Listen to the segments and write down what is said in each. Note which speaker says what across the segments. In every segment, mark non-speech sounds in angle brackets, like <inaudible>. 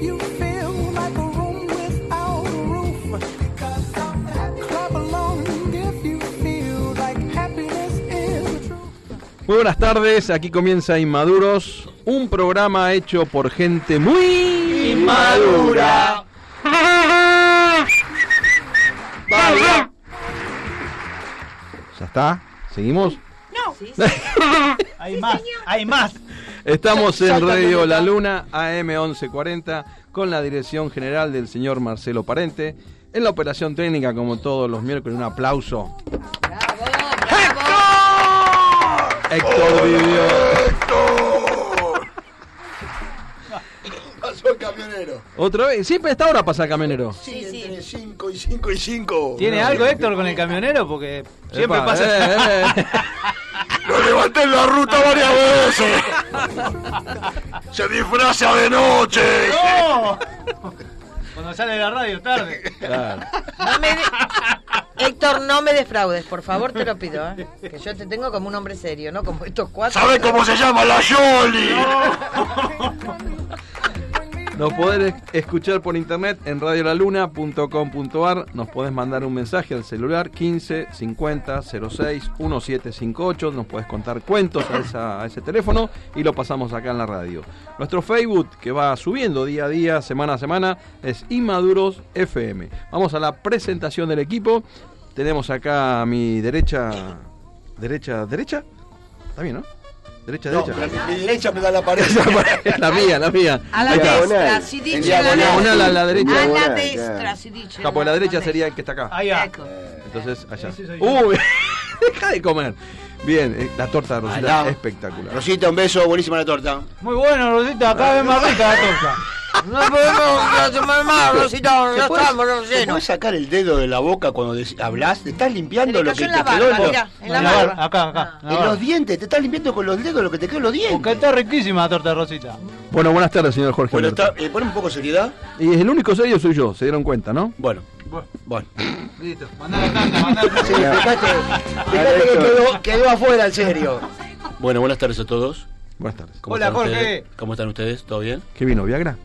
Speaker 1: you feel like a room without a roof. Clap along if you feel like happiness is the truth.
Speaker 2: Muy buenas tardes, aquí comienza Inmaduros, un programa hecho por gente muy inmadura. ¿Ya está? ¿Seguimos?
Speaker 3: Hay más, hay más.
Speaker 2: Estamos en Radio La Luna, AM1140, con la dirección general del señor Marcelo Parente. En la operación técnica, como todos los miércoles, un aplauso. Héctor vivió.
Speaker 4: Pasó el camionero.
Speaker 2: Otra vez, siempre a esta hora pasa el camionero.
Speaker 4: Sí, entre 5 y 5 y 5.
Speaker 3: ¿Tiene algo Héctor con el camionero? Porque siempre
Speaker 2: Epa,
Speaker 3: pasa.
Speaker 2: eh, eh,
Speaker 3: <laughs>
Speaker 2: eh.
Speaker 4: Lo levanté en la ruta varias veces. Se disfraza de noche.
Speaker 3: ¡No! Cuando sale de la radio tarde.
Speaker 2: Claro.
Speaker 5: No me de- Héctor, no me defraudes, por favor, te lo pido. ¿eh? Que yo te tengo como un hombre serio, ¿no? Como estos cuatro.
Speaker 4: ¿Sabes cómo se llama la Yoli?
Speaker 2: Nos podés escuchar por internet en radiolaluna.com.ar. Nos podés mandar un mensaje al celular 15 50 06 1758. Nos podés contar cuentos a, esa- a ese teléfono y lo pasamos acá en la radio. Nuestro Facebook, que va subiendo día a día, semana a semana, es Inmaduros FM. Vamos a la presentación del equipo. Tenemos acá a mi derecha. ¿Derecha? ¿Derecha? ¿Está bien, no? ¿Derecha? ¿Derecha?
Speaker 4: mi derecha me da la
Speaker 3: <laughs>
Speaker 4: pared.
Speaker 2: la mía, la mía.
Speaker 5: A la
Speaker 2: Ahí está.
Speaker 5: destra, si
Speaker 4: En
Speaker 5: dice a la
Speaker 4: diagonal.
Speaker 2: Diagonal a la derecha.
Speaker 5: A la
Speaker 4: Diagonal,
Speaker 5: destra,
Speaker 4: claro.
Speaker 5: si dice.
Speaker 2: Capo de la derecha sería el que está acá.
Speaker 3: Ahí va.
Speaker 5: Eco.
Speaker 2: Entonces, allá.
Speaker 3: Ese soy yo.
Speaker 2: ¡Uy! <laughs> ¡Deja de comer! Bien, eh, la torta de Rosita
Speaker 4: Alá.
Speaker 2: espectacular.
Speaker 4: Rosita, un beso, buenísima la torta.
Speaker 3: Muy bueno, Rosita. Acá ves más rica la torta.
Speaker 5: No podemos, no más mal, Rosita,
Speaker 4: ¿Te
Speaker 5: no
Speaker 4: puedes-
Speaker 5: estamos
Speaker 4: ¿Te
Speaker 5: llenos.
Speaker 4: puedes sacar el dedo de la boca cuando des- hablas? ¿Te estás
Speaker 5: Se
Speaker 4: limpiando
Speaker 5: le
Speaker 4: lo que
Speaker 5: cayó en la
Speaker 4: te quedó
Speaker 5: barba,
Speaker 4: en los-
Speaker 5: mirá, en la
Speaker 3: En la barba,
Speaker 5: barba.
Speaker 3: Acá, acá. en la
Speaker 4: en
Speaker 3: barba.
Speaker 4: los dientes? ¿Te estás limpiando con los dedos lo que te quedó en los
Speaker 3: Porque
Speaker 4: dientes?
Speaker 3: está riquísima la torta, Rosita.
Speaker 2: Bueno, buenas tardes, señor Jorge.
Speaker 4: Bueno,
Speaker 2: Alberto.
Speaker 4: está, eh, pon un poco de seriedad.
Speaker 2: Y el único serio soy yo, se dieron cuenta, ¿no?
Speaker 4: Bueno, bueno.
Speaker 3: Listo. Mandá la tanda, mandá la
Speaker 4: Sí,
Speaker 3: tanda.
Speaker 4: fíjate, fíjate que quedó, quedó afuera, en serio. Bueno, buenas tardes a todos.
Speaker 2: Buenas tardes.
Speaker 3: Hola,
Speaker 4: están
Speaker 3: Jorge.
Speaker 4: ustedes? ¿Cómo están ustedes? ¿Todo bien?
Speaker 2: ¿Qué vino? ¿Viagra?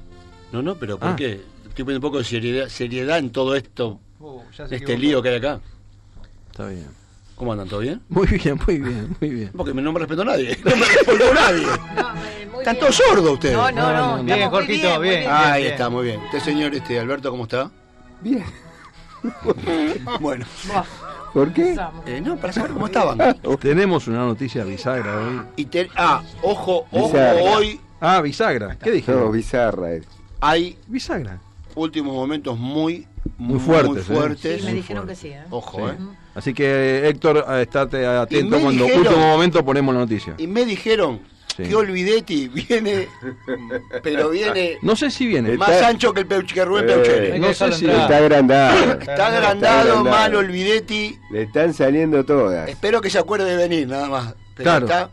Speaker 4: No, no, pero ¿por
Speaker 2: Ah.
Speaker 4: qué? Estoy poniendo un poco de seriedad, seriedad en todo esto,
Speaker 3: Uh, ya se
Speaker 4: este
Speaker 3: equivocó.
Speaker 4: lío que hay acá.
Speaker 2: Está bien.
Speaker 4: ¿Cómo andan? ¿Todo bien?
Speaker 2: Muy bien, muy bien, muy bien.
Speaker 4: Porque no me respeto a nadie. <laughs> No me respeto a nadie.
Speaker 5: No, eh, muy
Speaker 4: Están
Speaker 5: bien.
Speaker 4: todos sordos ustedes.
Speaker 5: No,
Speaker 2: No,
Speaker 5: no,
Speaker 2: no,
Speaker 5: no.
Speaker 2: no.
Speaker 3: Bien,
Speaker 5: estamos muy
Speaker 3: Jorgito,
Speaker 5: muy
Speaker 3: bien. Ah,
Speaker 4: Ahí está, muy bien. Este señor, este Alberto, ¿cómo está?
Speaker 2: Bien.
Speaker 4: <laughs> Bueno.
Speaker 2: ¿Por qué?
Speaker 4: Eh, no, para saber cómo estaban.
Speaker 2: <laughs> Tenemos una noticia bisagra hoy.
Speaker 4: Y te- ah, ojo, ojo,
Speaker 6: Bizarra.
Speaker 4: hoy
Speaker 2: Ah, bisagra. ¿Qué dije?
Speaker 6: No, bizarra es.
Speaker 4: hay
Speaker 2: Bisagra.
Speaker 4: últimos momentos muy,
Speaker 2: Muy fuertes,
Speaker 4: muy
Speaker 2: ¿eh?
Speaker 4: fuertes.
Speaker 5: Sí, me
Speaker 2: Muy
Speaker 5: dijeron
Speaker 2: fuerte.
Speaker 5: que sí, ¿eh?
Speaker 4: Ojo, eh.
Speaker 2: Así que, Héctor, eh, estate atento
Speaker 4: me
Speaker 2: cuando
Speaker 4: dijeron-
Speaker 2: último momento ponemos la noticia.
Speaker 4: Y me dijeron
Speaker 2: Sí.
Speaker 4: que Olvidetti viene,
Speaker 2: <laughs>
Speaker 4: pero viene
Speaker 2: No sé si viene. Eh,
Speaker 4: más
Speaker 6: Está-
Speaker 4: ancho que, el Peuch- que Rubén
Speaker 6: Eh.
Speaker 4: Peucheri.
Speaker 2: No sé
Speaker 3: dejarlo
Speaker 2: si...
Speaker 3: entrar.
Speaker 6: Está agrandado.
Speaker 4: Está
Speaker 6: Está
Speaker 4: agrandado,
Speaker 6: agrandado.
Speaker 4: mal Olvidetti.
Speaker 6: Le están saliendo todas.
Speaker 4: Espero que se acuerde de venir, nada más. Pero
Speaker 2: Claro.
Speaker 4: está-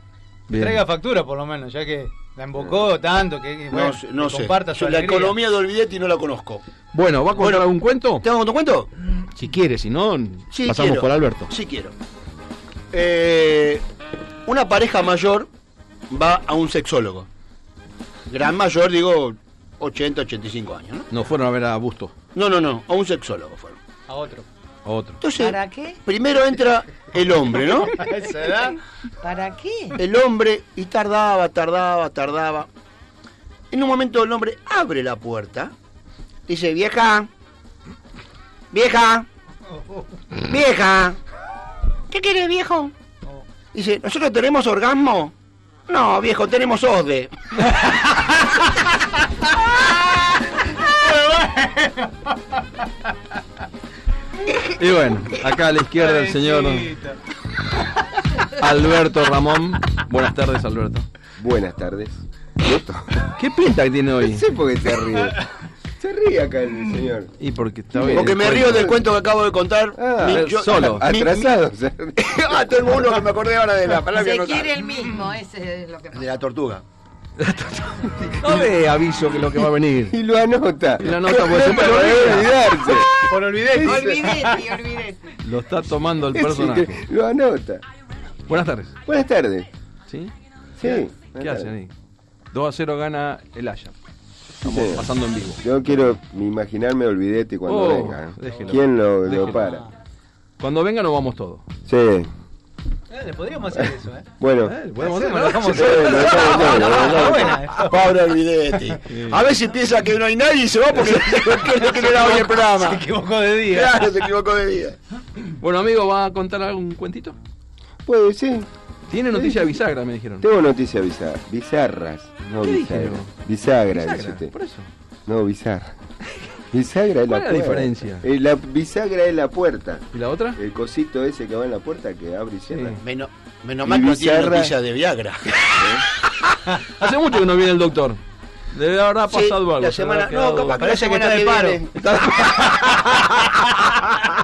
Speaker 2: Bien.
Speaker 3: Traiga factura, por lo menos, ya que la embocó tanto. Que, que,
Speaker 4: no,
Speaker 3: bueno,
Speaker 4: sé, no
Speaker 3: que
Speaker 4: sé.
Speaker 3: Comparta su
Speaker 4: Yo la
Speaker 3: alegría.
Speaker 4: economía de Olvidetti no la conozco.
Speaker 2: Bueno, ¿va a contar
Speaker 4: Bueno.
Speaker 2: algún cuento?
Speaker 4: ¿Te hago un cuento?
Speaker 2: Si quiere, si no,
Speaker 4: Sí,
Speaker 2: pasamos
Speaker 4: quiero.
Speaker 2: por Alberto.
Speaker 4: Sí quiero. Eh, una pareja mayor va a un sexólogo. Gran mayor, digo, 80, 85 años, ¿no?
Speaker 2: No fueron a ver a Busto,
Speaker 4: No, no, no, a un sexólogo fueron.
Speaker 3: A otro.
Speaker 2: a otro.
Speaker 4: Entonces,
Speaker 5: ¿Para qué?
Speaker 4: primero entra el hombre,
Speaker 5: <laughs>
Speaker 4: ¿no?
Speaker 3: A esa edad.
Speaker 5: ¿Para qué?
Speaker 4: El hombre, y tardaba, tardaba, tardaba. En un momento el hombre abre la puerta, dice, vieja, vieja, vieja, ¿qué quieres viejo? Dice, ¿nosotros tenemos orgasmo? No, viejo, tenemos OSDE.
Speaker 2: Y bueno, acá a la izquierda el señor
Speaker 3: Pobrecito.
Speaker 2: Alberto Ramón. Buenas tardes, Alberto.
Speaker 6: Buenas tardes. Gusto.
Speaker 2: ¿Qué pinta que tiene
Speaker 6: No
Speaker 2: hoy?
Speaker 6: sé por qué se ríe. Se ríe acá el señor.
Speaker 2: Y porque está bien.
Speaker 4: Porque me río del cuento que acabo de contar.
Speaker 6: Ah,
Speaker 4: Mi-
Speaker 2: eh, solo.
Speaker 4: mi- mi-
Speaker 6: Atrasado. se ríe.
Speaker 4: <laughs> ah, tengo uno que me acordé ahora de la palabra que
Speaker 5: Se
Speaker 4: no-
Speaker 5: quiere el mismo, ese es lo que
Speaker 4: De
Speaker 5: pasa.
Speaker 4: la tortuga.
Speaker 2: No le aviso que lo que va a venir.
Speaker 6: <laughs> Y lo anota.
Speaker 2: Y lo anota, porque siempre lo
Speaker 6: para no
Speaker 2: olvida.
Speaker 6: olvidarse.
Speaker 3: Por olvidé.
Speaker 5: Olvidete, olvidete.
Speaker 2: Lo está tomando el
Speaker 6: Es
Speaker 2: personaje.
Speaker 6: increíble. Lo anota.
Speaker 2: Buenas tardes.
Speaker 6: Buenas tardes.
Speaker 2: ¿Sí?
Speaker 6: Sí.
Speaker 2: ¿Qué hacen ahí? 2 a 0 gana el Ajax. Estamos
Speaker 6: señor.
Speaker 2: pasando en vivo.
Speaker 6: Yo quiero imaginarme olvidete cuando
Speaker 2: Oh,
Speaker 6: venga. ¿eh?
Speaker 2: déjelo.
Speaker 6: ¿Quién lo, lo
Speaker 2: Déjelo. Ah.
Speaker 6: para?
Speaker 2: Cuando venga nos vamos todos.
Speaker 6: Sí.
Speaker 3: Eh, le podríamos hacer eso, ¿eh?
Speaker 6: Bueno.
Speaker 2: Eh,
Speaker 3: Bueno,
Speaker 2: podemos hacer,
Speaker 3: lo
Speaker 2: ¿no?
Speaker 3: dejamos
Speaker 6: Sí, lo dejamos, no, lo
Speaker 2: <laughs>
Speaker 6: dejamos.
Speaker 3: Buena, eh.
Speaker 4: Pablo Olvidete. A veces piensa que no hay nadie y se
Speaker 3: <laughs>
Speaker 4: va porque no que no era hoy el
Speaker 3: Se
Speaker 4: programa.
Speaker 3: equivocó de día.
Speaker 4: Claro, se equivocó de vida.
Speaker 2: Bueno, amigo, ¿va a contar algún cuentito?
Speaker 6: Pues sí.
Speaker 2: Tiene noticia de bisagra, me dijeron.
Speaker 6: Tengo noticias bizarras. Bizarras. No
Speaker 2: ¿Qué dije
Speaker 6: bizarras.
Speaker 2: yo?
Speaker 6: Bisagra, dice
Speaker 2: Bisagra,
Speaker 6: usted.
Speaker 2: por eso.
Speaker 6: No, bizarra. Bisagra es la
Speaker 2: ¿Cuál es la
Speaker 6: puerta.
Speaker 2: diferencia?
Speaker 6: Eh, la bisagra es la puerta.
Speaker 2: ¿Y la otra?
Speaker 6: El cosito ese que va en la puerta que abre y cierra.
Speaker 2: Sí.
Speaker 4: Menos, menos
Speaker 6: Y
Speaker 4: mal que no tiene
Speaker 6: Bizarra.
Speaker 4: noticias de
Speaker 3: <laughs>
Speaker 4: Viagra.
Speaker 2: Hace mucho que no viene el doctor. Debe habrá
Speaker 4: Sí,
Speaker 2: pasado algo.
Speaker 4: la
Speaker 2: se habrá
Speaker 4: semana, no,
Speaker 2: quedado-
Speaker 4: capaz que la
Speaker 3: Parece que
Speaker 4: semana
Speaker 3: está de paro.
Speaker 4: viene.
Speaker 2: <laughs>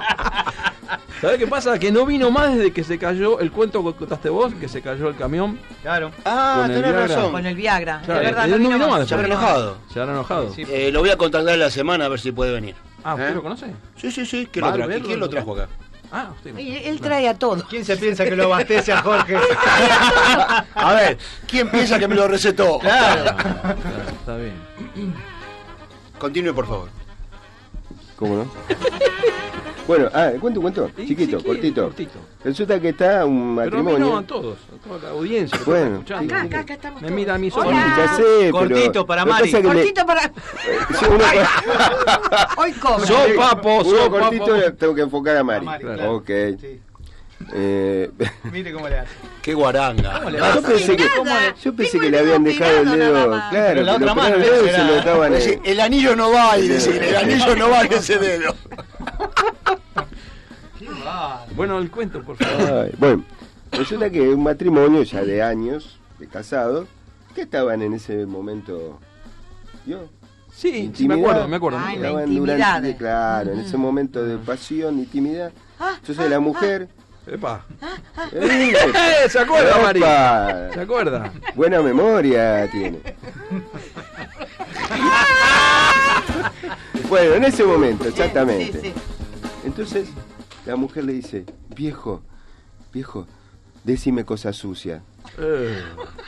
Speaker 2: ¿Sabés qué pasa? Que no vino más desde que se cayó el cuento que contaste vos, que se cayó el camión.
Speaker 3: Claro.
Speaker 4: Ah,
Speaker 2: Con el
Speaker 4: tenés
Speaker 2: Viagra.
Speaker 5: Con
Speaker 4: razón.
Speaker 5: el Viagra.
Speaker 2: Claro,
Speaker 5: de verdad,
Speaker 2: él no vino más
Speaker 4: <laughs> Se
Speaker 2: después.
Speaker 4: habrá enojado.
Speaker 2: Se habrán enojado.
Speaker 3: Sí.
Speaker 4: Eh, lo voy a contactar la semana a ver si puede venir.
Speaker 2: Ah, ¿usted
Speaker 4: ¿Eh?
Speaker 2: lo conoce?
Speaker 4: Sí, sí, sí. ¿Quién lo,
Speaker 2: Va a
Speaker 4: trajo? ¿Y
Speaker 2: verlo,
Speaker 4: ¿Quién lo
Speaker 2: ¿no?
Speaker 4: trajo acá?
Speaker 2: Ah, usted.
Speaker 5: Y él trae a todo.
Speaker 3: ¿Quién se piensa que lo abastece
Speaker 5: <laughs>
Speaker 3: a Jorge?
Speaker 4: A ver, ¿quién piensa que me lo recetó?
Speaker 3: claro.
Speaker 2: Claro, está bien.
Speaker 4: Continúe, por favor.
Speaker 6: ¿Cómo no? bueno, ah, cuento, cuento.
Speaker 2: Sí,
Speaker 6: Chiquito,
Speaker 2: sí,
Speaker 6: cortito.
Speaker 2: cortito.
Speaker 6: Resulta que está un
Speaker 2: Pero a mí no, a
Speaker 6: matrimonio.
Speaker 2: todos, a toda la audiencia que
Speaker 6: Bueno,
Speaker 2: está escuchando.
Speaker 6: acá, acá,
Speaker 5: acá estamos
Speaker 2: Me
Speaker 5: todos.
Speaker 2: mira a mí
Speaker 5: Hola.
Speaker 2: solo.
Speaker 6: Ya sé, pero-
Speaker 3: Cortito para
Speaker 6: lo que
Speaker 3: Mari.
Speaker 6: pasa es que le-
Speaker 5: Cortito para.
Speaker 6: Sí, uno-
Speaker 5: <laughs> Hoy cobra.
Speaker 2: Yo-
Speaker 6: Sí,
Speaker 2: papo,
Speaker 6: uno
Speaker 2: so,
Speaker 6: cortito
Speaker 2: papo.
Speaker 6: le tengo que enfocar a Mari.
Speaker 3: A Mari,
Speaker 6: Claro.
Speaker 3: claro.
Speaker 6: Ok.
Speaker 3: Sí.
Speaker 6: Eh, <laughs>
Speaker 3: Mire cómo le hace.
Speaker 4: Qué guaranga.
Speaker 3: le
Speaker 6: yo pensé que,
Speaker 5: ¿Cómo le-
Speaker 6: yo pensé
Speaker 5: Tengo
Speaker 6: que
Speaker 5: el
Speaker 6: le habían
Speaker 5: dedo
Speaker 6: dejado el
Speaker 5: operado
Speaker 6: dedo.
Speaker 5: nada más.
Speaker 6: Claro,
Speaker 3: Pero la
Speaker 6: que lo
Speaker 3: otra mano,
Speaker 6: operaron el dedo y
Speaker 3: era-
Speaker 6: se lo estaban.
Speaker 4: Dice, el anillo no va, y dice, el anillo no va en ese dedo.
Speaker 3: Qué va.
Speaker 2: Bueno, el cuento, por favor.
Speaker 6: Ay, bueno, resulta que un matrimonio ya de años, de casados, que estaban en ese momento. Yo.
Speaker 2: Sí, sí, me acuerdo, me acuerdo.
Speaker 5: Ay, la
Speaker 6: Estaban
Speaker 5: intimidad.
Speaker 6: durante- claro, en ese momento de pasión, intimidad.
Speaker 5: Ah,
Speaker 6: Entonces la mujer.
Speaker 2: Ah. Epa.
Speaker 6: ¡Eh!
Speaker 2: ¡Eh! <laughs> ¿Se acuerda, Mari?
Speaker 6: ¡Epa!
Speaker 2: ¿Se acuerda?
Speaker 6: Buena memoria
Speaker 5: <laughs>
Speaker 6: tiene. bueno, en ese momento, exactamente.
Speaker 5: Sí, sí.
Speaker 6: Entonces, la mujer le dice, viejo, viejo, decime cosas sucias.
Speaker 2: Eh,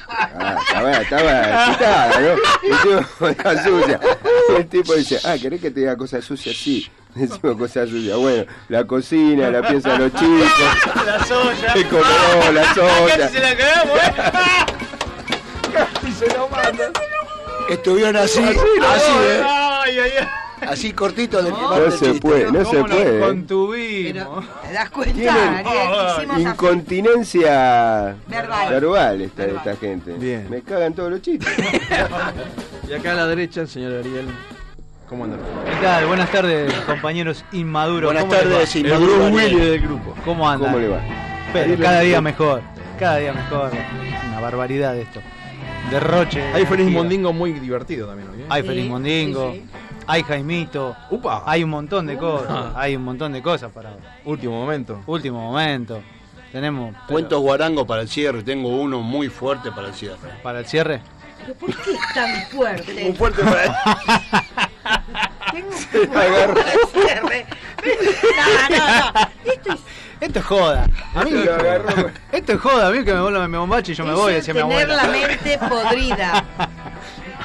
Speaker 6: Ah, estaba, estaba excitada, ¿no? Decime cosas sucias. Y el tipo dice, ah, ¿querés que te diga cosas sucias? Sí, decime cosas sucias. Bueno, la cocina, la piensa los chicos,
Speaker 3: La soya. Ah,
Speaker 6: el comedor, la soya.
Speaker 3: Casi se la cagamos, ¿eh?
Speaker 4: Estuvieron así, así, ¿eh?
Speaker 3: Ay, ay, ay.
Speaker 4: Así cortito del primer
Speaker 6: No se
Speaker 4: chiste.
Speaker 6: puede, no se
Speaker 3: ¿Cómo nos
Speaker 6: puede. ¿eh?
Speaker 5: Pero,
Speaker 3: contuvimos?
Speaker 5: ¿Te das cuenta,
Speaker 6: Tienen-
Speaker 5: Ariel?
Speaker 3: Oh,
Speaker 5: Hicimos así.
Speaker 6: Incontinencia
Speaker 5: Verbal.
Speaker 6: esta,
Speaker 5: Verbal.
Speaker 6: esta gente.
Speaker 2: Bien.
Speaker 6: Me cagan todos los chistes.
Speaker 2: Y acá a la derecha el señor Ariel. ¿Cómo anda?
Speaker 3: ¿Qué tal? Buenas tardes, compañeros inmaduros.
Speaker 4: Buenas
Speaker 3: ¿Cómo les va?
Speaker 4: tardes,
Speaker 2: El
Speaker 4: Inmaduro
Speaker 2: Bruce
Speaker 4: Daniel.
Speaker 2: Willis del grupo.
Speaker 3: ¿Cómo andan?
Speaker 6: ¿Cómo le va?
Speaker 3: Pero cada día mejor, cada día mejor. Una barbaridad esto. Derroche. de
Speaker 2: Hay Feliz
Speaker 3: energía.
Speaker 2: Mondingo muy divertido también hoy. ¿eh?
Speaker 3: Hay
Speaker 5: Sí,
Speaker 3: Feliz Mondingo.
Speaker 5: sí,
Speaker 3: Hay Jaimito.
Speaker 2: Upa.
Speaker 3: Hay un montón de cosas.
Speaker 2: Ah.
Speaker 3: Hay un montón de cosas para
Speaker 2: Último momento.
Speaker 3: último momento. Tenemos pero,
Speaker 4: <laughs> Cuentos guarango para el cierre, tengo uno muy fuerte para el cierre.
Speaker 3: para el cierre.
Speaker 5: ¿Pero por qué es tan fuerte?
Speaker 4: Un fuerte para el
Speaker 5: <laughs> Tengo un poco de cierre. No, no, no. Esto es
Speaker 3: Esto es joda. A mí
Speaker 6: Lo agarró.
Speaker 3: <laughs> Esto es joda, a mí que me vuelve me bombache y yo me
Speaker 5: eso
Speaker 3: voy,
Speaker 5: es
Speaker 3: decía mi
Speaker 5: tener la
Speaker 3: abuela.
Speaker 4: <laughs>
Speaker 5: mente podrida.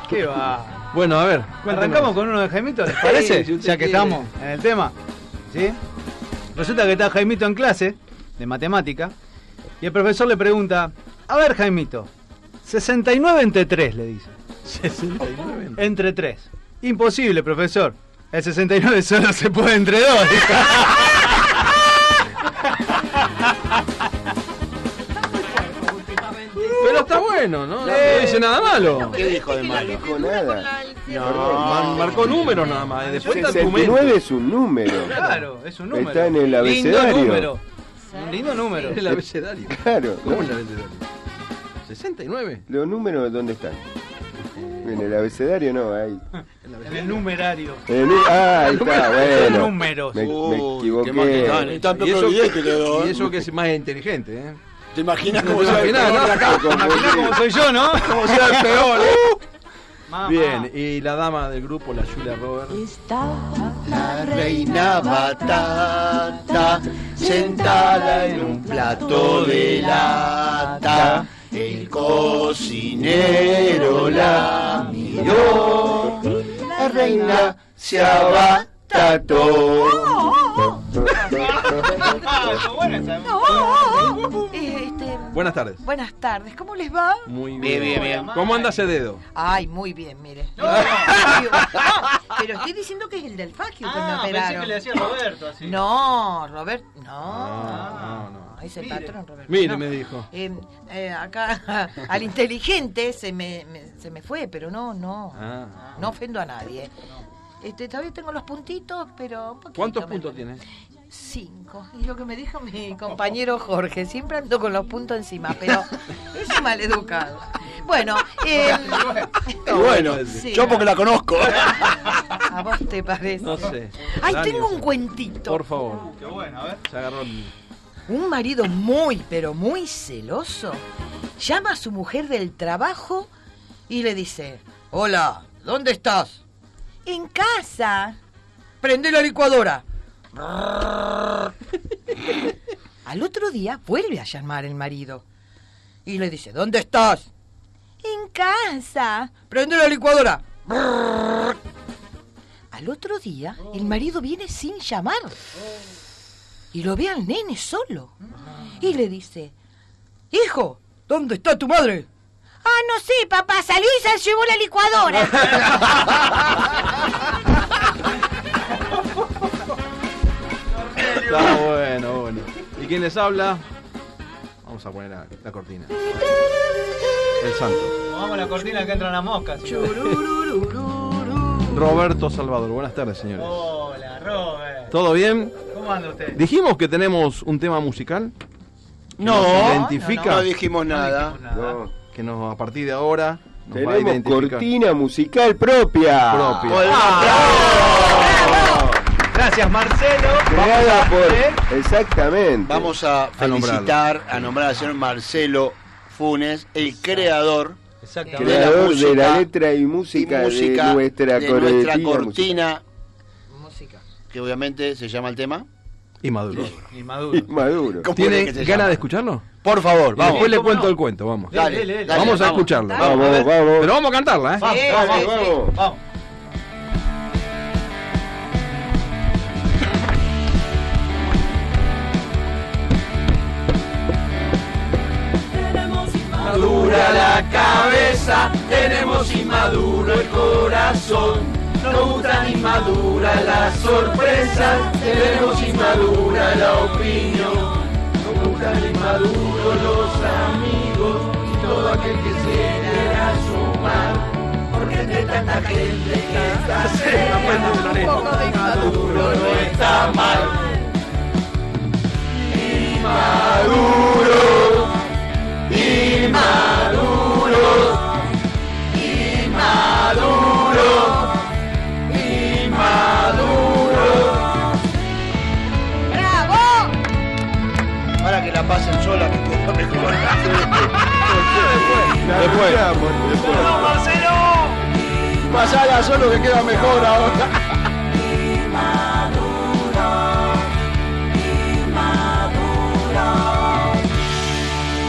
Speaker 3: ¿Qué va?
Speaker 2: Bueno, a ver. cuéntenos.
Speaker 3: Arrancamos con uno de Jaimito, ¿les parece?
Speaker 2: si usted
Speaker 3: ya que
Speaker 2: quiere.
Speaker 3: estamos en el tema. ¿Sí? Resulta que está Jaimito en clase de matemática y el profesor le pregunta, a ver Jaimito, 69 entre 3 le dice.
Speaker 2: 69.
Speaker 3: Entre 3. Imposible, profesor. El 69 solo se puede entre 2.
Speaker 2: Pero está bueno, ¿no? No dice nada malo.
Speaker 4: ¿Qué dijo de malo?
Speaker 6: Dijo nada.
Speaker 2: Mar- marcó números nada más. y Después está tu mente.
Speaker 6: 69 es un número.
Speaker 3: Claro, es un número.
Speaker 6: Está en el
Speaker 3: Lindo
Speaker 6: abecedario.
Speaker 3: número. Un lindo número.
Speaker 2: El abecedario.
Speaker 6: Claro. ¿no?
Speaker 2: ¿Cómo es el abecedario? 69.
Speaker 6: ¿Los números dónde están?
Speaker 2: Eh,
Speaker 6: En el abecedario no, ahí.
Speaker 3: En el numerario.
Speaker 6: En el nu- ah, ahí está, bueno.
Speaker 3: números.
Speaker 6: Me, me
Speaker 4: qué mal que está,
Speaker 6: equivoqué.
Speaker 4: ni tanto
Speaker 2: Y eso,
Speaker 4: Providente le doy.
Speaker 2: y eso que es más inteligente, ¿eh?
Speaker 4: ¿Te imaginas
Speaker 2: No
Speaker 4: cómo
Speaker 2: te
Speaker 4: se va a
Speaker 2: imaginás,
Speaker 4: pegar
Speaker 2: ¿no?
Speaker 4: acá?
Speaker 6: Me confundí.
Speaker 3: Mirá cómo soy yo, ¿no?
Speaker 4: <laughs> ¿Cómo se va a pegar, eh?
Speaker 3: Mamá.
Speaker 2: <laughs> Bien, y la dama del grupo, la Julia Roberts.
Speaker 4: La reina batata, sentada en un plato de lata, el cocinero la miró la reina se abatató. Oh,
Speaker 5: Este,
Speaker 2: Buenas tardes.
Speaker 5: buenas tardes, ¿cómo les va?
Speaker 2: Muy bien.
Speaker 4: Bien, bien, bien.
Speaker 2: ¿Cómo anda ese dedo?
Speaker 5: Ay, muy bien, mire.
Speaker 4: <laughs>
Speaker 5: Ah, Pero estoy diciendo que es el del faquio que me
Speaker 7: Ah,
Speaker 3: Ah,
Speaker 5: operaron.
Speaker 3: Roberto así.
Speaker 5: No, Robert, no.
Speaker 2: Ah,
Speaker 5: Ah,
Speaker 2: No, no, no.
Speaker 5: Es el
Speaker 3: Mire.
Speaker 5: patrón, Robert.
Speaker 2: Mire,
Speaker 5: no.
Speaker 2: me dijo.
Speaker 5: Eh, eh, acá <laughs> al inteligente se me, me- se me fue, pero no, no.
Speaker 2: Ah.
Speaker 5: No ofendo a nadie. Este, todavía tengo los puntitos, pero un poquito
Speaker 2: ¿Cuántos
Speaker 5: me-
Speaker 2: puntos tiene?
Speaker 5: Cinco. Y lo que me dijo mi compañero Jorge, siempre ando con los puntos encima, pero es un maleducado. Bueno,
Speaker 2: <laughs>
Speaker 5: eh,
Speaker 4: Y bueno,
Speaker 5: Sí.
Speaker 4: yo porque la conozco.
Speaker 5: <laughs> a vos te parece.
Speaker 2: No sé.
Speaker 5: Ay,
Speaker 2: Dani,
Speaker 5: tengo un
Speaker 2: no sé.
Speaker 5: cuentito.
Speaker 2: Por favor,
Speaker 3: Qué bueno, a ver.
Speaker 2: se agarró el-
Speaker 5: Un marido muy, pero muy celoso llama a su mujer del trabajo y le dice, hola, ¿dónde estás? En casa. Prende la <laughs> licuadora. Al otro día vuelve a llamar el marido y le dice, ¿dónde estás? En casa. Prende la licuadora. Al otro día el marido viene sin llamar y lo ve al nene solo. Y le dice, hijo, ¿dónde está tu madre? Ah, no sé, papá, salí y se llevó la licuadora.
Speaker 2: Está Ah, bueno, bueno. ¿Y quién les habla? Vamos a poner la, la cortina. El santo.
Speaker 3: Vamos a la cortina que entran las moscas.
Speaker 2: Roberto Salvador. Buenas tardes, señores.
Speaker 3: Hola, Robert.
Speaker 2: ¿Todo bien?
Speaker 3: ¿Cómo anda usted?
Speaker 2: Dijimos que tenemos un tema musical
Speaker 4: No,
Speaker 2: identifica?
Speaker 4: no dijimos nada.
Speaker 6: No.
Speaker 2: que nos a partir de ahora nos va a
Speaker 6: Tenemos
Speaker 2: identificar. Ah.
Speaker 6: cortina musical propia.
Speaker 2: Propia.
Speaker 4: Hola.
Speaker 3: Gracias, Marcelo.
Speaker 6: Creada
Speaker 3: ¿Eh?
Speaker 6: por. Exactamente.
Speaker 4: Vamos a
Speaker 2: A nombrarlo.
Speaker 4: felicitar, a nombrar al señor Marcelo Funes, el creador
Speaker 3: Exactamente.
Speaker 6: Creador de
Speaker 4: de la música
Speaker 6: la letra y
Speaker 4: y
Speaker 6: música,
Speaker 4: música
Speaker 6: de nuestra
Speaker 4: de
Speaker 6: cortina.
Speaker 4: nuestra
Speaker 6: musical.
Speaker 4: cortina,
Speaker 5: Música.
Speaker 4: que obviamente se llama el tema.
Speaker 2: Y Maduro.
Speaker 3: Y Maduro.
Speaker 6: Maduro.
Speaker 4: ¿Cómo
Speaker 2: ¿Tiene
Speaker 4: es que se
Speaker 2: ganas
Speaker 4: llama?
Speaker 2: de escucharlo?
Speaker 4: Por favor,
Speaker 2: Y
Speaker 4: vamos.
Speaker 2: Después le
Speaker 3: ¿Cómo
Speaker 2: cuento
Speaker 3: no?
Speaker 2: el cuento, vamos.
Speaker 3: Sí,
Speaker 4: Dale,
Speaker 3: Dele, dele.
Speaker 4: dale,
Speaker 2: vamos a escucharlo.
Speaker 6: Vamos,
Speaker 3: a ver.
Speaker 6: vamos.
Speaker 2: Pero vamos a cantarla, ¿eh?
Speaker 3: Vamos,
Speaker 5: Sí,
Speaker 3: vamos,
Speaker 5: sí,
Speaker 6: sí.
Speaker 3: vamos.
Speaker 4: Madura la cabeza, tenemos inmaduro el corazón. No gusta inmadura la sorpresa, tenemos inmadura la opinión. No gustan inmaduro los amigos y todo aquel que se quiera sumar. Porque entre tanta gente que está cerca, pues no poco de inmaduro no está mal.
Speaker 5: ¡Bravo!
Speaker 4: Ahora que la pasen sola, que estuvo mejor.
Speaker 6: Después.
Speaker 4: Pasala solo que queda mejor ahora. <laughs>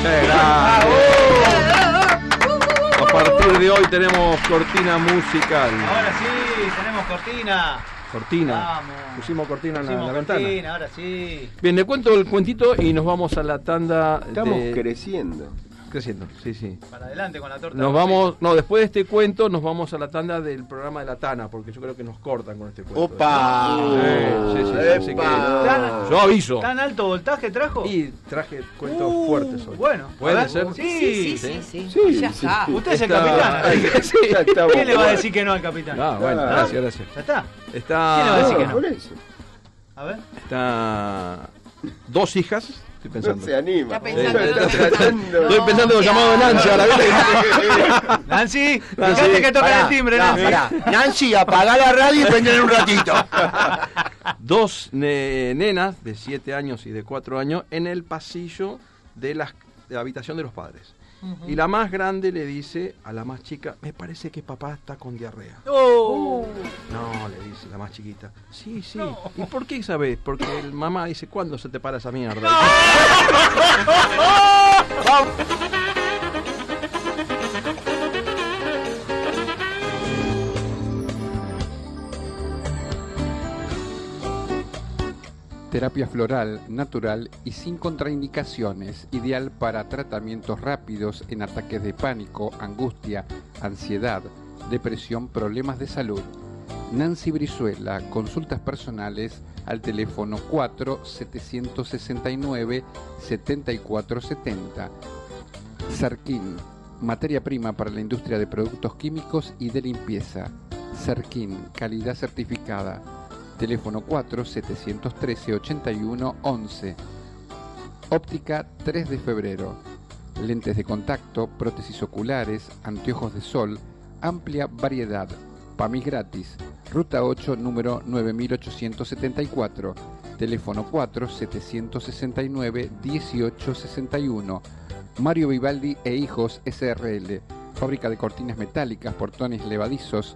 Speaker 2: Qué grande. A partir de hoy tenemos cortina musical.
Speaker 3: Ahora sí, tenemos cortina.
Speaker 2: Cortina.
Speaker 3: Vamos.
Speaker 2: Pusimos cortina en la- en la
Speaker 3: Pusimos
Speaker 2: ventana.
Speaker 3: cortina, ahora sí.
Speaker 2: Bien, le cuento el cuentito y nos vamos a la tanda.
Speaker 6: Estamos
Speaker 2: de-
Speaker 6: creciendo.
Speaker 2: creciendo. Sí, sí.
Speaker 3: Para adelante con la torta.
Speaker 2: Nos vamos, no, después de este cuento nos vamos a la tanda del programa de la Tana, porque yo creo que nos cortan con este cuento.
Speaker 4: Opa.
Speaker 2: Sí, sí, sí, así que-
Speaker 3: Tan-
Speaker 2: Yo aviso.
Speaker 3: ¿Tan alto voltaje trajo?
Speaker 2: Y traje cuentos
Speaker 3: Uh,
Speaker 2: fuertes hoy.
Speaker 3: bueno, a
Speaker 2: ¿Puede
Speaker 3: ver.
Speaker 2: ser?
Speaker 3: Sí,
Speaker 5: Sí, sí, sí.
Speaker 6: Sí,
Speaker 5: ya
Speaker 6: sí,
Speaker 5: está.
Speaker 6: sí.
Speaker 3: Usted es el
Speaker 2: Está-
Speaker 3: capitán.
Speaker 2: <laughs>
Speaker 6: Ya estamos.
Speaker 3: ¿Quién le va a decir que no al capitán?
Speaker 2: Ah, bueno,
Speaker 6: Ah.
Speaker 2: gracias, gracias.
Speaker 3: ¿Ya está? ¿Quién le va a decir que
Speaker 2: Está,
Speaker 3: no?
Speaker 6: Por eso.
Speaker 3: A ver.
Speaker 2: está dos hijas, estoy
Speaker 6: No
Speaker 2: pensando.
Speaker 6: se anima.
Speaker 5: Está
Speaker 6: Está
Speaker 5: pensando, no está
Speaker 6: tratando.
Speaker 5: pensando.
Speaker 2: Estoy pensando en los llamados de Nancy ahora, ¿viste?
Speaker 3: Nancy, fíjate que toca el timbre,
Speaker 4: Pará,
Speaker 3: Nancy.
Speaker 4: pará. Nancy, apagá la radio y prendele un ratito.
Speaker 2: Dos ne- nenas de 7 años y de 4 años en el pasillo de las- de la habitación de los padres. Y la más grande le dice a la más chica, me parece que papá está con diarrea.
Speaker 3: Oh.
Speaker 2: No, le dice la más chiquita. Sí, sí. ¿Y por qué sabes? Porque el mamá dice, ¿cuándo se te para esa mierda?
Speaker 8: Terapia floral, natural y sin contraindicaciones, ideal para tratamientos rápidos en ataques de pánico, angustia, ansiedad, depresión, problemas de salud. Nancy Brizuela, consultas personales al teléfono 4 769 7470. Sarquín, materia prima para la industria de productos químicos y de limpieza. Sarquín, calidad certificada. Teléfono 4 713 81 11. Óptica 3 de febrero. Lentes de contacto, prótesis oculares, anteojos de sol, amplia variedad. PAMIS gratis. Ruta 8, número 9874. Teléfono 4 769 1861. Mario Vivaldi e Hijos SRL. Fábrica de cortinas metálicas, portones levadizos.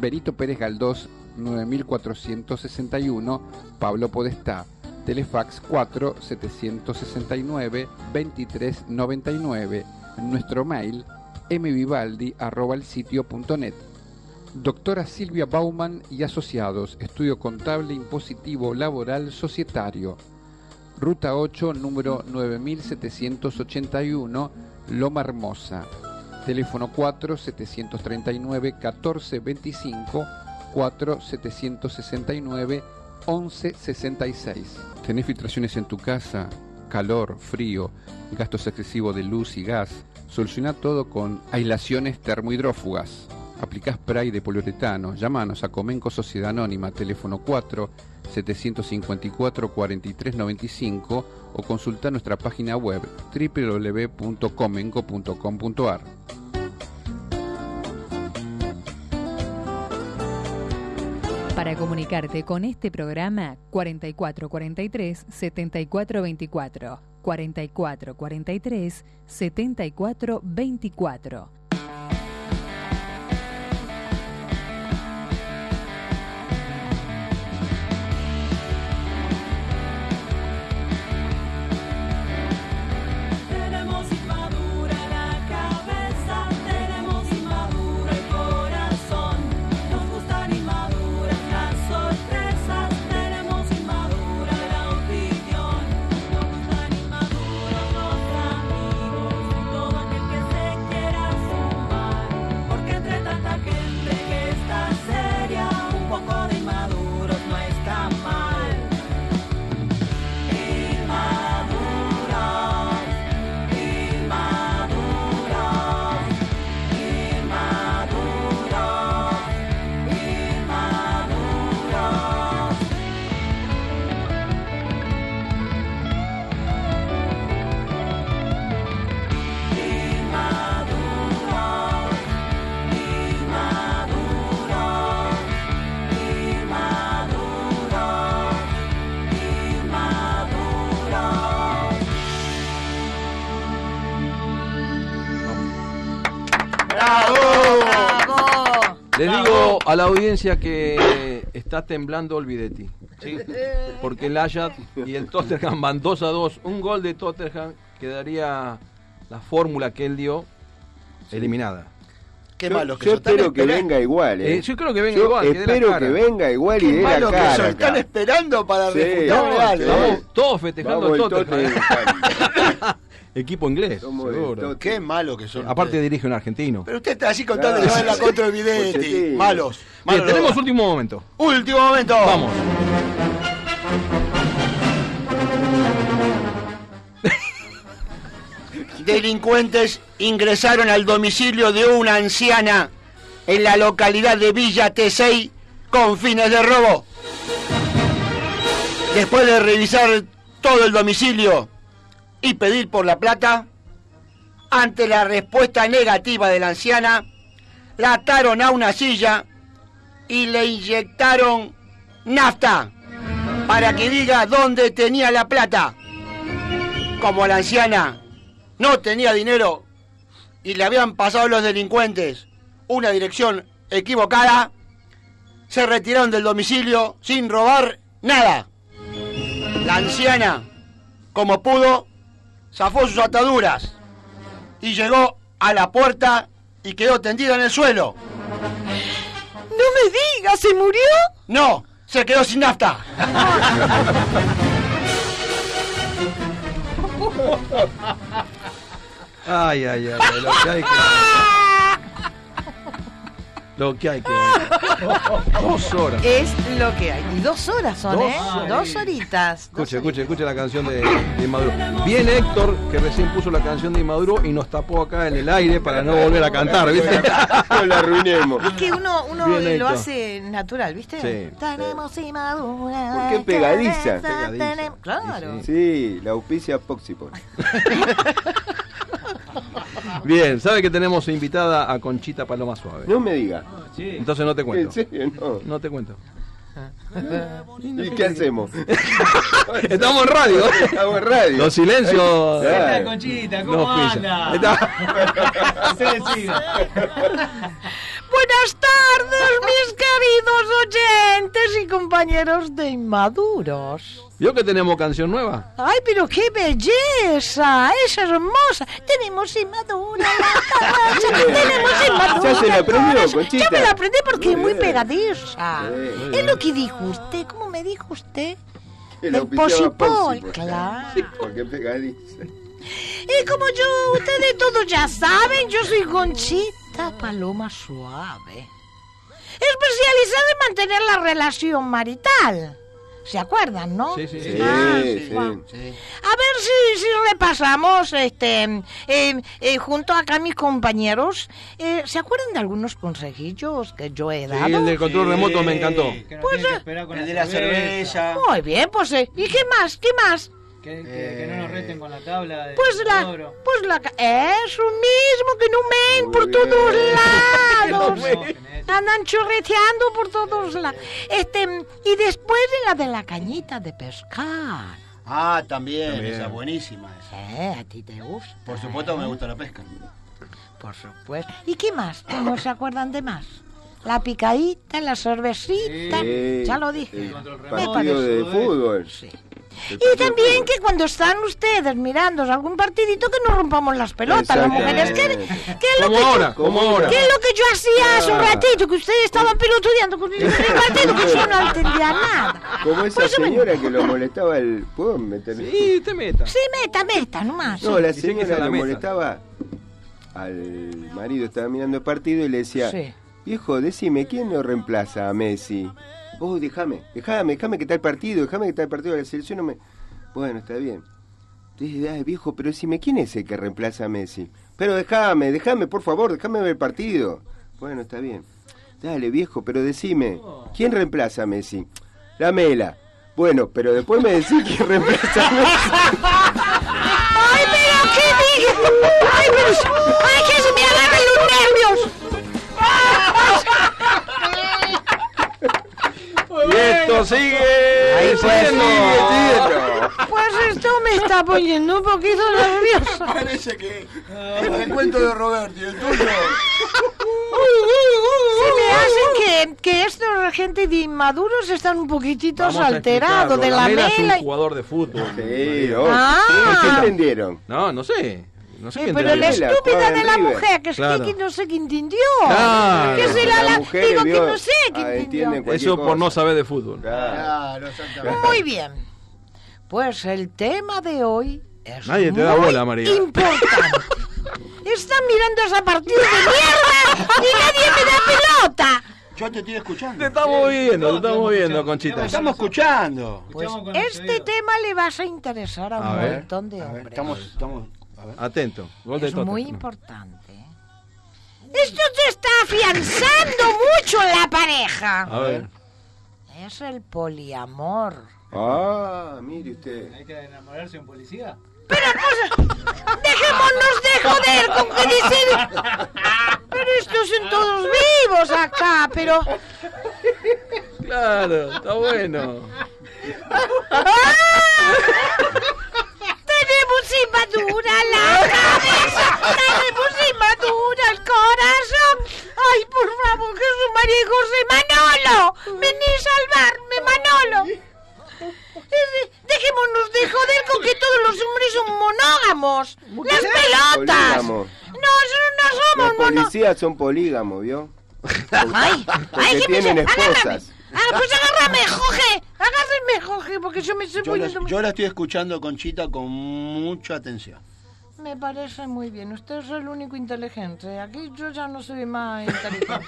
Speaker 8: Berito Pérez Galdós 9461. Pablo Podestá. Telefax 4 769 2399. Nuestro mail mvivaldi@elsitio.net. Doctora Silvia Bauman y Asociados, Estudio Contable Impositivo Laboral Societario. Ruta 8, número 9781, Loma Hermosa. Teléfono 4-739-1425, 4-769-1166. ¿Tenés filtraciones en tu casa? Calor, frío, gastos excesivos de luz y gas. Soluciona todo con aislaciones termohidrófugas. Aplicás spray de poliuretano. Llámanos a Comenco Sociedad Anónima, teléfono 4 754 4395 o consulta nuestra página web www.comenco.com.ar.
Speaker 9: Para comunicarte con este programa 4443 7424 4443 7424
Speaker 7: Tenemos inmadura la cabeza, tenemos inmadura el corazón, nos gustan inmaduras las sorpresas, tenemos inmadura la opinión, nos gustan inmaduros los amigos, todo aquel que se quiera sumar, porque entre tanta gente que está seria, un poco de inmaduros no está mal. Inmaduros. Inmaduros, inmaduros, inmaduros. Inmaduros, inmaduros, inmaduros, inmaduros.
Speaker 4: ¡Bravo!
Speaker 5: ¡Bravo!
Speaker 2: Les digo a la audiencia que está temblando el Bidetti. Porque el Ajax y el Tottenham van 2 a 2. Un gol de Tottenham quedaría la fórmula que él dio eliminada.
Speaker 4: Qué
Speaker 6: yo,
Speaker 4: malos que
Speaker 6: yo
Speaker 4: son, tan
Speaker 6: espero que
Speaker 4: esperan-
Speaker 6: venga igual, eh.
Speaker 2: Eh, yo creo que venga igual, que dé la
Speaker 6: Espero
Speaker 2: cara.
Speaker 6: que venga igual y
Speaker 4: Qué
Speaker 6: dé la
Speaker 4: malos que
Speaker 6: cara.
Speaker 4: son,
Speaker 6: acá.
Speaker 4: están <laughs> esperando para
Speaker 6: Sí,
Speaker 4: refutarme
Speaker 6: vamos,
Speaker 4: algo.
Speaker 6: sí.
Speaker 4: Vamos.
Speaker 2: Estamos todos festejando
Speaker 6: Vamos,
Speaker 2: al
Speaker 6: el
Speaker 2: Tottenham. eh.
Speaker 6: Tottenham.
Speaker 2: <laughs> Equipo inglés,
Speaker 6: Somos del
Speaker 2: seguro.
Speaker 6: Tottenham.
Speaker 4: Qué malo que son.
Speaker 2: Aparte
Speaker 4: ustedes.
Speaker 2: dirige un argentino.
Speaker 4: Pero usted está así contando
Speaker 6: Claro.
Speaker 4: que va en la contra de Vidente.
Speaker 6: Pochettino.
Speaker 4: Malos.
Speaker 2: Bien,
Speaker 4: malos
Speaker 2: tenemos
Speaker 4: los-
Speaker 2: último momento.
Speaker 4: Último momento.
Speaker 2: Vamos.
Speaker 4: Delincuentes ingresaron al domicilio de una anciana en la localidad de Villa Tesey con fines de robo. Después de revisar todo el domicilio y pedir por la plata, ante la respuesta negativa de la anciana, la ataron a una silla y le inyectaron nafta para que diga dónde tenía la plata. Como la anciana no tenía dinero y le habían pasado los delincuentes una dirección equivocada, se retiraron del domicilio sin robar nada. La anciana, como pudo, zafó sus ataduras y llegó a la puerta y quedó tendida en el suelo.
Speaker 5: ¡No me digas! ¿Se murió?
Speaker 4: No, se quedó sin nafta.
Speaker 2: Ay, ay, ay, ay, lo que hay
Speaker 4: <laughs>
Speaker 2: que. Lo que hay que. Oh, Dos horas.
Speaker 5: Es lo que hay. Y dos horas son,
Speaker 2: Dos
Speaker 5: ¿eh?
Speaker 2: horas.
Speaker 5: Dos horitas.
Speaker 2: Escuche, escuche, escuche la canción de, de Maduro. Bien Héctor, que recién puso la canción de Maduro y nos tapó acá en el aire para no volver a
Speaker 6: <laughs>
Speaker 2: cantar, ¿viste?
Speaker 6: No la arruinemos.
Speaker 5: Es que uno, uno
Speaker 2: Bien hecho.
Speaker 5: lo hace natural, ¿viste?
Speaker 2: Sí.
Speaker 5: Tenemos inmadura.
Speaker 6: Porque es pegadiza.
Speaker 5: cabeza,
Speaker 2: Pegadiza.
Speaker 5: tenemos- Claro.
Speaker 6: Sí, la auspicia Poxipol.
Speaker 2: Bien, sabe que tenemos invitada a Conchita Paloma Suave.
Speaker 6: No me diga.
Speaker 2: Entonces no te
Speaker 6: En
Speaker 2: cuento.
Speaker 6: serio, no.
Speaker 2: No te cuento.
Speaker 6: ¿Y qué hacemos?
Speaker 2: <laughs> Estamos en radio.
Speaker 6: Hago radio.
Speaker 2: Los silencios.
Speaker 6: Claro.
Speaker 3: Ahí está Conchita, ¿cómo
Speaker 2: nos pillan.
Speaker 3: anda?
Speaker 2: Ahí está.
Speaker 3: <laughs>
Speaker 5: Buenas tardes,
Speaker 2: <laughs>
Speaker 5: mis queridos oyentes y compañeros de Inmaduros.
Speaker 2: ¿Vio que tenemos canción nueva?
Speaker 5: ¡Ay, pero qué belleza! ¡Es hermosa! Tenemos inmadura la cabeza, tenemos inmadura
Speaker 6: Ya se la aprendió,
Speaker 5: corazón.
Speaker 6: Conchita.
Speaker 5: Ya me la aprendí porque
Speaker 6: Muy
Speaker 5: es muy
Speaker 6: bien.
Speaker 5: pegadiza.
Speaker 6: Muy bien, muy
Speaker 5: Es lo que dijo usted. ¿Cómo me dijo usted?
Speaker 6: Que la
Speaker 5: El
Speaker 6: auspiciaba
Speaker 5: Poxipol,
Speaker 6: Poxipol.
Speaker 5: claro.
Speaker 6: Sí, pues. Porque es pegadiza.
Speaker 5: Y como yo, ustedes todos ya saben, yo soy Conchita Paloma Suave. Especializada en mantener la relación marital. ¿Se acuerdan, no?
Speaker 2: Sí, sí,
Speaker 6: Sí,
Speaker 2: sí.
Speaker 5: Ah,
Speaker 6: sí.
Speaker 5: A ver si, si repasamos, este, eh, eh, junto acá a mis compañeros, eh, ¿se acuerdan de algunos consejillos que yo he dado?
Speaker 2: Sí, el del control remoto me encantó.
Speaker 5: Pues, eh,
Speaker 4: El de la cerveza.
Speaker 5: Muy bien, pues, eh, ¿y qué más? ¿Qué más?
Speaker 3: Que, que- que no nos reten con la tabla. De
Speaker 5: Pues la,
Speaker 3: cobro.
Speaker 5: pues la, ca- eso mismo, que no men por
Speaker 6: Muy
Speaker 5: todos
Speaker 6: bien.
Speaker 5: lados.
Speaker 3: No, que no es.
Speaker 5: Andan chorreteando por todos lados. Este, y después de la de la cañita de pescar.
Speaker 4: Ah, también, esa buenísima. Esa.
Speaker 5: Eh, a ti te gusta. Eh.
Speaker 4: Por supuesto me gusta la pesca.
Speaker 5: Por supuesto. ¿Y qué más? ¿Cómo se acuerdan de más? La picadita, la cervecita,
Speaker 6: Sí.
Speaker 5: ya lo dije.
Speaker 6: El
Speaker 5: Me
Speaker 6: Partido
Speaker 5: parece.
Speaker 6: de fútbol.
Speaker 5: Sí.
Speaker 6: El partido
Speaker 5: Y
Speaker 6: de
Speaker 5: también
Speaker 6: fútbol.
Speaker 5: que cuando están ustedes mirando algún partidito que nos rompamos las pelotas, las mujeres. ¿Qué,
Speaker 6: Exactamente.
Speaker 5: qué es lo
Speaker 2: Como
Speaker 5: que yo-
Speaker 2: ahora, como ahora.
Speaker 5: qué es lo que yo hacía hace un ratito? Que ustedes estaban pelotudeando con el partido que yo no entendía nada.
Speaker 6: Como esa
Speaker 5: Pues yo me-
Speaker 6: señora que lo molestaba el. ¿Puedo meterme?
Speaker 2: Sí, te meta.
Speaker 5: Sí, meta, meta, nomás.
Speaker 6: No, la
Speaker 2: Dice que está
Speaker 6: señora
Speaker 2: en la
Speaker 6: lo
Speaker 2: mesa.
Speaker 6: molestaba al marido, estaba mirando el partido y le decía,
Speaker 5: Sí.
Speaker 6: viejo, decime, ¿quién lo reemplaza a Messi? Vos déjame, déjame, déjame que está el partido, déjame que está el partido de la selección. No me... Bueno, está bien. Entonces, ay, viejo, pero decime, ¿quién es el que reemplaza a Messi? Pero déjame, déjame, por favor, déjame ver el partido. Bueno, está bien. Dale, viejo, pero decime, ¿quién reemplaza a Messi? La Mela. Bueno, pero después me decís quién reemplaza a Messi.
Speaker 5: ¡Ay, pero qué dije! ¡Ay, pero se- ¡Ay, que se me agarran los nervios!
Speaker 2: Y esto sigue.
Speaker 6: Ahí pues,
Speaker 2: siguiendo.
Speaker 6: sigue, sigue.
Speaker 5: Pues esto me está poniendo un poquito nerviosa.
Speaker 4: Parece que el cuento de Roberto y el tuyo.
Speaker 5: Se me hacen que, que estos gente de inmaduros están un poquitito
Speaker 2: Vamos a
Speaker 5: alterados de
Speaker 2: explicarlo.
Speaker 5: la
Speaker 2: Lamela es
Speaker 5: mela.
Speaker 2: un
Speaker 5: y-
Speaker 2: jugador de fútbol.
Speaker 6: Sí,
Speaker 2: María.
Speaker 6: oh,
Speaker 5: Ah.
Speaker 6: sí, se entendieron.
Speaker 2: No, no sé. No sé
Speaker 5: Eh,
Speaker 2: quién
Speaker 5: pero la
Speaker 2: tendría.
Speaker 6: Lamela,
Speaker 5: estúpida
Speaker 6: juega
Speaker 5: de
Speaker 6: en
Speaker 5: la
Speaker 6: River.
Speaker 5: mujer, que es
Speaker 2: Claro.
Speaker 5: que, que no sé qué entendió.
Speaker 2: Claro.
Speaker 5: Que se la, la-
Speaker 6: mujer
Speaker 5: digo que
Speaker 6: vio-
Speaker 5: no sé qué
Speaker 6: ah,
Speaker 5: entendió.
Speaker 6: entienden cualquier
Speaker 2: Eso por no
Speaker 6: cosa.
Speaker 2: saber de fútbol.
Speaker 6: Claro.
Speaker 4: Claro, exactamente.
Speaker 5: Muy bien. Pues el tema de hoy es
Speaker 2: Nadie te da
Speaker 5: muy
Speaker 2: bola, María.
Speaker 5: importante. Están mirando esa partida de mierda y nadie me da pelota.
Speaker 4: Yo te estoy
Speaker 2: Te
Speaker 4: escuchando.
Speaker 2: estamos viendo, te estamos viendo, Conchita.
Speaker 4: Estamos escuchando.
Speaker 5: Pues
Speaker 3: Escuchamos con los
Speaker 5: este
Speaker 3: oídos.
Speaker 5: tema le vas a interesar a,
Speaker 2: A
Speaker 5: un
Speaker 2: ver,
Speaker 5: montón de
Speaker 4: A
Speaker 5: hombres.
Speaker 4: ver, estamos, estamos. A ver.
Speaker 2: Atento. Gol de
Speaker 5: Es
Speaker 2: Tottenham.
Speaker 5: muy importante. Esto te está afianzando mucho en la pareja.
Speaker 2: A ver.
Speaker 5: Es el poliamor.
Speaker 6: Ah, mire usted.
Speaker 3: Hay que enamorarse de un policía.
Speaker 5: Pero no se- dejémonos de joder con que dicen. Pero estos son todos vivos acá, pero.
Speaker 2: Claro, está bueno.
Speaker 5: <laughs> Tenemos inmadura la cabeza, tenemos inmadura el corazón. Ay, por favor, Jesús María y José Manolo, vení a salvarme, Manolo. Eh, Dejémonos de joder con que todos los hombres son monógamos. ¡Las pelotas!
Speaker 6: Polígamo.
Speaker 5: No, no
Speaker 6: Los
Speaker 5: somos monógamos.
Speaker 6: policías son polígamos, ¿vio?
Speaker 5: <laughs> Ay, ay,
Speaker 6: Porque
Speaker 5: que me
Speaker 6: tienen
Speaker 5: se- agárrame,
Speaker 6: esposas.
Speaker 5: Ah, pues agárrame, Jorge. Agárrame, Jorge, porque yo me estoy
Speaker 4: Yo la,
Speaker 5: poniendo... muy-
Speaker 4: yo la estoy escuchando, Conchita, con mucha atención.
Speaker 5: Me parece muy bien. Usted es el único inteligente. Aquí yo ya no soy más inteligente.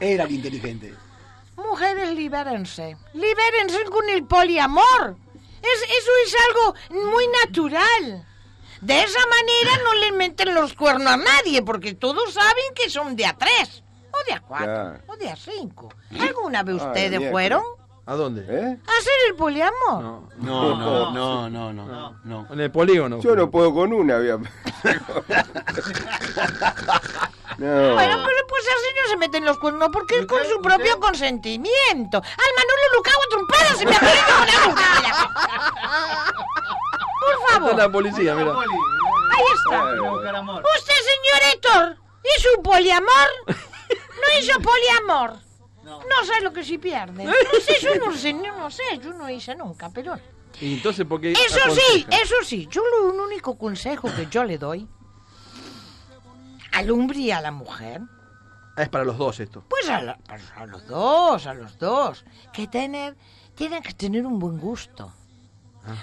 Speaker 4: Era el inteligente.
Speaker 5: Mujeres, libérense. Libérense con el poliamor. Es, eso es algo muy natural. De esa manera no le meten los cuernos a nadie, porque todos saben que son de a tres, o de a cuatro,
Speaker 6: Claro.
Speaker 5: o de a cinco. ¿Alguna vez
Speaker 6: Ay,
Speaker 5: ustedes
Speaker 6: miércoles.
Speaker 5: fueron
Speaker 2: ¿A dónde?
Speaker 6: ¿Eh?
Speaker 5: a hacer el poliamor?
Speaker 2: No.
Speaker 4: No, no, no, no, no. no.
Speaker 2: En el polígono.
Speaker 6: Yo no puedo con una, había. <laughs> no.
Speaker 5: Bueno, pero pues así no se meten los cuernos, porque es con su propio consentimiento. Al Manolo Lucao a trompadas se me ha caído con la luna, mira. Por
Speaker 2: Está
Speaker 5: favor.
Speaker 2: la policía, mira.
Speaker 5: Ahí está.
Speaker 6: Claro.
Speaker 5: Usted, señor Héctor, ¿hizo un poliamor? No hizo poliamor. No sé lo que se pierde. Pues eso no sé, no, no sé, yo no hice nunca, pero...
Speaker 2: Y entonces, ¿por qué
Speaker 5: Eso sí,
Speaker 2: aconsejan?
Speaker 5: eso sí, yo lo, un único consejo que yo le doy al hombre y a la mujer,
Speaker 2: Ah, Es para los dos esto.
Speaker 5: pues a, la- pues a los dos, a los dos, que tener, tienen que tener un buen gusto.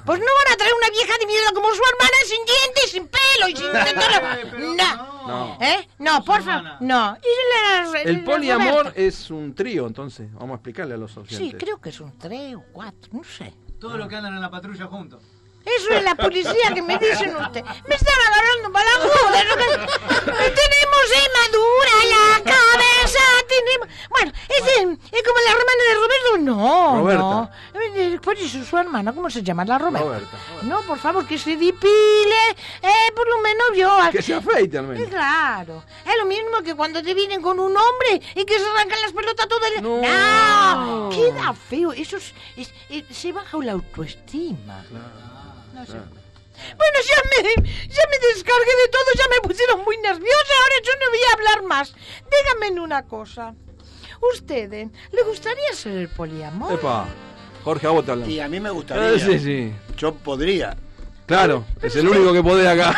Speaker 5: Pues no van a traer una vieja de mierda como su hermana sin dientes, sin pelo y sin...
Speaker 3: pero
Speaker 5: No.
Speaker 2: No.
Speaker 5: ¿Eh? No, por favor.
Speaker 3: hermana.
Speaker 5: No. Y la-
Speaker 2: El
Speaker 5: la-
Speaker 2: poliamor
Speaker 5: Roberta.
Speaker 2: es un trío, entonces. Vamos a explicarle a los
Speaker 5: Sí,
Speaker 2: oyentes.
Speaker 5: creo que son tres o cuatro, no sé.
Speaker 3: Todos los que andan en la patrulla juntos.
Speaker 5: Eso es la policía que me dicen usted. Me están agarrando para la joda. ¿no? tenemos inmadura la cabeza. Tenemos... Bueno, es, eh, es como la hermana de Roberto. No,
Speaker 2: Roberta.
Speaker 5: no. Eh, eh, Por eso su hermana, ¿cómo se llama? La Roberta.
Speaker 2: Roberta.
Speaker 5: No, por favor, que se depile. Eh, por lo menos yo.
Speaker 2: Que se afeite al
Speaker 5: Eh,
Speaker 2: menos.
Speaker 5: Claro, es lo mismo que cuando te vienen con un hombre y que se arrancan las pelotas todo el...
Speaker 2: No.
Speaker 5: queda feo, eso es, es- eh, se baja la autoestima. No sé. Bueno, ya me, ya me descargué de todo, ya me pusieron muy nerviosa, ahora yo no voy a hablar más. Díganme una cosa. ¿Ustedes le gustaría ser
Speaker 6: <laughs>
Speaker 5: el poliamor?
Speaker 2: Epa, Jorge, a vos te hablamos.
Speaker 4: Y a mí me
Speaker 2: Ah,
Speaker 4: gustaría.
Speaker 2: Sí, sí.
Speaker 4: Yo podría.
Speaker 2: Claro, es el único que podés acá.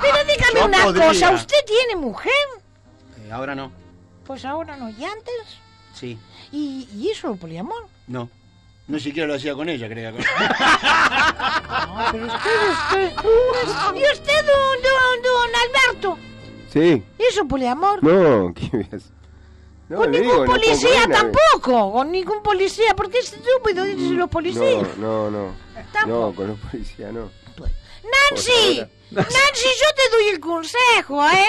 Speaker 5: Pero dígame
Speaker 4: Yo
Speaker 5: una
Speaker 4: podría.
Speaker 5: cosa, ¿usted tiene mujer?
Speaker 4: Eh, ahora no.
Speaker 5: Pues ahora no, y antes.
Speaker 4: Sí.
Speaker 5: ¿Y, y eso,
Speaker 6: <laughs>
Speaker 5: el poliamor?
Speaker 4: No. No siquiera lo hacía con ella, creía. que-
Speaker 5: ¿Y usted, don, don, don Alberto?
Speaker 6: Sí,
Speaker 5: ¿Eso poliamor?
Speaker 6: no, ¿qué voy a hacer? No,
Speaker 5: con
Speaker 6: le
Speaker 5: ningún
Speaker 6: digo, no puedo
Speaker 5: policía
Speaker 6: con una, ve.
Speaker 5: tampoco. Con ningún policía. ¿Por qué es estúpido dice los policías?
Speaker 6: No, no, no.
Speaker 5: Tampoco.
Speaker 6: No, con los policías no.
Speaker 5: ¡Nancy!
Speaker 2: Pues
Speaker 5: ¡Nancy, yo te doy el consejo, eh!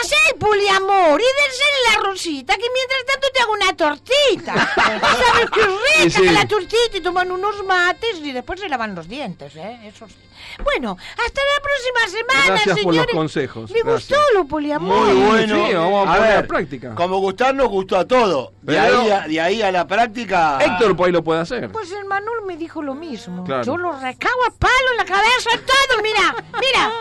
Speaker 5: Hacé poliamor y dénsele la rosita que mientras tanto te hago una tortita. ¿Sabes qué rica
Speaker 2: Y sí.
Speaker 5: que la tortita y toman unos mates y después se lavan los dientes, eh? Eso sí. Bueno, hasta la próxima semana,
Speaker 2: Gracias
Speaker 5: señores.
Speaker 2: por los consejos.
Speaker 5: Me gustó
Speaker 2: Gracias.
Speaker 5: lo poliamor.
Speaker 2: Muy bueno. Sí, vamos a
Speaker 4: A
Speaker 2: poner
Speaker 4: ver,
Speaker 2: a práctica.
Speaker 4: Como gustar nos gustó a todo. De,
Speaker 2: Pero-
Speaker 4: ahí, a, de ahí a la práctica.
Speaker 2: Héctor por ahí lo puede hacer.
Speaker 5: Pues el Manuel me dijo lo mismo.
Speaker 2: Claro.
Speaker 5: Yo lo recago a palo en la cabeza todo, mira, mira.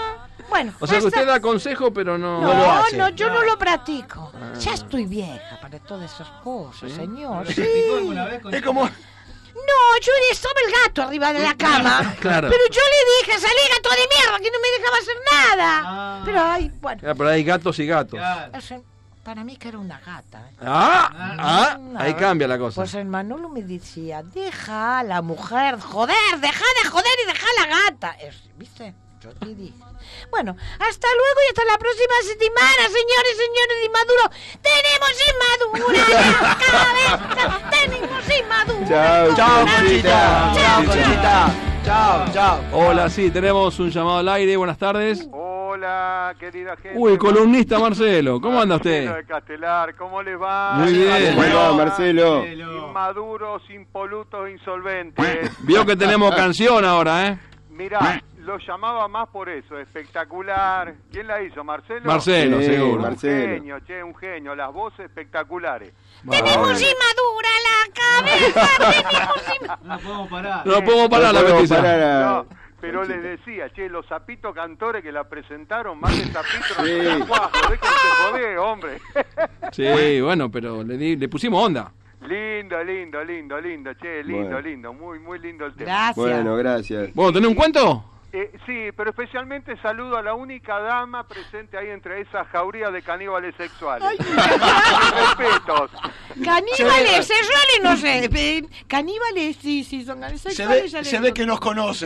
Speaker 5: Bueno,
Speaker 2: O sea que
Speaker 5: hasta-
Speaker 2: usted da consejo, pero no. Ah.
Speaker 5: no,
Speaker 4: lo hace.
Speaker 5: no, yo no. lo practico. Ya estoy vieja para todas esas cosas, señor. Sí.
Speaker 3: ¿Picó alguna vez con
Speaker 4: Es como.
Speaker 5: No, yo estaba el gato arriba de la <laughs> cama.
Speaker 2: Claro.
Speaker 5: Pero yo le dije, salí gato de mierda, que no me dejaba hacer nada.
Speaker 3: Ah.
Speaker 5: Pero, ay, bueno.
Speaker 2: Ah, pero hay gatos y gatos.
Speaker 3: Claro.
Speaker 5: o sea, para mí que era una gata. ¿eh?
Speaker 2: Ah, ah,
Speaker 5: No.
Speaker 2: ahí cambia la cosa.
Speaker 5: Pues el Manolo me decía, deja a la mujer, joder, deja de joder y deja a la gata. Es- ¿Viste? Yo te dije. Bueno, hasta luego y hasta la próxima semana, señores, señores de Inmaduro. ¡Tenemos Inmadura en la cabeza! ¡Tenemos Inmadura!
Speaker 6: Chao,
Speaker 5: en la
Speaker 4: Chao, Conchita.
Speaker 5: cabeza!
Speaker 4: Chao,
Speaker 5: Chao, chao.
Speaker 4: Conchita. Chao, chao.
Speaker 2: Hola, sí, tenemos un llamado al aire. Buenas tardes.
Speaker 10: Hola, querida gente.
Speaker 2: Uy, el columnista Marcelo. ¿Cómo anda usted?
Speaker 10: Marcelo de Castelar, ¿cómo les va?
Speaker 2: Muy bien.
Speaker 6: Bueno,
Speaker 10: Hola.
Speaker 6: Marcelo.
Speaker 10: Inmaduros, impolutos, insolventes.
Speaker 2: Vio que tenemos canción ahora, ¿eh?
Speaker 10: Mirá, lo llamaba más por eso, espectacular. ¿Quién la hizo, Marcelo?
Speaker 2: Marcelo,
Speaker 6: Sí,
Speaker 2: seguro.
Speaker 10: Un
Speaker 6: Marcelo.
Speaker 10: genio, che, un genio. Las voces espectaculares.
Speaker 5: ¡Tenemos Inmadura en la cabeza! ¡Tenemos Inmadura!
Speaker 3: No podemos parar.
Speaker 2: No podemos parar la
Speaker 6: podemos
Speaker 2: petiza.
Speaker 6: parar a-
Speaker 10: No, pero les decía, che, los zapitos cantores que la presentaron, más que zapitos,
Speaker 6: Sí.
Speaker 10: déjense joder, hombre.
Speaker 2: Sí, bueno, pero le, di- le pusimos onda.
Speaker 10: Lindo, lindo, lindo, lindo, che, lindo,
Speaker 6: Bueno.
Speaker 10: lindo, muy, muy lindo el tema.
Speaker 5: Gracias.
Speaker 6: Bueno, gracias.
Speaker 2: ¿Vos tenés un cuento?
Speaker 10: Eh, sí, pero especialmente saludo a la única dama presente ahí entre esa jauría de caníbales sexuales. Respeto, gatos.
Speaker 5: Caníbales, sexuales, no <laughs> sé. eh, Caníbales, sí, sí, son caníbales.
Speaker 11: Se
Speaker 5: sexuales,
Speaker 11: ve,
Speaker 5: ya
Speaker 11: se
Speaker 5: le-
Speaker 11: ve que nos conoce.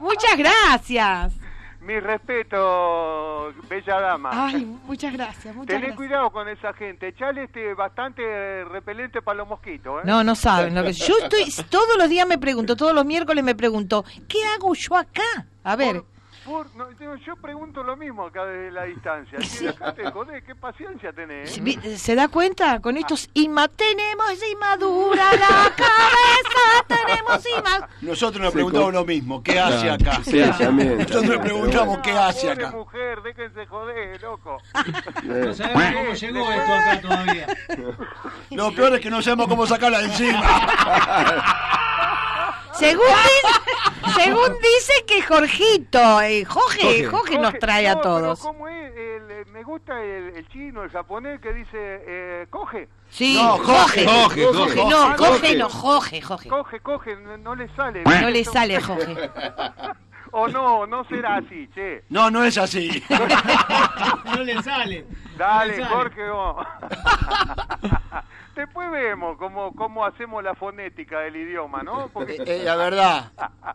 Speaker 5: Muchas gracias.
Speaker 10: Mi respeto, bella dama.
Speaker 5: Ay, muchas gracias,
Speaker 10: <laughs>
Speaker 5: muchas
Speaker 10: Tené
Speaker 5: gracias.
Speaker 10: cuidado con esa gente. Echale este bastante eh, repelente para los mosquitos. ¿eh?
Speaker 5: No, no saben lo que yo estoy
Speaker 10: <laughs>
Speaker 5: todos los días me pregunto, todos los miércoles me pregunto, ¿qué hago yo acá? A ver,
Speaker 10: Por- no, yo- yo pregunto lo mismo acá desde la
Speaker 5: <laughs>
Speaker 10: distancia. Che, dejate de joder, qué paciencia tenés.
Speaker 5: ¿se
Speaker 10: ¿eh?
Speaker 5: vi- ¿se da cuenta con estos ima tenemos inmadura <laughs> la cabeza, tenemos inmadura?
Speaker 11: Nosotros nos
Speaker 6: Se
Speaker 11: preguntamos
Speaker 6: co-
Speaker 11: lo mismo, ¿qué hace acá?
Speaker 6: Sí, también.
Speaker 11: Nosotros
Speaker 6: también,
Speaker 11: nos preguntamos
Speaker 6: pero
Speaker 11: qué hace
Speaker 10: Pobre
Speaker 11: acá.
Speaker 10: mujer, déjense joder, loco.
Speaker 6: bueno. Eh,
Speaker 3: sabemos cómo llegó esto acá todavía.
Speaker 11: Lo peor es que no sabemos cómo sacarla de encima.
Speaker 5: Según dice, según dice que Jorgito, eh, Jorge,
Speaker 11: Jorge.
Speaker 5: Jorge nos
Speaker 10: Coge-
Speaker 5: trae a
Speaker 10: no, pero
Speaker 5: todos.
Speaker 10: ¿cómo es? El- eh, me gusta el, el chino, el japonés que dice, eh, coge,
Speaker 5: Sí,
Speaker 11: No, Jorge.
Speaker 5: Jorge.
Speaker 2: Coge, coge.
Speaker 5: No,
Speaker 10: Jorge.
Speaker 5: Jorge no, Jorge, Jorge.
Speaker 10: coge, coge, no, no le sale.
Speaker 5: No le sale Jorge.
Speaker 10: <laughs> O no, no será así,
Speaker 4: <laughs>
Speaker 10: che.
Speaker 11: No, no es así.
Speaker 3: No le sale.
Speaker 10: Dale,
Speaker 3: Dale.
Speaker 10: Jorge, vos. Después vemos cómo, cómo hacemos la fonética del idioma, ¿no?
Speaker 11: Eh,
Speaker 10: Porque,
Speaker 11: eh, la verdad,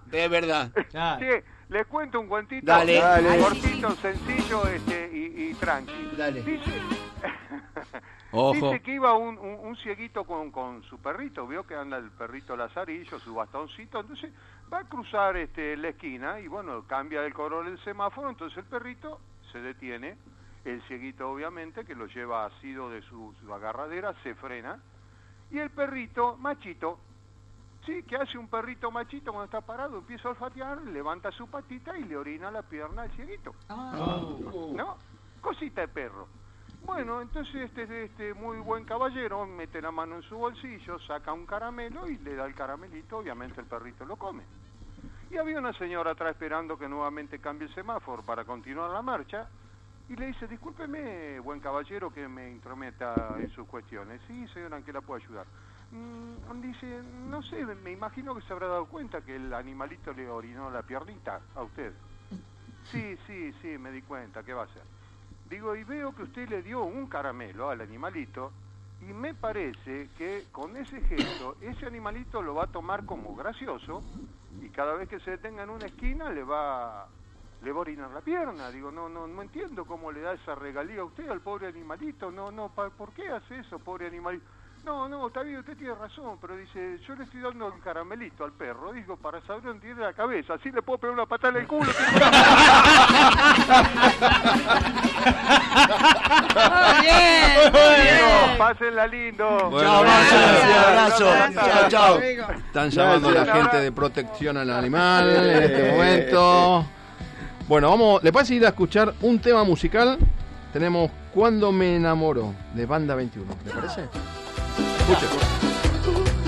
Speaker 11: de verdad.
Speaker 3: Claro.
Speaker 10: che, les cuento un cuentito.
Speaker 11: Dale.
Speaker 6: Dale.
Speaker 10: Cortito, sencillo este, y, y tranqui.
Speaker 11: Dale.
Speaker 10: Dice, <laughs>
Speaker 2: Ojo.
Speaker 10: dice que iba un, un- un cieguito con, con su perrito, vio que anda el perrito Lazarillo, su bastoncito, entonces va a cruzar este, la esquina y bueno, cambia el color del semáforo, entonces el perrito se detiene, el cieguito obviamente, que lo lleva asido de su, su agarradera, se frena, y el perrito machito, sí, que hace un perrito machito cuando está parado, empieza a olfatear, levanta su patita y le orina la pierna al cieguito. ¿no? Cosita de perro. Bueno, entonces este, este muy buen caballero mete la mano en su bolsillo, saca un caramelo y le da el caramelito, obviamente el perrito lo come. Y había una señora atrás esperando que nuevamente cambie el semáforo para continuar la marcha y le dice, discúlpeme, buen caballero, que me intrometa en sus cuestiones. Sí, señora, ¿en qué la puedo ayudar? Mm, dice, no sé, me imagino que se habrá dado cuenta que el animalito le orinó la piernita a usted. Sí, sí, sí, me di cuenta, ¿qué va a ser? Digo, y veo que usted le dio un caramelo al animalito y me parece que con ese gesto ese animalito lo va a tomar como gracioso y cada vez que se detenga en una esquina le va le va a orinar la pierna. Digo, no no no entiendo cómo le da esa regalía a usted al pobre animalito. No, no, pa- ¿por qué hace eso, pobre animalito? No, no, está bien, usted tiene razón, pero dice, yo le estoy dando un caramelito al perro, digo, para saber dónde tiene la cabeza, así le puedo pegar una patada en el culo.
Speaker 5: Muy bien, muy
Speaker 10: Bueno,
Speaker 5: bien.
Speaker 10: pásenla lindo.
Speaker 2: Bueno,
Speaker 11: Chao,
Speaker 2: gracias.
Speaker 11: Marcelo, un abrazo. Chao, chao.
Speaker 2: Están llamando a la
Speaker 10: Gracias.
Speaker 2: gente de protección al animal en este momento. Bueno, vamos, le parece ir a escuchar un tema musical. Tenemos Cuando me enamoro de Banda 21, ¿le parece? Escuchen.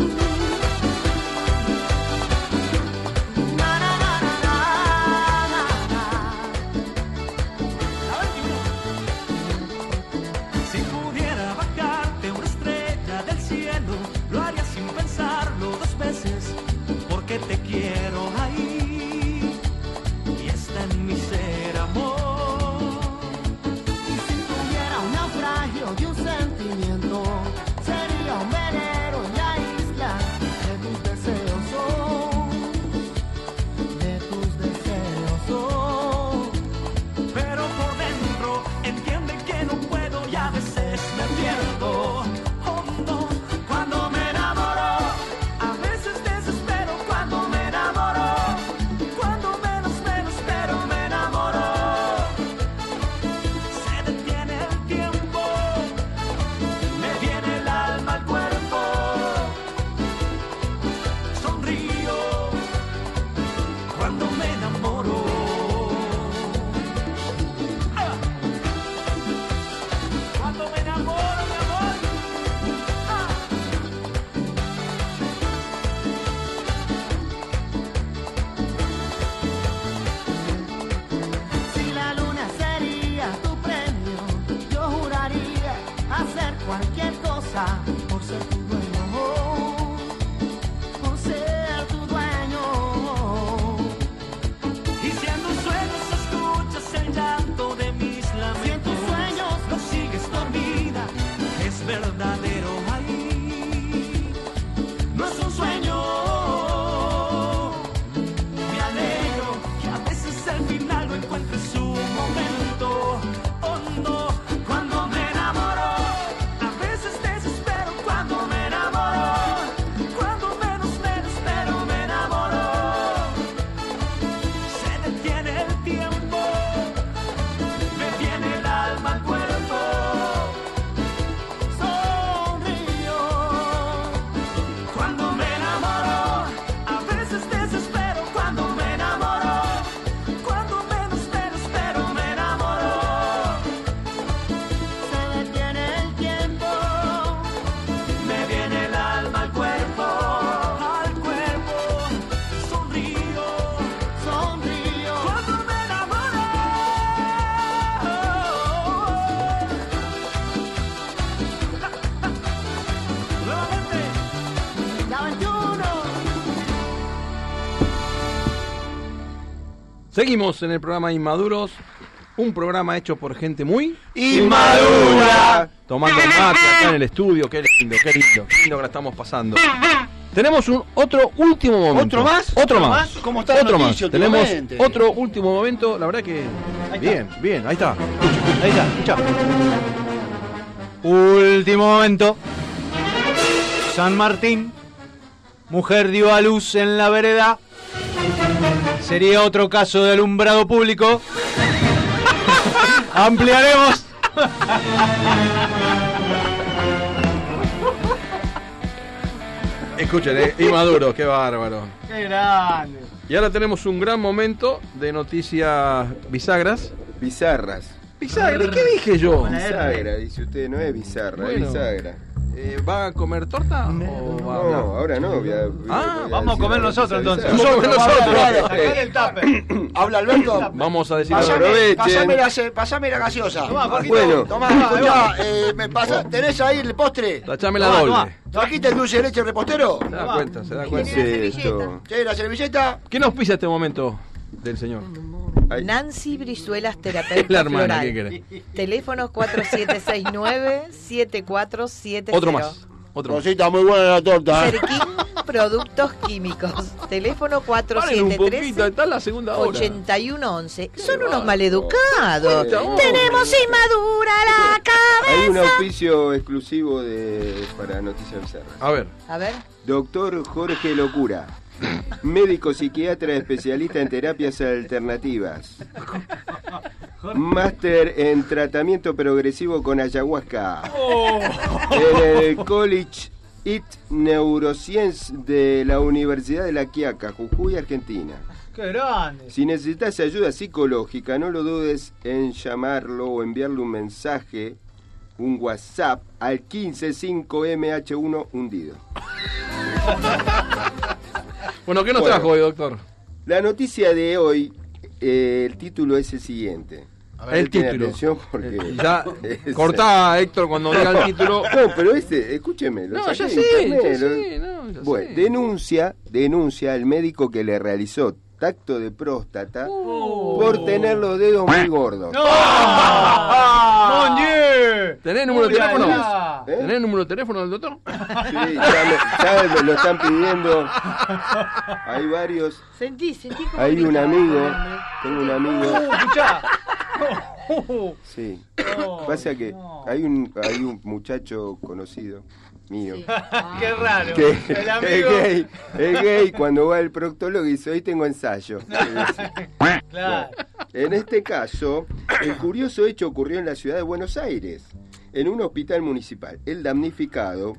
Speaker 7: Si pudiera bajarte una estrella del cielo, lo haría sin pensarlo dos veces, porque te quiero ahí y está en mi ser amor. Y si tuviera un naufragio de un sentimiento, sería un velero en la isla de tus deseos. oh, de tus deseos. oh pero por dentro entiende que no puedo y a veces me pierdo. Oh, no. Cuando me enamoro, a veces desespero cuando me enamoro. Cuando menos menos pero me enamoro. Se detiene el tiempo, me viene el alma al cuerpo. Sonrío cuando me enamoro. Cuando me enamoro, mi amor. Ah. Si la luna sería tu premio, yo juraría hacer cualquier cosa por ser tu dueño. Por ser tu dueño. Y si en tus sueños escuchas el llanto de mis lamentos, si en tus sueños no sigues dormida,
Speaker 2: Seguimos en el programa Inmaduros, un programa hecho por gente muy
Speaker 4: Inmadura.
Speaker 2: tomando mate acá en el estudio, qué lindo, qué lindo, qué lindo que la estamos pasando. Tenemos un otro último momento.
Speaker 4: ¿Otro más?
Speaker 2: Otro
Speaker 4: ¿Otro
Speaker 2: más.
Speaker 4: más? ¿Cómo está la
Speaker 2: Otro más.
Speaker 4: noticia
Speaker 2: Tenemos
Speaker 4: últimamente?
Speaker 2: otro último momento, la verdad que bien, bien, ahí está.
Speaker 3: Ahí está, escuchá. Último momento. San Martín. Mujer dio a luz en la vereda. Sería otro caso de alumbrado
Speaker 5: <laughs>
Speaker 3: público. Ampliaremos.
Speaker 2: Escuchen, eh, Inmaduros, qué bárbaro.
Speaker 3: ¡Qué grande!
Speaker 2: Y ahora tenemos un gran momento de noticias bisagras.
Speaker 6: Bizarras.
Speaker 2: Bisagras, ¿qué dije yo?
Speaker 6: Bisagra, dice usted, no es bizarra,
Speaker 2: Bueno.
Speaker 6: es bisagra.
Speaker 2: Eh, ¿Va a comer torta o va a
Speaker 6: No,
Speaker 2: hablar?
Speaker 6: ahora no. voy a-
Speaker 2: Ah,
Speaker 6: voy
Speaker 3: Vamos a
Speaker 6: decir
Speaker 3: comer
Speaker 6: la
Speaker 3: nosotros
Speaker 6: noticia
Speaker 3: entonces.
Speaker 6: bizarra.
Speaker 2: Vamos a comer nosotros. <laughs>
Speaker 3: Sacar el
Speaker 2: <clears throat>
Speaker 3: tupper.
Speaker 4: Habla Alberto.
Speaker 2: Vamos a decir
Speaker 6: Pasame.
Speaker 2: ahora.
Speaker 4: Pasame,
Speaker 6: aprovechen.
Speaker 4: pasame la, ce- pasame la gaseosa.
Speaker 3: Tomá, Jorgito.
Speaker 6: Bueno.
Speaker 4: Tomá,
Speaker 3: Ahí va.
Speaker 4: escuchá, eh, me pasa, ¿tenés ahí el postre?
Speaker 2: Tachame la
Speaker 3: Tomá,
Speaker 2: doble.
Speaker 3: tomá.
Speaker 4: ¿Trajiste el dulce de leche repostero?
Speaker 2: Se da cuenta, se da
Speaker 6: ¿Qué
Speaker 2: cuenta.
Speaker 6: es esto?
Speaker 4: Sí, la servilleta.
Speaker 2: ¿Quién nos pisa este momento del señor?
Speaker 6: Ay.
Speaker 12: Nancy Brizuelas,
Speaker 2: Es
Speaker 12: terapeuta
Speaker 2: <laughs> la hermana,
Speaker 12: floral.
Speaker 2: ¿qué quiere?
Speaker 12: Teléfono 4769-7470.
Speaker 2: Otro más. Otro más.
Speaker 4: Rosita, muy buena la torta. ¿eh?
Speaker 12: Cerquín Productos Químicos. Teléfono
Speaker 2: Paren un poquito,
Speaker 12: 4713.
Speaker 2: está en la segunda hora.
Speaker 12: 8111. Son
Speaker 2: bárbaro.
Speaker 12: unos maleducados.
Speaker 2: Chabón.
Speaker 12: Tenemos inmadura la
Speaker 6: Hay un
Speaker 12: cabeza.
Speaker 6: auspicio exclusivo de, para Noticias Bizarras.
Speaker 2: A ver,
Speaker 12: A ver,
Speaker 6: Doctor Jorge
Speaker 2: <laughs>
Speaker 6: Locura, médico psiquiatra especialista en terapias alternativas. Máster en tratamiento progresivo con ayahuasca.
Speaker 2: Oh,
Speaker 6: En el College IT Neuroscience de la Universidad de La Quiaca, Jujuy, Argentina.
Speaker 3: ¡Qué grande!
Speaker 6: Si necesitas ayuda psicológica, no lo dudes en llamarlo o enviarle un mensaje, un WhatsApp al 155MH1 hundido.
Speaker 2: bueno, ¿qué nos
Speaker 6: Bueno.
Speaker 2: trajo hoy, doctor?
Speaker 6: La noticia de hoy, eh, el título es el siguiente.
Speaker 2: el
Speaker 6: Presten
Speaker 2: título.
Speaker 6: atención porque-
Speaker 2: Eh,
Speaker 6: <laughs>
Speaker 2: Ya,
Speaker 6: es-
Speaker 2: cortá, Héctor, cuando diga el título.
Speaker 6: <laughs> No, pero este, escúcheme, lo
Speaker 2: No,
Speaker 6: saqué
Speaker 2: ya
Speaker 6: de
Speaker 2: sé,
Speaker 6: internet,
Speaker 2: ya
Speaker 6: lo-
Speaker 2: sé, no, ya
Speaker 6: Bueno,
Speaker 2: sé.
Speaker 6: denuncia, denuncia al médico que le realizó tacto de próstata
Speaker 2: Oh.
Speaker 6: por tener los dedos muy gordos.
Speaker 3: ¡No! ¡Mon
Speaker 2: Ah. ¿Tenés número de
Speaker 3: Uy,
Speaker 2: teléfono?
Speaker 3: ya.
Speaker 6: ¿Eh?
Speaker 2: ¿Tenés número de teléfono del doctor?
Speaker 6: Sí, ya, me, ya me lo están pidiendo. Hay varios.
Speaker 12: sentí, sentí como
Speaker 6: Hay
Speaker 12: que-
Speaker 6: un amigo. Tengo un amigo.
Speaker 3: ¡Escuchá! <laughs>
Speaker 6: Sí. Pasa que hay un, hay un muchacho conocido mío.
Speaker 3: ¡Qué raro!
Speaker 6: que
Speaker 3: El
Speaker 6: es
Speaker 3: amigo.
Speaker 6: gay, es gay cuando va al proctólogo y dice, hoy tengo
Speaker 3: <laughs>
Speaker 6: ensayo.
Speaker 3: Claro.
Speaker 6: En este caso, el curioso hecho ocurrió en la ciudad de Buenos Aires, en un hospital municipal. El damnificado,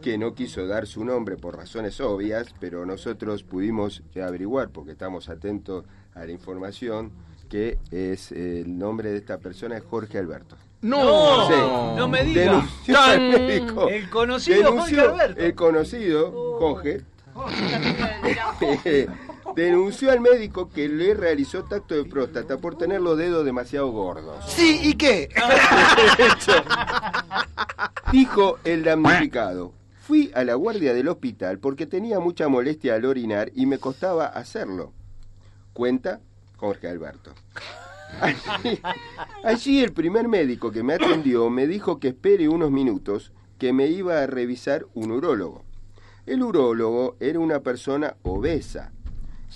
Speaker 6: que no quiso dar su nombre por razones obvias, pero nosotros pudimos ya averiguar, porque estamos atentos a la información, que es eh, el nombre de esta persona es Jorge Alberto.
Speaker 2: No,
Speaker 3: No,
Speaker 6: Sí.
Speaker 3: no me diga.
Speaker 6: Denunció al médico.
Speaker 3: El conocido Jorge
Speaker 6: Denunció
Speaker 3: Alberto.
Speaker 6: El conocido Jorge. <laughs> Denunció al médico que le realizó tacto de próstata por tener los dedos demasiado gordos.
Speaker 4: Sí, ¿y qué?
Speaker 6: Dijo el damnificado. Fui a la guardia del hospital porque tenía mucha molestia al orinar y me costaba hacerlo. Cuenta Jorge Alberto. Allí, allí el primer médico que me atendió me dijo que espere unos minutos que me iba a revisar un urólogo. El urólogo era una persona obesa.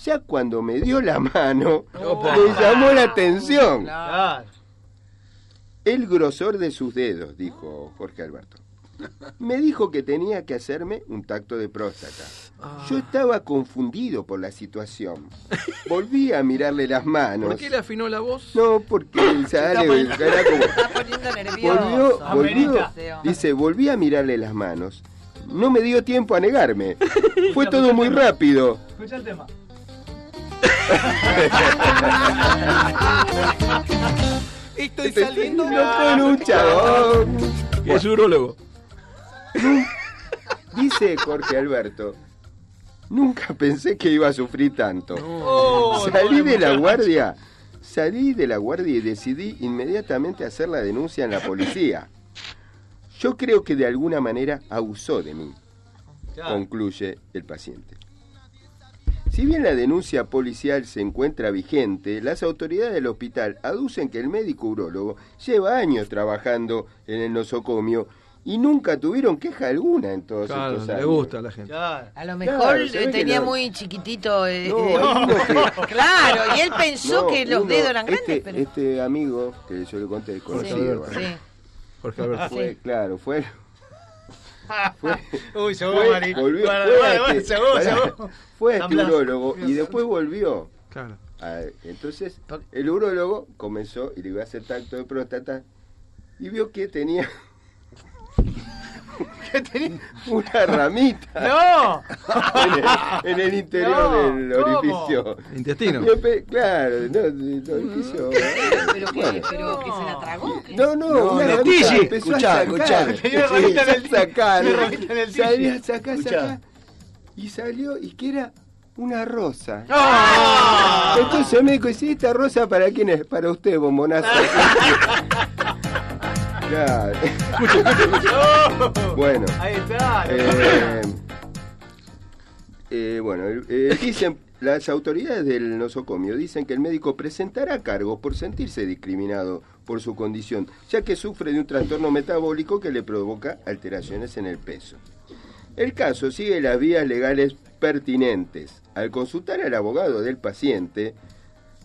Speaker 6: Ya cuando me dio la mano,
Speaker 2: Opa.
Speaker 6: le llamó la atención.
Speaker 3: Claro.
Speaker 6: El grosor de sus dedos, dijo Jorge Alberto. Me dijo que tenía que hacerme un tacto de próstata.
Speaker 2: Ah.
Speaker 6: Yo estaba confundido por la situación. Volví a mirarle las
Speaker 2: <laughs>
Speaker 6: manos.
Speaker 2: ¿Por qué le afinó la voz?
Speaker 6: No, porque el Sahara era como-
Speaker 12: Está poniendo
Speaker 6: Volvió,
Speaker 12: nervioso.
Speaker 6: volvió,
Speaker 12: Este hombre.
Speaker 6: dice, volví a mirarle las manos. No me dio tiempo
Speaker 2: <laughs>
Speaker 6: a negarme. Fue todo muy rápido.
Speaker 3: Escucha el tema.
Speaker 1: Estoy
Speaker 6: No estoy en un chabón.
Speaker 2: Es urologo.
Speaker 6: Dice Jorge Alberto, nunca pensé que iba a sufrir tanto.
Speaker 3: Oh,
Speaker 6: salí
Speaker 3: pobre
Speaker 6: de la
Speaker 3: muchacho.
Speaker 6: guardia, salí de la guardia y decidí inmediatamente hacer la denuncia en la policía. Yo creo que de alguna manera abusó de mí,
Speaker 3: Claro.
Speaker 6: concluye el paciente. Si bien la denuncia policial se encuentra vigente, las autoridades del hospital aducen que el médico urólogo lleva años trabajando en el nosocomio y nunca tuvieron queja alguna en todos
Speaker 2: Claro,
Speaker 6: estos
Speaker 2: le
Speaker 6: años.
Speaker 2: gusta a la gente.
Speaker 5: A lo
Speaker 6: Claro,
Speaker 5: mejor
Speaker 6: se ve
Speaker 5: eh,
Speaker 6: que
Speaker 5: tenía
Speaker 6: no.
Speaker 5: muy chiquitito. eh,
Speaker 6: No,
Speaker 5: eh,
Speaker 6: hay uno
Speaker 5: <laughs> claro, y él pensó
Speaker 6: No,
Speaker 5: que los
Speaker 6: uno,
Speaker 5: dedos eran
Speaker 6: este,
Speaker 5: grandes, pero.
Speaker 6: Este amigo que yo le conté, conocido,
Speaker 5: Sí, sí.
Speaker 2: Jorge
Speaker 5: Alberto.
Speaker 6: Fue,
Speaker 5: Sí.
Speaker 6: claro, fue...
Speaker 3: Uy, se
Speaker 6: fue-
Speaker 3: va, Mari.
Speaker 6: volvió,
Speaker 3: Bueno,
Speaker 6: fue a
Speaker 3: bueno, bueno,
Speaker 6: este-
Speaker 3: se va, se
Speaker 6: pará,
Speaker 3: va.
Speaker 6: fue a este
Speaker 3: Tamblas.
Speaker 6: urólogo y después volvió.
Speaker 2: Claro.
Speaker 6: A ver, entonces, el urólogo comenzó y le iba a hacer tacto de próstata y vio que tenía <laughs>
Speaker 3: ¿Qué tenía?
Speaker 6: una ramita
Speaker 3: ¡No!
Speaker 6: <laughs> en, el, en el interior
Speaker 3: No,
Speaker 6: del
Speaker 3: ¿cómo?
Speaker 6: orificio.
Speaker 2: Intestino.
Speaker 6: Y empe- claro, no, del
Speaker 3: Mm.
Speaker 6: orificio.
Speaker 5: Pero, que, pero que se la tragó. ¿qué?
Speaker 6: No, no,
Speaker 11: No,
Speaker 6: una
Speaker 11: en el
Speaker 6: ramita,
Speaker 11: tizi.
Speaker 6: empezó a
Speaker 11: Escuchá,
Speaker 6: sacar,
Speaker 11: escuchá.
Speaker 3: Tenía una ramita en el-
Speaker 6: empezó a sacar,
Speaker 3: una ramita en el tizi.
Speaker 6: salía, sacá,
Speaker 11: Escuchá.
Speaker 6: sacá, y salió, y que era una rosa.
Speaker 3: ¡Ah! ¡No!
Speaker 6: Entonces el médico dice, ¿esta rosa para quién es? Para usted,
Speaker 3: <laughs>
Speaker 6: bombonazo. Claro.
Speaker 3: ¡No!
Speaker 6: <laughs> Bueno.
Speaker 3: Ahí está.
Speaker 6: <laughs> Eh, eh, bueno, el- eh, dicen las autoridades del nosocomio dicen que el médico presentará cargos por sentirse discriminado por su condición, ya que sufre de un trastorno metabólico que le provoca alteraciones en el peso. El caso sigue las vías legales pertinentes. Al consultar al abogado del paciente,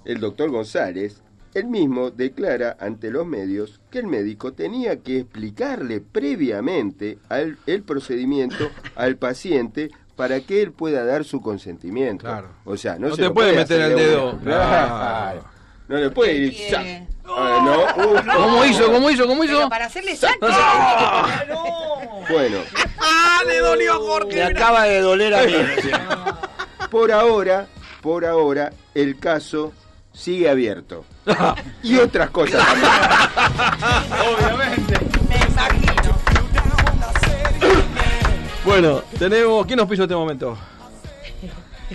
Speaker 6: el doctor González, él mismo declara ante los medios que el médico tenía que explicarle previamente al- el
Speaker 2: <laughs>
Speaker 6: procedimiento al paciente para que él pueda dar su consentimiento.
Speaker 2: Claro.
Speaker 6: O sea, no,
Speaker 2: No
Speaker 6: se
Speaker 2: te
Speaker 6: lo
Speaker 2: puede meter
Speaker 6: hacer
Speaker 2: el
Speaker 6: de
Speaker 2: dedo.
Speaker 6: una. <laughs>
Speaker 2: Claro.
Speaker 6: No le puede ir.
Speaker 5: ¿Qué
Speaker 6: ¡zas!
Speaker 5: quiere?
Speaker 6: Ah, no. Uh,
Speaker 2: ¿Cómo hizo? ¿Cómo hizo? ¿Cómo hizo?
Speaker 5: Pero para hacerle
Speaker 12: <laughs>
Speaker 5: saco.
Speaker 6: Bueno,
Speaker 11: Me acaba de doler a mí.
Speaker 6: <laughs> por ahora, por ahora, el caso
Speaker 11: <laughs>
Speaker 6: sigue abierto. y otras cosas también.
Speaker 3: Obviamente.
Speaker 2: Bueno, tenemos. ¿Quién nos pisó este momento?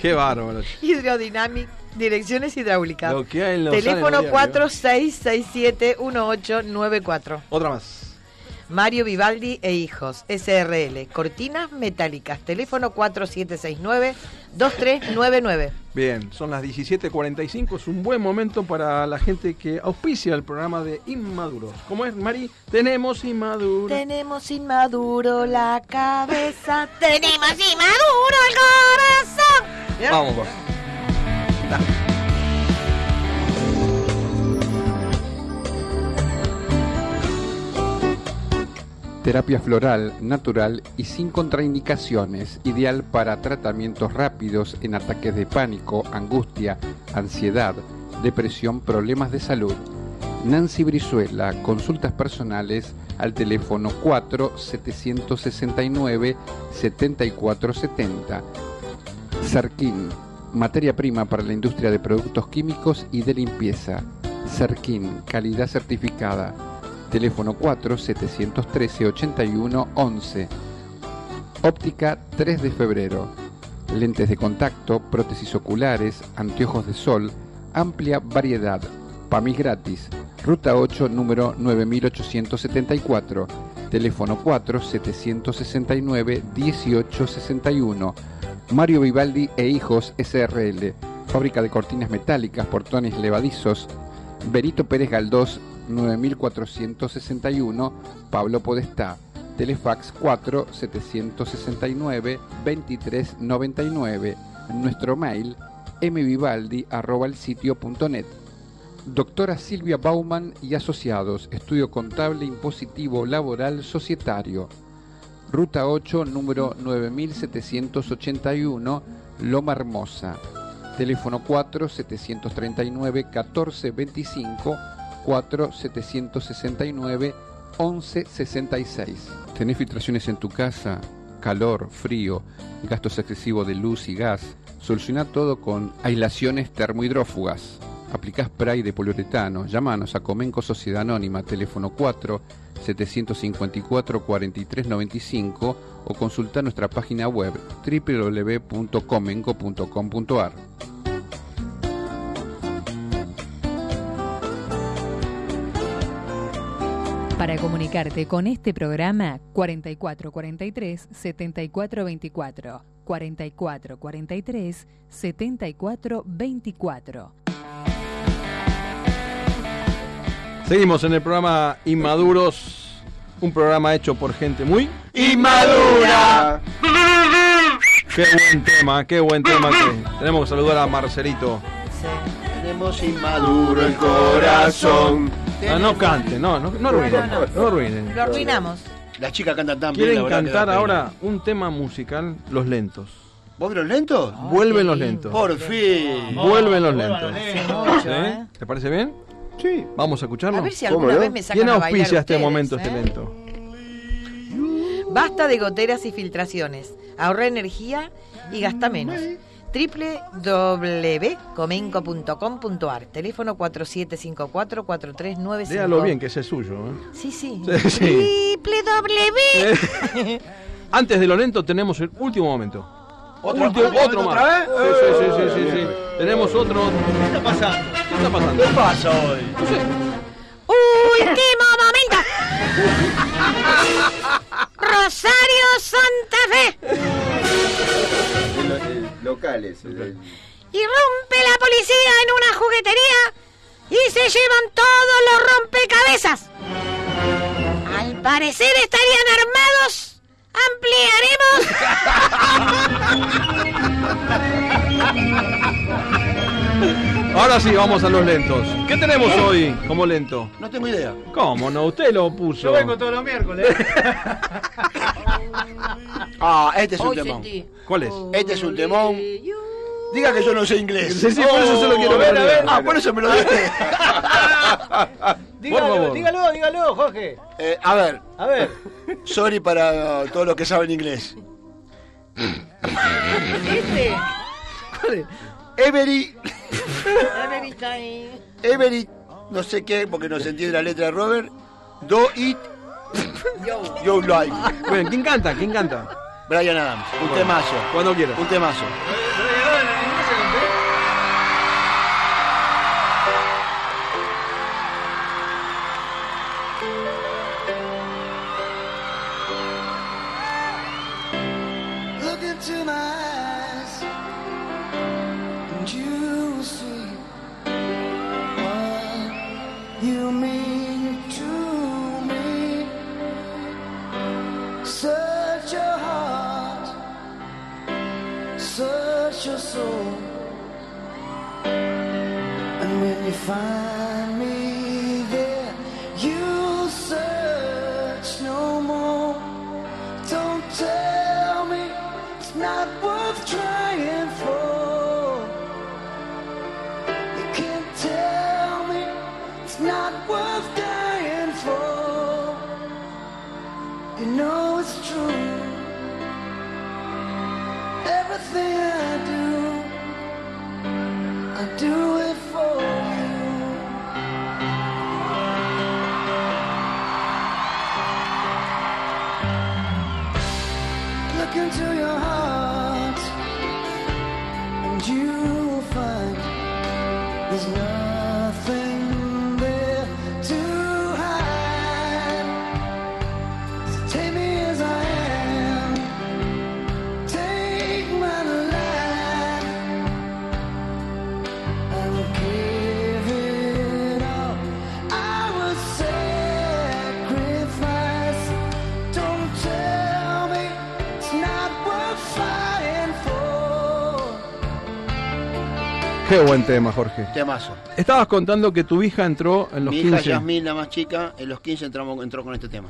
Speaker 2: Qué bárbaro.
Speaker 12: Hidrodynamic, direcciones hidráulicas.
Speaker 2: Lo que hay en los
Speaker 12: Teléfono
Speaker 2: Andes,
Speaker 12: 4667-1894.
Speaker 2: Otra más.
Speaker 12: Mario Vivaldi e hijos, SRL. Cortinas metálicas. Teléfono 4769-2399.
Speaker 2: Bien, son las 17.45. Es un buen momento para la gente que auspicia el programa de Inmaduros. ¿Cómo es, Mari? Tenemos Inmaduros.
Speaker 12: Tenemos inmaduro la cabeza. Tenemos inmaduro el corazón. ¿Ya?
Speaker 2: Vamos, pues.
Speaker 8: Terapia floral, natural y sin contraindicaciones, ideal para tratamientos rápidos en ataques de pánico, angustia, ansiedad, depresión, problemas de salud. Nancy Brizuela, consultas personales al teléfono 4 769 7470. Cerquín, materia prima para la industria de productos químicos y de limpieza. Cerquín, calidad certificada. Teléfono 4 713 81 11. Óptica 3 de febrero. Lentes de contacto, prótesis oculares, anteojos de sol, amplia variedad. PAMIS gratis. Ruta 8, número 9874. Teléfono 4 769 1861. Mario Vivaldi e Hijos SRL. Fábrica de cortinas metálicas, portones levadizos, Benito Pérez Galdós 9461, Pablo Podestá. Telefax 4 769 2399. Nuestro mail mvivaldi@elsitio.net. Doctora Silvia Bauman y asociados, estudio contable, impositivo, laboral, societario. Ruta 8, número 9781, Loma Hermosa. Teléfono 4 739 1425 4 769 1166. <laughs> ¿Tenés filtraciones en tu casa? Calor, frío, gastos excesivos de luz y gas. Soluciona todo con aislaciones termohidrófugas. Aplicás spray de poliuretano. Llámanos a Comenco Sociedad Anónima, teléfono 4 754 4395 o consulta nuestra página web www.comenco.com.ar.
Speaker 9: Para comunicarte con este programa 4443 7424 44 43 74 24.
Speaker 2: Seguimos en el programa Inmaduros, un programa hecho por gente muy
Speaker 4: ¡Inmadura!
Speaker 2: Qué buen tema, qué buen tema que tenemos que saludar a Marcelito.
Speaker 4: Tenemos inmaduro el corazón.
Speaker 2: No, Ah, no cante, no, no, no arruinen,
Speaker 5: No, no.
Speaker 2: no arruinen.
Speaker 5: Lo arruinamos.
Speaker 4: Las chicas cantan tan bien.
Speaker 2: Quieren
Speaker 4: la verdad que da
Speaker 2: cantar
Speaker 4: pena.
Speaker 2: ahora un tema musical, Los Lentos.
Speaker 4: ¿Vos que los lentos?
Speaker 2: Vuelven los lentos.
Speaker 4: Por fin.
Speaker 2: Vuelven
Speaker 5: Oh,
Speaker 2: los lentos.
Speaker 5: mucho,
Speaker 2: ¿Sí?
Speaker 5: ¿eh?
Speaker 2: ¿Te parece bien? Sí. Vamos a escucharlo.
Speaker 5: A ver si alguna vez me sacan
Speaker 2: ¿Quién
Speaker 5: a bailar
Speaker 2: auspicia este
Speaker 5: ustedes,
Speaker 2: momento,
Speaker 5: ¿eh?
Speaker 2: este lento?
Speaker 5: Basta de goteras y filtraciones. Ahorra energía y gasta menos. www.comenco.com.ar Teléfono 4754-4395.
Speaker 2: Léalo bien, que ese es suyo. ¿eh?
Speaker 5: Sí, sí.
Speaker 2: <laughs> Sí, sí.
Speaker 5: www.
Speaker 2: Antes de lo lento tenemos el último momento.
Speaker 4: ¿Otro,
Speaker 2: Último-
Speaker 4: otro,
Speaker 2: otro
Speaker 4: otra
Speaker 2: más.
Speaker 4: vez?
Speaker 2: Sí, sí, sí, sí, sí, sí. Tenemos otro. ¿Qué está pasando? ¿Qué está pasando?
Speaker 4: ¿Qué pasa hoy?
Speaker 13: Último momento. Rosario Santa Fe.
Speaker 6: El- el local ese, el-
Speaker 13: Irrumpe la policía en una juguetería y se llevan todos los rompecabezas. Al parecer estarían armados. Ampliaremos.
Speaker 2: Ahora sí, vamos a los lentos. ¿Qué tenemos hoy como lento?
Speaker 4: ¿Eh? No tengo idea.
Speaker 2: ¿Cómo no? Usted lo puso.
Speaker 3: Yo vengo todos los miércoles.
Speaker 4: Ah, este es un
Speaker 13: Hoy
Speaker 4: temón.
Speaker 13: sentí.
Speaker 2: ¿Cuál
Speaker 3: Oh,
Speaker 2: es?
Speaker 4: Este es un temón. Diga que yo no sé inglés.
Speaker 2: Sí, sí, por eso se lo quiero
Speaker 4: ver.
Speaker 2: poner.
Speaker 4: Ah, por eso me lo dije.
Speaker 2: Por
Speaker 3: <laughs> dígalo,
Speaker 2: favor.
Speaker 3: dígalo, dígalo, Jorge.
Speaker 4: Eh, a ver,
Speaker 3: A ver.
Speaker 4: sorry para todos los que saben inglés.
Speaker 13: <laughs>
Speaker 4: Every, every, no sé qué, porque no se entiende la letra de Robert. Do it, yo like.
Speaker 2: Bueno, ¿quién canta? ¿Quién canta?
Speaker 4: Brian Adams, un temazo.
Speaker 2: Cuando quiera.
Speaker 4: Un temazo.
Speaker 7: Look into my eyes, and you will see what you mean to me. Search your heart, search your soul, and when you find me there, you'll search no more. Don't tell me it's not worth trying for. You can't tell me it's not worth dying for. You know it's true. Everything I do, I do it for you. Look into your heart, and you will find there's nothing there to hide. So take me as I am, take my life. I will give it all. I will sacrifice. Don't tell me it's not worth fighting for.
Speaker 2: Qué buen tema, Jorge.
Speaker 4: Temazo.
Speaker 2: Estabas contando que tu hija entró en los
Speaker 4: Mi hija
Speaker 2: 15.
Speaker 4: Yasmín, la más chica, en los 15 entramos, entró con este tema.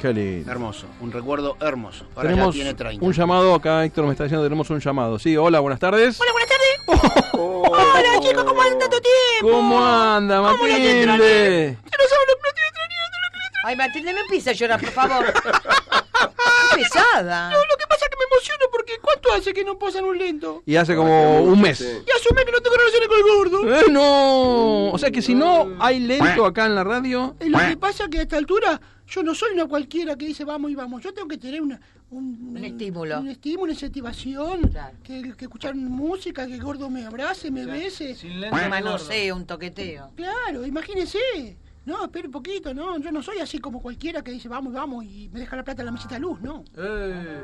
Speaker 2: Qué lindo.
Speaker 4: Hermoso, un recuerdo hermoso. Ahora
Speaker 2: Tenemos
Speaker 4: ya tiene 30.
Speaker 2: un llamado acá, Héctor me está diciendo, tenemos un llamado. Sí, hola, buenas tardes.
Speaker 13: Hola, buenas
Speaker 2: Oh.
Speaker 13: tardes. Hola, chicos, ¿cómo andan tanto tiempo?
Speaker 2: ¿Cómo anda,
Speaker 13: ¿Cómo la
Speaker 2: Matilde?
Speaker 13: No saben lo que me extrañé, lo que me
Speaker 5: Ay, Matilde, no empieces a llorar, por
Speaker 4: <laughs>
Speaker 5: favor. Qué pesada.
Speaker 13: Lo que pasa es que me emociono porque ¿cuánto hace que no posan un lento?
Speaker 2: Y hace como un mes.
Speaker 6: Sí.
Speaker 13: Y asume que no tengo relaciones con el gordo. Eh.
Speaker 2: Eh, no. O sea que si no hay lento acá en la radio,
Speaker 13: Y lo que pasa es que a esta altura yo no soy una cualquiera que dice vamos y vamos. Yo tengo que tener una, un,
Speaker 5: Un estímulo.
Speaker 13: Un estímulo, una incentivación.
Speaker 5: Claro.
Speaker 13: Que, que escuchar música, que el gordo me abrace, me bese.
Speaker 3: Sin lente,
Speaker 5: Un
Speaker 3: gordo.
Speaker 5: manoseo, un toqueteo.
Speaker 13: Claro, imagínese.
Speaker 4: No, espere un poquito, no, yo no soy así como cualquiera que dice vamos, vamos y me deja la plata en la mesita de luz, no.
Speaker 3: Eh.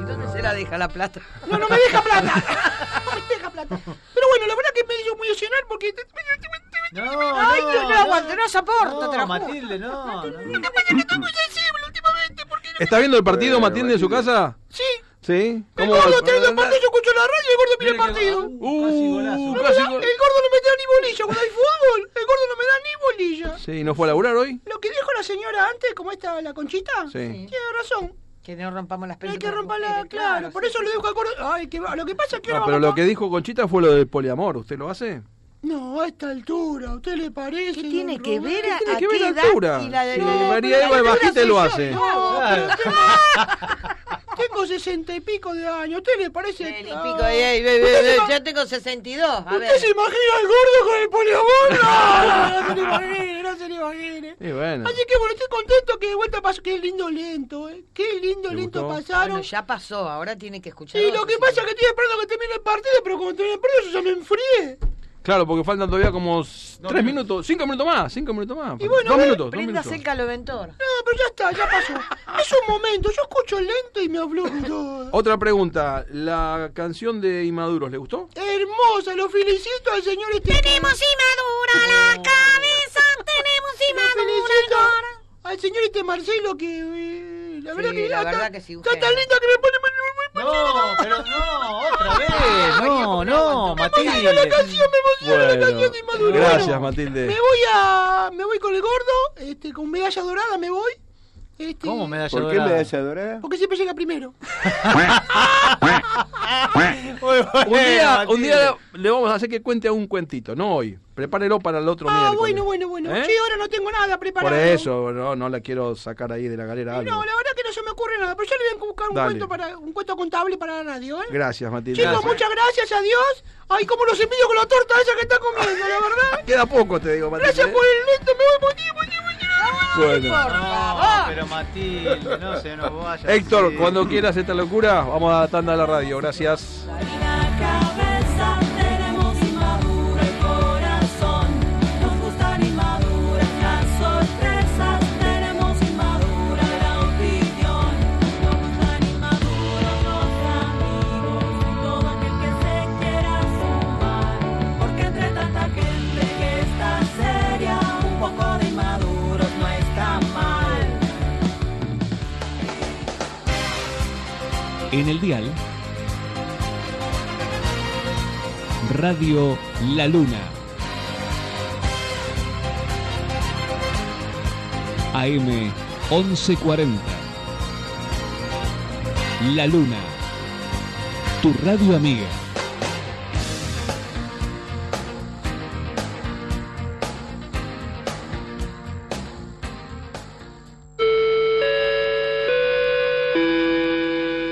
Speaker 5: ¿Y dónde se la deja la plata?
Speaker 4: No, no me deja plata. No me deja plata. Pero bueno, la verdad que me hizo muy emocionar porque.
Speaker 3: No,
Speaker 4: Ay,
Speaker 3: no,
Speaker 4: no, no,
Speaker 3: no.
Speaker 4: aguanto, no soporto,
Speaker 3: No,
Speaker 4: te lo juro.
Speaker 3: Matilde, no. no.
Speaker 2: ¿Está viendo el partido, Matilde, en su casa?
Speaker 4: Sí.
Speaker 2: ¿Sí?
Speaker 4: El gordo trae dos partidos, yo escucho la radio y el gordo mira el partido.
Speaker 2: Uh,
Speaker 4: El
Speaker 2: casi
Speaker 4: gordo-
Speaker 2: gol.
Speaker 4: El gordo no me da ni bolilla cuando hay fútbol. El gordo no me da ni bolilla.
Speaker 2: Sí, ¿no fue a laburar hoy?
Speaker 4: Lo que dijo la señora antes, como esta, la conchita,
Speaker 2: Sí.
Speaker 4: tiene razón.
Speaker 5: Que no rompamos las
Speaker 4: pelotas. Hay que romperla, claro, Por eso le dejo al gordo. Ay, que va- lo que pasa es que
Speaker 2: No,
Speaker 4: ahora
Speaker 2: Ah, pero
Speaker 4: vamos
Speaker 2: lo que dijo Conchita fue lo del poliamor. ¿Usted lo hace?
Speaker 4: No, a esta altura, ¿a usted le parece? ¿Qué
Speaker 5: tiene que ver a-
Speaker 2: ¿Qué ver altura?
Speaker 4: y la de-
Speaker 2: Sí,
Speaker 4: No,
Speaker 2: María
Speaker 4: pero
Speaker 2: Eva
Speaker 4: la altura
Speaker 2: Bajite
Speaker 4: soy
Speaker 2: lo
Speaker 4: yo,
Speaker 2: hace.
Speaker 4: no, pero tengo- Tengo sesenta y pico de años, ¿a usted le parece?
Speaker 5: Y pico, ey, ey, ve, ve, ve, yo tengo 62. A ver.
Speaker 4: ¿Usted se imagina al gordo con el poliamor? No, no, no se lo imagine, no se lo imagine.
Speaker 2: Y bueno.
Speaker 4: Así que bueno, estoy contento que de vuelta pasó. Qué lindo lento, ¿eh? Qué lindo lento
Speaker 5: Bueno,
Speaker 4: pasaron.
Speaker 5: ya pasó, ahora tiene que escuchar.
Speaker 4: Sí,
Speaker 5: otro,
Speaker 4: lo que
Speaker 5: si
Speaker 4: pasa es que estoy esperando que termine el partido, pero cuando termine el partido yo ya me enfrié.
Speaker 2: Claro, porque faltan todavía como s- tres minutos, cinco minutos más, cinco minutos más.
Speaker 4: bueno,
Speaker 2: dos
Speaker 4: ve,
Speaker 2: minutos, dos
Speaker 5: Prendas
Speaker 2: minutos.
Speaker 5: el caloventor.
Speaker 4: No, pero ya está, ya pasó. es un momento, yo escucho lento y me abro.
Speaker 5: <laughs>
Speaker 2: Otra pregunta, ¿la canción de Inmaduros le gustó?
Speaker 4: Hermosa, lo felicito al señor este. Tenemos inmadura la cabeza, tenemos inmadura el Al señor este Marcelo que... eh, la verdad
Speaker 5: Sí,
Speaker 4: que...
Speaker 5: la
Speaker 4: está-
Speaker 5: verdad que sí,
Speaker 4: Está tan linda que me pone...
Speaker 3: No, pero no, otra vez. Eh, No, no, Matilde.
Speaker 4: la canción, me emociona la canción de Inmadura.
Speaker 2: gracias,
Speaker 4: Bueno,
Speaker 2: Matilde.
Speaker 4: Me voy a... Me voy con el gordo, este, con medalla dorada me voy. Este,
Speaker 3: ¿Cómo medalla
Speaker 14: ¿Por qué
Speaker 3: dorada?
Speaker 14: medalla
Speaker 2: <laughs>
Speaker 14: dorada?
Speaker 4: Porque siempre llega primero.
Speaker 2: Un día, un
Speaker 4: Matilde.
Speaker 2: día le vamos a hacer que cuente un cuentito, no hoy. Prepárelo para el otro
Speaker 4: Ah,
Speaker 2: miércoles.
Speaker 4: bueno, bueno, bueno.
Speaker 2: ¿Eh?
Speaker 4: Sí, ahora no tengo nada
Speaker 2: Por
Speaker 4: preparado.
Speaker 2: eso, no, no la quiero sacar ahí de la galera. algo.
Speaker 4: No, la verdad que no se me ocurre nada, pero yo le voy a buscar un
Speaker 2: Dale.
Speaker 4: cuento para un cuento contable para la radio, ¿eh?
Speaker 2: Gracias, Matilde.
Speaker 4: Chicos, muchas gracias, adiós. Ay, como los envidio con la torta esa que está comiendo, la verdad.
Speaker 2: Queda poco, te digo, Matilde.
Speaker 4: Gracias por el lento, me voy por ti, por ti, por ti.
Speaker 2: Bueno.
Speaker 3: No, pero Matilde, no se nos vaya.
Speaker 2: Héctor, cuando quieras esta locura, vamos a la tanda de la radio. Gracias.
Speaker 7: cabeza tenemos inmadura el corazón. Nos gustan inmaduras las sorpresas. Tenemos inmadura la opinión. Nos gustan inmaduros los amigos. y Todo aquel que se quiera sumar. Porque entre tanta gente que está seria, un poco de inmaduros no está mal.
Speaker 10: En el dial. Radio La Luna. AM 1140. La Luna. Tu radio amiga.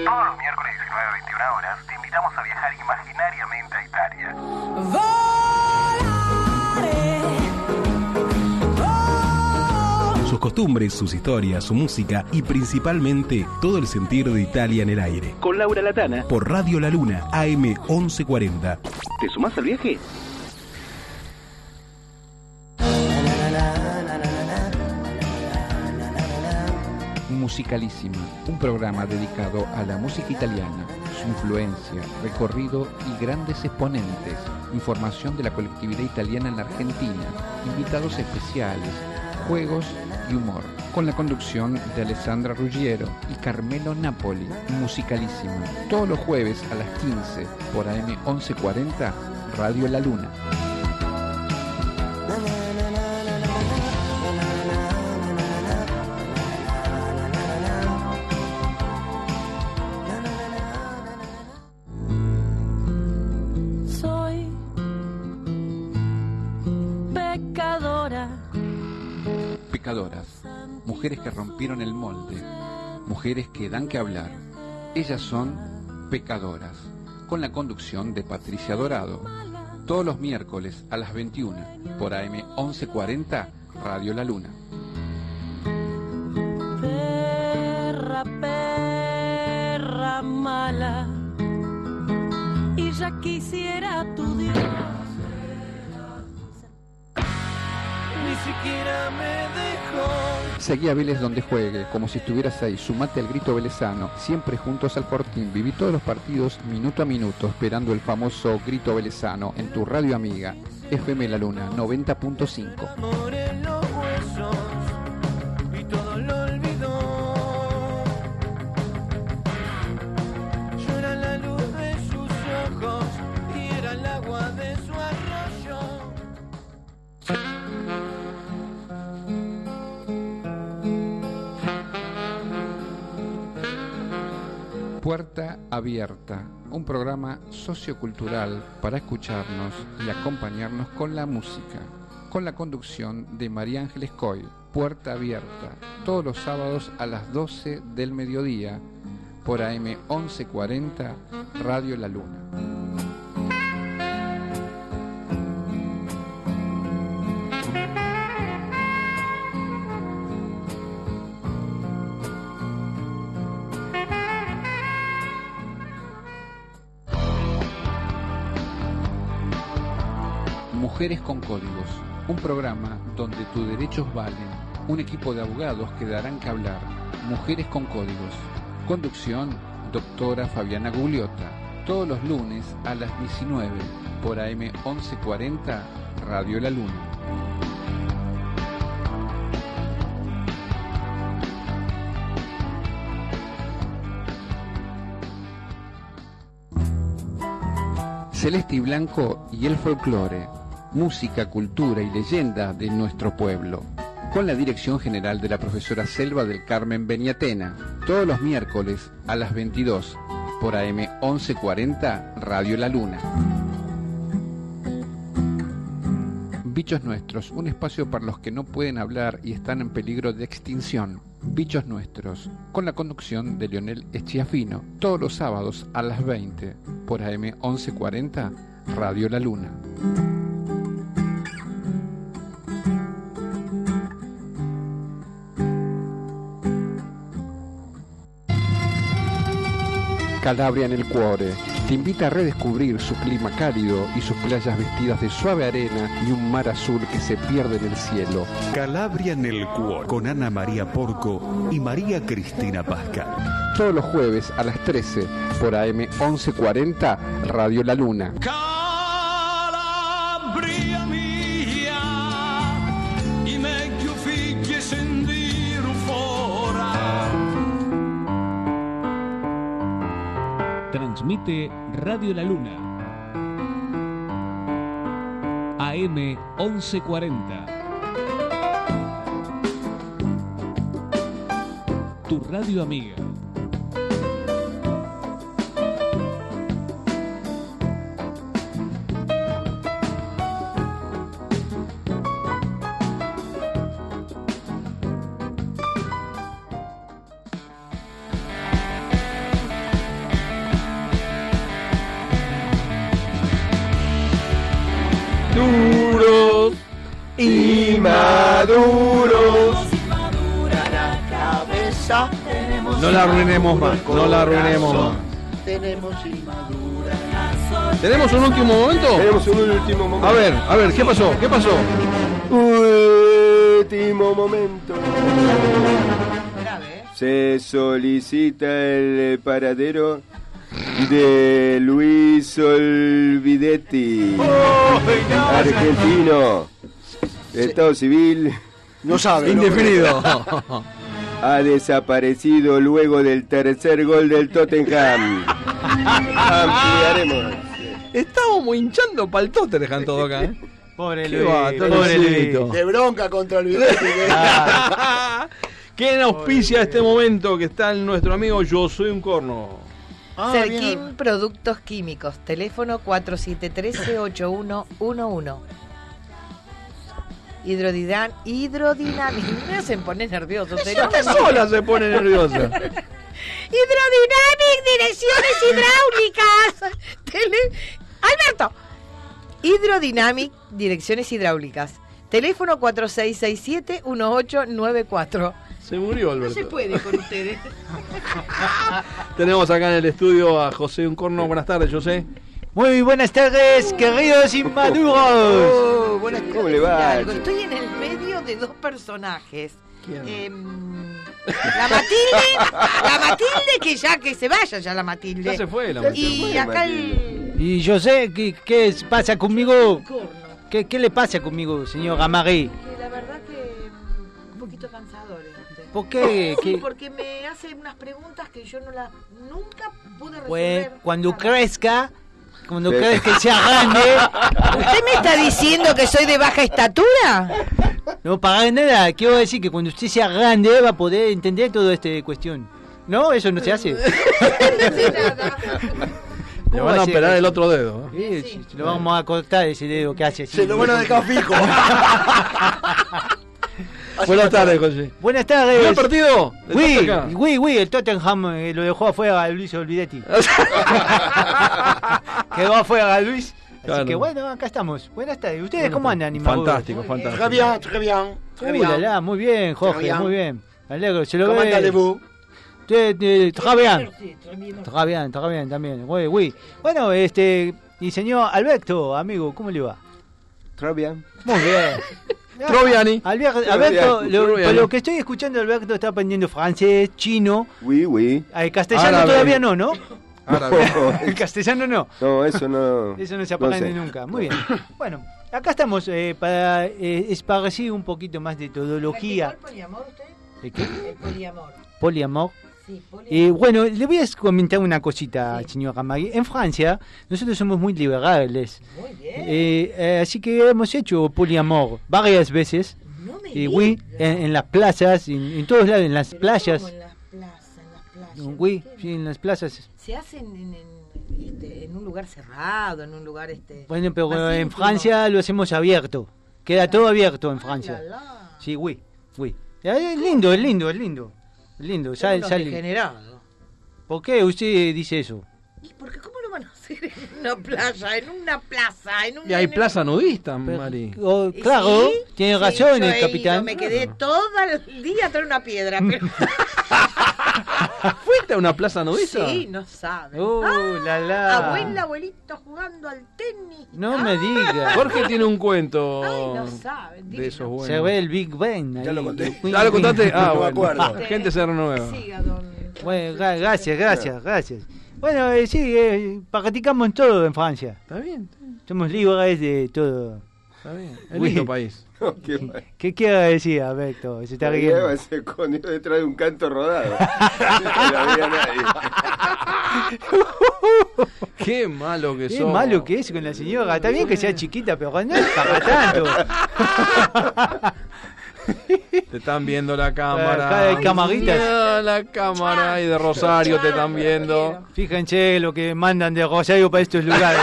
Speaker 15: Todos los miércoles 19 a 21 horas te invitamos a viajar imaginariamente a Italia.
Speaker 16: Sus costumbres, sus historias, su música y principalmente todo el sentir de Italia en el aire.
Speaker 10: Con Laura Latana.
Speaker 16: Por Radio La Luna, AM 1140.
Speaker 10: ¿Te sumás al viaje?
Speaker 8: Musicalísima, un programa dedicado a la música italiana, su influencia, recorrido y grandes exponentes, información de la colectividad italiana en la Argentina, invitados especiales, juegos y humor, con la conducción de Alessandra Ruggiero y Carmelo Napoli, musicalísima, todos los jueves a las 15 por AM 1140, Radio La Luna.
Speaker 7: Soy pecadora.
Speaker 8: Pecadoras, mujeres que rompieron el molde, mujeres que dan que hablar. Ellas son pecadoras, con la conducción de Patricia Dorado. Todos los miércoles a las 21 por AM 1140 Radio La Luna.
Speaker 7: Perra, perra mala. Y ya quisiera tu Dios. Mis siquiera me dejó.
Speaker 8: Seguí a Vélez donde juegue, como si estuvieras ahí. Sumate al grito velezano, siempre juntos al Fortín. Viví todos los partidos minuto a minuto, esperando el famoso grito velezano en tu radio amiga. FM La Luna 90.5.
Speaker 7: amor en los huesos y todo lo olvidó. Yo era la luz de sus ojos y era el agua de su arroyo.
Speaker 8: Puerta Abierta, un programa sociocultural para escucharnos y acompañarnos con la música, con la conducción de María Ángeles Coy. Puerta Abierta, todos los sábados a las 12 del mediodía por AM 1140 Radio La Luna. Mujeres con Códigos, un programa donde tus derechos valen, un equipo de abogados que darán que hablar, Mujeres con Códigos. Conducción, doctora Fabiana Gugliota, todos los lunes a las 19 por AM 1140 Radio La Luna. Celeste y Blanco y el folclore, música, cultura y leyenda de nuestro pueblo. Con la dirección general de la profesora Selva del Carmen Beniatena, todos los miércoles a las 22 por AM 1140 Radio La Luna. Bichos Nuestros, un espacio para los que no pueden hablar y están en peligro de extinción. Bichos Nuestros, con la conducción de Leonel Eschiafino, todos los sábados a las 20 por AM 1140 Radio La Luna. Calabria en el Cuore. Te invita a redescubrir su clima cálido y sus playas vestidas de suave arena y un mar azul que se pierde en el cielo.
Speaker 17: Calabria en el Cuor con Ana María Porco y María Cristina Pascal.
Speaker 8: Todos los jueves a las 13 por AM 1140 Radio La Luna.
Speaker 7: Calabria mia, i meglio figli sendiro fora.
Speaker 18: Transmite Radio La Luna. AM 1140. Tu radio amiga.
Speaker 7: Duros y maduros.
Speaker 4: Cabeza tenemos.
Speaker 2: No la arruinemos más, no la arruinemos más.
Speaker 4: Tenemos inmadura.
Speaker 2: ¿Tenemos un último momento? Tenemos un último momento. A ver, a ver, ¿qué pasó? ¿Qué pasó?
Speaker 6: Último momento. Se solicita el paradero de Luis Olvidetti, argentino, estado civil.
Speaker 4: No sabe.
Speaker 2: <laughs> Indefinido.
Speaker 6: Ha desaparecido luego del tercer gol del Tottenham.
Speaker 4: <laughs>
Speaker 6: Ampliaremos.
Speaker 2: Estábamos hinchando pa'l Tottenham todo acá. <laughs> ¿eh?
Speaker 3: Pobre
Speaker 2: Qué vato, Luisito.
Speaker 4: De bronca contra el
Speaker 3: <laughs>
Speaker 4: bigote. que-
Speaker 2: ¿Quién auspicia este momento que está en nuestro amigo Yo Soy un Corno? Ah,
Speaker 5: Cerquín Productos Químicos, teléfono 4713-8111. Hidrodidan, hidrodinámica. Me hacen poner nervioso. ustedes.
Speaker 2: Sola sola se pone nerviosa.
Speaker 5: Hidrodynamic, direcciones hidráulicas. Tele- Alberto. Hidrodynamic, direcciones hidráulicas. Teléfono 4667-1894.
Speaker 2: Se murió Alberto.
Speaker 5: No se puede con ustedes.
Speaker 2: Tenemos acá en el estudio a José Un Corno. Buenas tardes, José.
Speaker 3: Muy buenas tardes, queridos inmaduros.
Speaker 6: ¿Cómo le va?
Speaker 5: Estoy en el medio
Speaker 12: de dos personajes.
Speaker 19: ¿Quién?
Speaker 12: Em, la Matilde, la Matilde que ya que se vaya ya la Matilde.
Speaker 3: Ya se fue la
Speaker 12: Y
Speaker 3: Matilde.
Speaker 12: acá el
Speaker 3: Y yo sé qué, qué es- pasa conmigo. ¿Qué, qué le pasa conmigo, señor Gamarri?
Speaker 12: que la verdad que mm, un poquito cansador es
Speaker 5: este.
Speaker 12: usted.
Speaker 3: ¿Por qué?
Speaker 12: Sí,
Speaker 3: ¿Qué?
Speaker 12: Porque me hace unas preguntas que yo no las nunca pude resolver.
Speaker 3: Pues cuando crezca, cuando
Speaker 12: Sí.
Speaker 3: crezca y sea <laughs> grande.
Speaker 12: ¿Usted me está diciendo que soy de baja estatura?
Speaker 3: No, para nada, quiero decir que cuando usted sea grande va a poder entender toda esta cuestión. No, eso no
Speaker 2: <laughs>
Speaker 3: se hace.
Speaker 2: Le van a operar el otro dedo. ¿eh?
Speaker 3: Sí, sí, lo vamos a cortar ese dedo que hace. Se
Speaker 2: lo van a dejar
Speaker 4: fijo.
Speaker 2: <laughs> Buenas tardes, José.
Speaker 3: Buenas tardes.
Speaker 2: Buen partido.
Speaker 3: Oui,
Speaker 2: Acá.
Speaker 3: oui, oui, el Tottenham eh, lo dejó afuera a
Speaker 2: <laughs>
Speaker 3: Luis Olvidetti. <laughs> Quedó afuera a Luis. Así
Speaker 2: Claro.
Speaker 3: que bueno, acá estamos. Buenas tardes. ¿Ustedes
Speaker 2: Bueno,
Speaker 3: cómo andan, animadores?
Speaker 2: fantástico, Muy bien. fantástico.
Speaker 4: Très bien, très bien, très
Speaker 3: Uy,
Speaker 4: bien.
Speaker 3: la, la, muy bien, Jorge,
Speaker 4: Très bien.
Speaker 3: muy bien. Me alegro, se lo
Speaker 4: Comment
Speaker 3: ve.
Speaker 4: allez-vous?
Speaker 3: Te- te- Très bien. Très bien, très bien también. Oui, oui. Bueno, este, y señor Alberto, amigo, ¿cómo le va?
Speaker 6: Très bien.
Speaker 3: Muy bien.
Speaker 4: <laughs>
Speaker 3: Ah,
Speaker 6: Troviani.
Speaker 3: Alberto, Alberto,
Speaker 6: Troviani.
Speaker 3: lo, por
Speaker 6: Troviani.
Speaker 3: lo que estoy escuchando, Alberto está aprendiendo francés, chino. Ah,
Speaker 6: Oui, oui.
Speaker 3: El castellano
Speaker 6: Árabe.
Speaker 3: todavía no, ¿no?
Speaker 6: No, <laughs>
Speaker 3: El castellano no.
Speaker 6: no, eso no.
Speaker 3: <laughs> Eso no se aprende nunca. Muy bien. Bueno, acá estamos eh, para eh, esparcir un poquito más de
Speaker 5: ¿Practicó
Speaker 3: todología.
Speaker 5: el poliamor usted?
Speaker 3: ¿De qué?
Speaker 5: El poliamor.
Speaker 3: Poliamor.
Speaker 5: Sí, poliamor.
Speaker 3: Eh, bueno, le voy a comentar una cosita, señor Gamagui. En Francia, nosotros somos muy liberales.
Speaker 5: Muy bien.
Speaker 3: Eh, eh, así que hemos hecho poliamor varias veces.
Speaker 5: No me
Speaker 3: Eh, oui, en, en las plazas, en, en todos lados, en las playas.
Speaker 5: ¿Cómo en las plazas, en las playas.
Speaker 3: Oui, sí, en las plazas.
Speaker 5: Se hacen en, en- este, en un lugar cerrado, en un lugar este.
Speaker 3: Bueno, pero
Speaker 5: más
Speaker 3: en
Speaker 5: íntimo.
Speaker 3: Francia lo hacemos abierto. Queda todo abierto en Francia.
Speaker 5: la,
Speaker 3: Sí, oui, oui. Eh, Es lindo, es lindo, es lindo. Es lindo, sale,
Speaker 5: unos
Speaker 3: sale.
Speaker 5: degenerados.
Speaker 3: ¿Por qué usted dice eso?
Speaker 5: ¿Y por qué cómo lo van a hacer en una playa, en una plaza, en un
Speaker 2: Y hay
Speaker 5: en-
Speaker 2: plaza nudista, Mari.
Speaker 3: Oh,
Speaker 5: ¿Y
Speaker 3: claro,
Speaker 5: sí?
Speaker 3: tiene
Speaker 5: Sí,
Speaker 3: razón el
Speaker 5: yo he ido,
Speaker 3: capitán.
Speaker 5: me quedé todo el día tras una piedra.
Speaker 3: <laughs>
Speaker 5: pero-
Speaker 2: ¿Fuiste a una plaza nudista?
Speaker 5: sí, Ah. no sabe.
Speaker 3: Oh, la la.
Speaker 5: Abuela, abuelito jugando al tenis.
Speaker 3: No me diga.
Speaker 2: Jorge tiene un cuento
Speaker 5: Ay, no sabe.
Speaker 2: de esos buenos.
Speaker 3: Se ve el Big Ben. Ya lo conté.
Speaker 2: Ah, lo contaste. Ah, bueno. La gente se renueva.
Speaker 3: Bueno, gra- gracias, gracias, gracias. Bueno, eh, sí, eh, practicamos en todo en Francia.
Speaker 2: Está bien,
Speaker 3: Somos libres de todo.
Speaker 2: está bien. Es lindo
Speaker 3: Oui.
Speaker 2: país.
Speaker 3: ¿Qué quiere decir, Alberto? Se está
Speaker 6: Todavía
Speaker 3: riendo.
Speaker 6: se escondió detrás de un canto
Speaker 3: <laughs>
Speaker 6: rodado. No había nadie.
Speaker 2: Qué malo que
Speaker 3: Qué
Speaker 2: son.
Speaker 3: malo que es con la señora. Está bien que sea chiquita, pero no es para tanto.
Speaker 2: Te están viendo la cámara.
Speaker 3: Acá hay camaritas.
Speaker 2: Mira la cámara y de Rosario te están viendo.
Speaker 3: Fíjense lo que mandan de Rosario para estos lugares.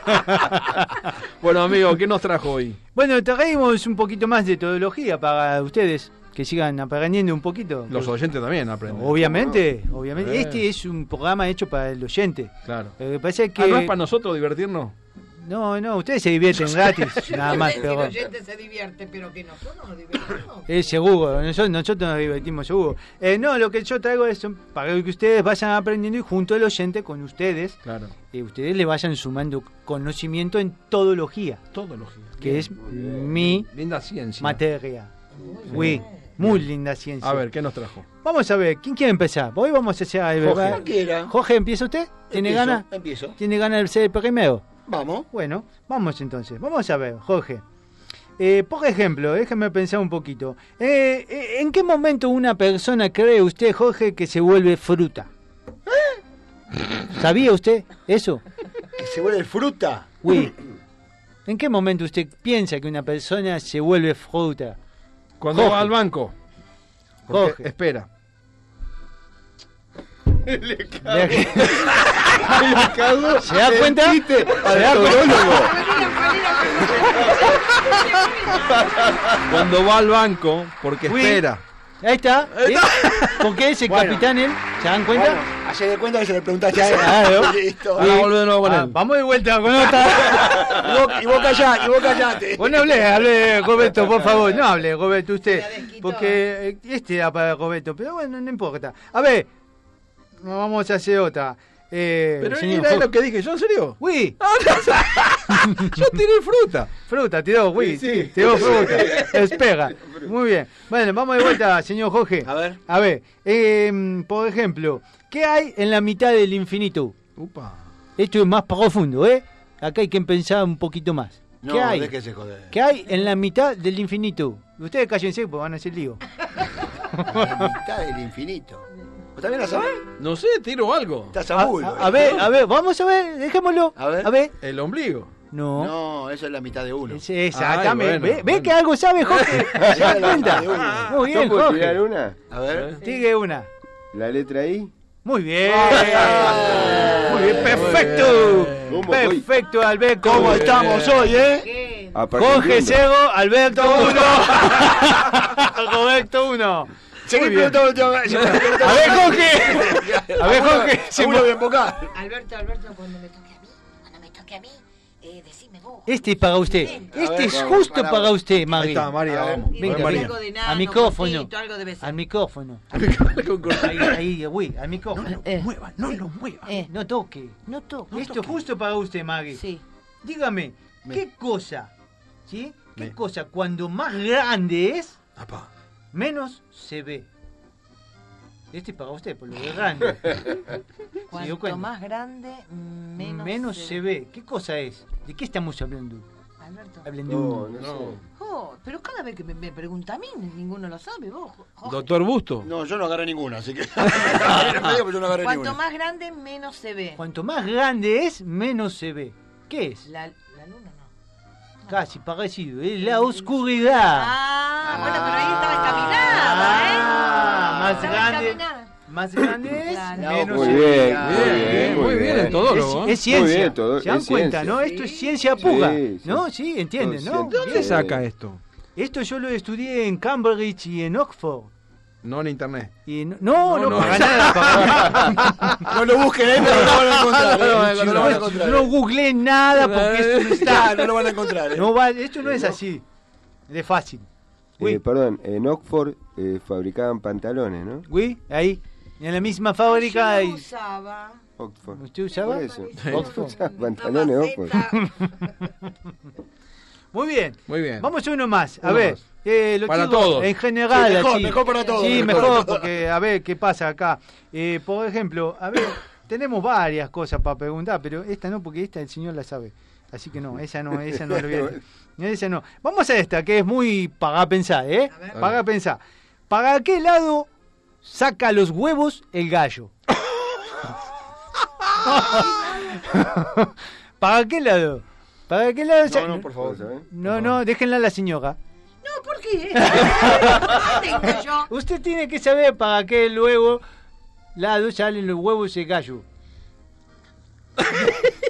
Speaker 2: <laughs> Bueno, amigo, ¿qué nos trajo hoy?
Speaker 3: Bueno, traemos un poquito más de todología para ustedes, que sigan aprendiendo un poquito.
Speaker 2: Los oyentes también aprenden.
Speaker 3: Obviamente, obviamente.
Speaker 2: Eh.
Speaker 3: Este es un programa hecho para el oyente.
Speaker 2: Claro.
Speaker 3: Lo que pasa es que...
Speaker 2: Ah, ¿no es para nosotros divertirnos?
Speaker 3: No, no, ustedes
Speaker 2: <laughs>
Speaker 3: se divierten gratis, nada más,
Speaker 5: El
Speaker 3: pero
Speaker 5: oyente se divierte, pero que nosotros nos divertimos.
Speaker 3: es seguro, nosotros, nosotros nos divertimos seguro. Eh, no, lo que yo traigo es para que ustedes vayan aprendiendo y junto el oyente con ustedes,
Speaker 2: Claro.
Speaker 3: eh, ustedes le vayan sumando conocimiento en todología,
Speaker 2: Todología.
Speaker 3: que es mi
Speaker 2: linda ciencia.
Speaker 3: materia.
Speaker 2: bien.
Speaker 3: Uy, muy linda ciencia.
Speaker 2: A ver, ¿qué nos trajo?
Speaker 3: Vamos a ver, ¿quién quiere empezar? Hoy vamos a hacer...
Speaker 2: Jorge.
Speaker 4: Cualquiera.
Speaker 3: Jorge, ¿empieza usted? ¿Tiene
Speaker 4: Empiezo,
Speaker 3: ganas?
Speaker 4: Empiezo.
Speaker 3: ¿Tiene ganas de ser el primero?
Speaker 4: Vamos.
Speaker 3: Bueno, vamos entonces. Vamos a ver, Jorge. Eh, por ejemplo, déjeme pensar un poquito. Eh, eh, ¿En qué momento una persona cree usted, Jorge, que se vuelve fruta? ¿Sabía usted eso?
Speaker 4: Que se vuelve fruta.
Speaker 3: Uy. ¿En qué momento usted piensa que una persona se vuelve fruta?
Speaker 2: Cuando
Speaker 3: Jorge.
Speaker 2: va al banco. Porque
Speaker 3: Jorge.
Speaker 2: Espera.
Speaker 4: Le
Speaker 3: Le
Speaker 4: cagó.
Speaker 3: ¿Se da
Speaker 4: el
Speaker 3: cuenta?
Speaker 4: chiste
Speaker 3: ¿Se
Speaker 4: al
Speaker 3: da cuenta?
Speaker 4: todólogo.
Speaker 5: Ah,
Speaker 2: Cuando va al banco, porque
Speaker 3: Uy.
Speaker 2: espera.
Speaker 3: Ahí está. ¿eh? Porque ese
Speaker 4: Bueno.
Speaker 3: capitán, él, ¿se dan cuenta?
Speaker 4: Bueno, hace de cuenta que se le preguntaste a él.
Speaker 3: Claro.
Speaker 4: <laughs> Listo. Ah,
Speaker 3: Ahora
Speaker 4: Y-
Speaker 3: volvemos de nuevo con él. Vamos de vuelta <laughs> con otra.
Speaker 4: Y vos- y vos callá, y vos callate.
Speaker 3: Vos no hablé, hablé, Roberto, por favor. No hable, Roberto, usted. Porque eh, este era para Roberto, pero bueno, no importa. A ver, vamos a hacer otra. Eh,
Speaker 2: Pero
Speaker 3: señor
Speaker 2: era
Speaker 3: Jorge.
Speaker 2: lo que dije yo, ¿en serio?
Speaker 3: Uy.
Speaker 2: <laughs> Yo tiré fruta.
Speaker 3: Fruta, tiró whisky,
Speaker 2: Sí, sí.
Speaker 3: tiró fruta. Es pega. Muy bien. Bueno, vamos de vuelta, señor Jorge. A ver. A ver, eh, por ejemplo, ¿qué hay en la mitad del infinito? Esto es más profundo, ¿eh? Acá hay que pensar un poquito más.
Speaker 11: No,
Speaker 3: ¿Qué hay?
Speaker 11: déjese joder.
Speaker 3: ¿Qué hay en la mitad del infinito? Ustedes cállense porque van a hacer lío.
Speaker 4: Está del infinito. ¿Vos también la sabés?
Speaker 2: No sé, tiro algo.
Speaker 4: Estás
Speaker 3: ¿Ah? A,
Speaker 4: a full.
Speaker 3: a- a ver, a ver, vamos a ver, dejémoslo. A ver.
Speaker 2: El ombligo.
Speaker 3: No.
Speaker 4: No, eso es la mitad de uno.
Speaker 3: Exactamente. ¿Ve, ve que algo sabe, Jorge? ¿Se da cuenta? Muy bien,
Speaker 6: ¿Yo puedo
Speaker 3: Jorge.
Speaker 6: tirar una?
Speaker 4: A ver.
Speaker 3: Sigue una.
Speaker 6: ¿La letra I?
Speaker 3: Muy bien. Muy bien, perfecto. Perfecto, Alberto. ¿Cómo
Speaker 11: estamos hoy,
Speaker 3: eh?
Speaker 6: Aparte
Speaker 3: Jorge
Speaker 6: entiendo.
Speaker 3: Sego, Alberto 1. <laughs> Alberto 1.
Speaker 4: Seguí
Speaker 3: preguntando. <laughs> A ver,
Speaker 5: <laughs>
Speaker 3: Jorge. A ver, Jorge. si
Speaker 4: Uno
Speaker 3: mo-
Speaker 4: bien boca.
Speaker 5: Alberto, Alberto, cuando me toque a mí, cuando me toque a mí, eh, decime vos.
Speaker 3: Este es para usted.
Speaker 5: A
Speaker 3: Este
Speaker 5: ver,
Speaker 3: es
Speaker 5: vamos,
Speaker 3: justo
Speaker 5: para
Speaker 3: para
Speaker 5: vos.
Speaker 3: usted, María.
Speaker 5: Ahí está, María,
Speaker 3: A ver,
Speaker 5: vamos.
Speaker 3: Venga,
Speaker 5: Venga,
Speaker 3: venga.
Speaker 5: algo de nano,
Speaker 3: Al micrófono.
Speaker 5: cortito, <laughs> algo debe ser.
Speaker 3: Al micrófono. Ahí, ahí, güey, al micrófono. No lo mueva, no lo mueva. No toque. Eh, No toque. Esto es justo para usted, Maggie. Sí. Dígame, ¿qué cosa? ¿Sí? ¿Qué cosa cuando más grande es, menos se ve? Este es para usted, por lo
Speaker 5: <laughs>
Speaker 3: de grande. ¿Se dio
Speaker 5: Cuanto
Speaker 3: cuenta?
Speaker 5: más grande, menos,
Speaker 3: menos se ve. ¿Qué cosa es? ¿De qué estamos hablando?
Speaker 5: Alberto.
Speaker 3: Hablando.
Speaker 6: No, no sé.
Speaker 5: Oh, pero cada vez que me, me pregunta a mí, ninguno lo sabe, vos. Jorge.
Speaker 2: Doctor Busto.
Speaker 11: No, yo no agarré ninguna, así
Speaker 6: <laughs>
Speaker 3: <laughs>
Speaker 11: que.
Speaker 6: pues
Speaker 11: yo no agarré
Speaker 5: Cuanto
Speaker 11: ninguna.
Speaker 5: más grande, menos se ve.
Speaker 3: Cuanto más grande es, menos se ve. ¿Qué es?
Speaker 5: La, la luna no.
Speaker 3: Casi parecido. Es la oscuridad. Ah,
Speaker 5: Ah, bueno, pero ahí estaba encaminada, ¿eh?
Speaker 3: más
Speaker 5: Estaba
Speaker 3: grande.
Speaker 5: encaminada.
Speaker 3: Más
Speaker 5: Ah,
Speaker 3: grande es,
Speaker 5: Claro.
Speaker 3: menos
Speaker 6: Muy
Speaker 3: se
Speaker 6: bien,
Speaker 3: ve.
Speaker 6: muy bien, Bien, Ah, muy muy bien, bien. el todólogo,
Speaker 3: Es,
Speaker 6: ¿eh?
Speaker 3: es ciencia.
Speaker 6: Muy bien, todo-
Speaker 3: Se dan
Speaker 6: es
Speaker 3: cuenta,
Speaker 6: ciencia.
Speaker 3: ¿no? Esto es ciencia puga.
Speaker 6: Sí, sí.
Speaker 3: ¿No? Sí, entienden,
Speaker 6: Todo
Speaker 3: ¿no?
Speaker 6: ciencia.
Speaker 2: ¿Dónde
Speaker 3: Bien.
Speaker 2: saca esto?
Speaker 3: Esto yo lo estudié en Cambridge y en Oxford.
Speaker 2: No en internet.
Speaker 3: Y no, no,
Speaker 2: No,
Speaker 3: no,
Speaker 2: no.
Speaker 3: para nada.
Speaker 11: <laughs>
Speaker 3: para-
Speaker 11: No lo busquen, ¿eh? Pero no lo van a encontrar, ¿eh?
Speaker 3: No,
Speaker 11: No lo van a encontrar,
Speaker 3: no googleé nada porque esto no está.
Speaker 11: <laughs> No lo van a encontrar, ¿eh?
Speaker 3: No va- esto no es así. De fácil.
Speaker 6: Eh, perdón, en Oxford eh, fabricaban pantalones, ¿no?
Speaker 3: Uy, ahí. En la misma fábrica.
Speaker 5: Yo no
Speaker 3: y-
Speaker 5: usaba.
Speaker 6: Oxford.
Speaker 3: ¿Usted usaba?
Speaker 6: Por eso.
Speaker 3: Sí.
Speaker 6: Oxford. Pantalones Oxford.
Speaker 5: <laughs>
Speaker 3: <laughs> Muy bien.
Speaker 2: Muy bien.
Speaker 3: Vamos uno más. A
Speaker 2: Uno
Speaker 3: ver.
Speaker 2: más.
Speaker 3: eh, los
Speaker 2: Para
Speaker 3: chicos,
Speaker 2: todos.
Speaker 3: En general.
Speaker 2: Sí, mejor,
Speaker 3: así.
Speaker 2: mejor para todos,
Speaker 3: Sí,
Speaker 2: mejor.
Speaker 3: mejor, porque a ver qué pasa acá. Eh, por ejemplo,
Speaker 2: <coughs>
Speaker 3: a ver, tenemos varias cosas para preguntar, pero esta no, porque esta el señor la sabe. Así que no, esa no, esa no la voy a
Speaker 2: <laughs>
Speaker 3: decir. Esa no. Vamos a esta, que es muy para pensar, ¿eh? Para pensar. ¿Para qué lado saca los huevos el
Speaker 6: <laughs>
Speaker 3: gallo? ¿Para qué lado? ¿Para qué lado? saca-
Speaker 6: No, no, por favor.
Speaker 3: no, no, déjenla a la
Speaker 6: <laughs>
Speaker 3: señora.
Speaker 5: No, ¿por qué?
Speaker 3: <laughs>
Speaker 5: ¿Qué tengo yo?
Speaker 3: Usted tiene que saber para qué luego lado salen los huevos y el gallo.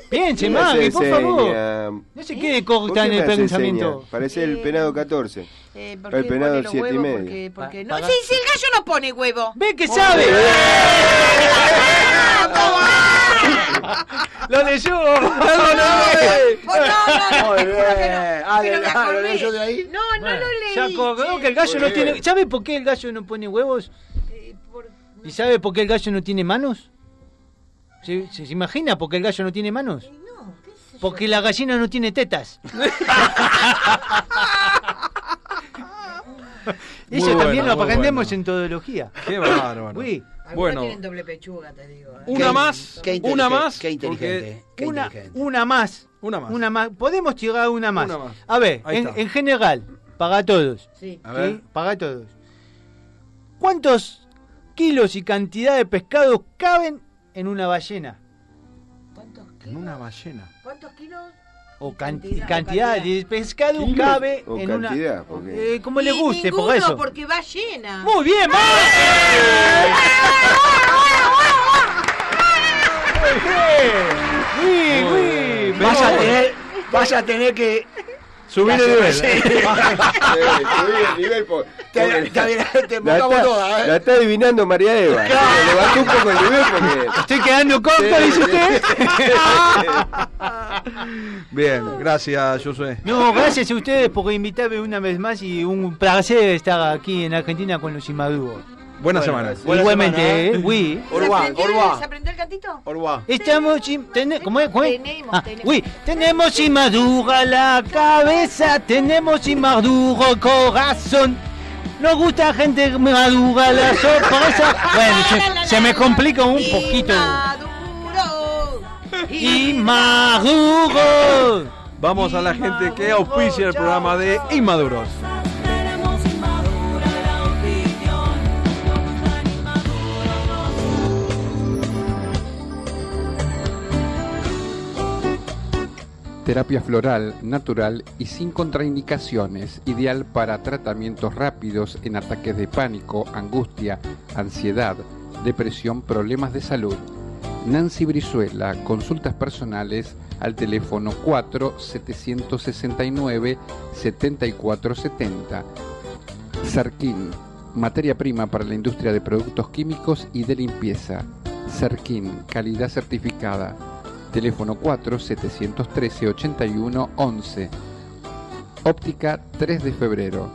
Speaker 3: Piense,
Speaker 6: No
Speaker 3: mami,
Speaker 6: se
Speaker 3: por favor.
Speaker 6: enseña.
Speaker 3: No se quede
Speaker 6: ¿Por qué
Speaker 3: corta en el
Speaker 6: me hace
Speaker 3: pensamiento.
Speaker 6: señas? Parece el penado 14.
Speaker 5: Eh, ¿por
Speaker 6: el
Speaker 5: qué
Speaker 6: penado
Speaker 5: pone los
Speaker 6: 7 y
Speaker 5: huevos?
Speaker 6: medio.
Speaker 5: Porque, porque no.
Speaker 6: para-
Speaker 5: Sí, sí, el gallo no pone huevo.
Speaker 3: ¡Ve que sabe! ¡Lo leyó!
Speaker 5: Oh, no, no, no.
Speaker 11: Muy bien.
Speaker 5: Pero me
Speaker 11: Ah, lo
Speaker 5: acordé.
Speaker 11: leyó de ahí.
Speaker 5: No, no lo leí.
Speaker 3: Se acordó que el gallo
Speaker 11: Muy
Speaker 3: no
Speaker 11: bien.
Speaker 3: tiene. ¿Sabe por qué el gallo no pone huevos?
Speaker 5: Eh, por-
Speaker 3: ¿Y sabe por qué el gallo no tiene manos? ¿Se, se- se imagina por qué el gallo no tiene manos?
Speaker 5: Eh, No, ¿qué sé yo?
Speaker 3: Porque la gallina no tiene
Speaker 5: <laughs>
Speaker 3: tetas. <laughs> Eso
Speaker 2: Muy
Speaker 3: también
Speaker 2: bueno,
Speaker 3: lo
Speaker 2: muy
Speaker 3: aprendemos
Speaker 2: bueno.
Speaker 3: en todología.
Speaker 2: Qué bárbaro.
Speaker 3: Uy,
Speaker 5: Algunos
Speaker 2: Bueno,
Speaker 5: tienen doble pechuga, te digo. ¿eh?
Speaker 2: una más.
Speaker 4: Qué
Speaker 2: Una
Speaker 4: inteligente,
Speaker 2: más.
Speaker 4: Qué inteligente. Qué
Speaker 3: una,
Speaker 4: inteligente.
Speaker 3: una más.
Speaker 2: Una más.
Speaker 3: Una más. Podemos tirar una más.
Speaker 2: Una más.
Speaker 3: A ver,
Speaker 2: Ahí
Speaker 3: en,
Speaker 2: está.
Speaker 3: en general, para todos.
Speaker 5: Sí.
Speaker 2: A ver.
Speaker 3: ¿sí? Para todos. ¿Cuántos kilos y cantidad de pescado caben en una ballena?
Speaker 5: ¿Cuántos
Speaker 2: En
Speaker 5: kilos?
Speaker 2: una ballena.
Speaker 5: ¿Cuántos kilos?
Speaker 3: O canti-
Speaker 5: Cantidad,
Speaker 3: cantidad,
Speaker 5: cantidad.
Speaker 3: de pescado
Speaker 6: ¿Kilos
Speaker 3: cabe
Speaker 6: o
Speaker 3: en
Speaker 6: cantidad?
Speaker 3: una.
Speaker 6: Porque-
Speaker 3: Eh, como le
Speaker 5: Y
Speaker 3: guste,
Speaker 5: ninguno,
Speaker 3: por eso.
Speaker 5: porque va llena. ¡Eh!
Speaker 3: Muy bien,
Speaker 2: ¡Eh!
Speaker 3: Muy bien. Muy bien.
Speaker 11: Vas a tener, vas a tener que.
Speaker 2: Subir el nivel. <laughs>
Speaker 11: Sí.
Speaker 6: Sí, subí el nivel, po-
Speaker 11: Te,
Speaker 6: porque-
Speaker 11: te, te
Speaker 6: La
Speaker 11: buscamos
Speaker 6: está,
Speaker 11: todas,
Speaker 6: la
Speaker 11: ¿eh?
Speaker 6: está adivinando María Eva. Le levantó un poco el nivel porque.
Speaker 3: Estoy quedando corto, dice usted.
Speaker 2: Bien, gracias, Josué.
Speaker 3: No, gracias a ustedes por invitarme una vez más y un placer estar aquí en Argentina con los inmaduros.
Speaker 2: Buena semana.
Speaker 6: gracias.
Speaker 11: Buena
Speaker 3: Igualmente,
Speaker 11: semana,
Speaker 3: ¿eh? Oui.
Speaker 5: Se
Speaker 11: Orba,
Speaker 5: aprendió-
Speaker 11: Orba.
Speaker 5: se aprendió el ratito?
Speaker 3: Estamos y tene- ¿cómo es? ¿Cómo es?
Speaker 5: Tenemos,
Speaker 3: Ah,
Speaker 5: tenemos.
Speaker 3: uy, tenemos y madura la cabeza, tenemos y maduro el corazón. Nos gusta gente madura
Speaker 5: <laughs>
Speaker 3: la sorpresa. Bueno, se, se me complica un poquito. Y maduro.
Speaker 2: Vamos a la gente que auspicia el programa de Inmaduros.
Speaker 8: Terapia floral, natural y sin contraindicaciones, ideal para tratamientos rápidos en ataques de pánico, angustia, ansiedad, depresión, problemas de salud. Nancy Brizuela, consultas personales al teléfono 4-769-7470. Sarquín, materia prima para la industria de productos químicos y de limpieza. Sarquín, calidad certificada. Teléfono 4-713-81-11. Óptica 3 de febrero.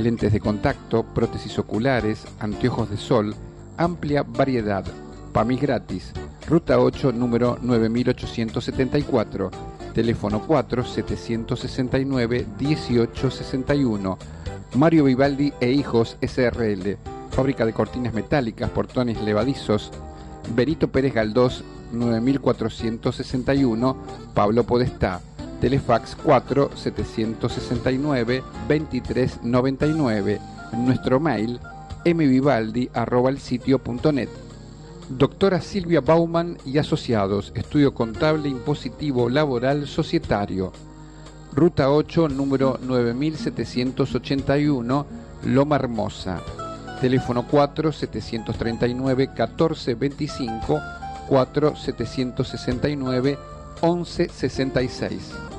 Speaker 8: Lentes de contacto, prótesis oculares, anteojos de sol, amplia variedad. PAMIS gratis. Ruta 8, número 9874. Teléfono 4-769-1861. Mario Vivaldi e Hijos SRL. Fábrica de cortinas metálicas, portones levadizos. Berito Pérez Galdós, 9461. Pablo Podestá. Telefax 4 769 2399. Nuestro mail mvivaldi arroba el sitio punto net. Doctora Silvia Bauman y Asociados, Estudio Contable Impositivo Laboral Societario. Ruta 8, número 9781, Loma Hermosa. Teléfono 4-739-1425, 4-769-1166.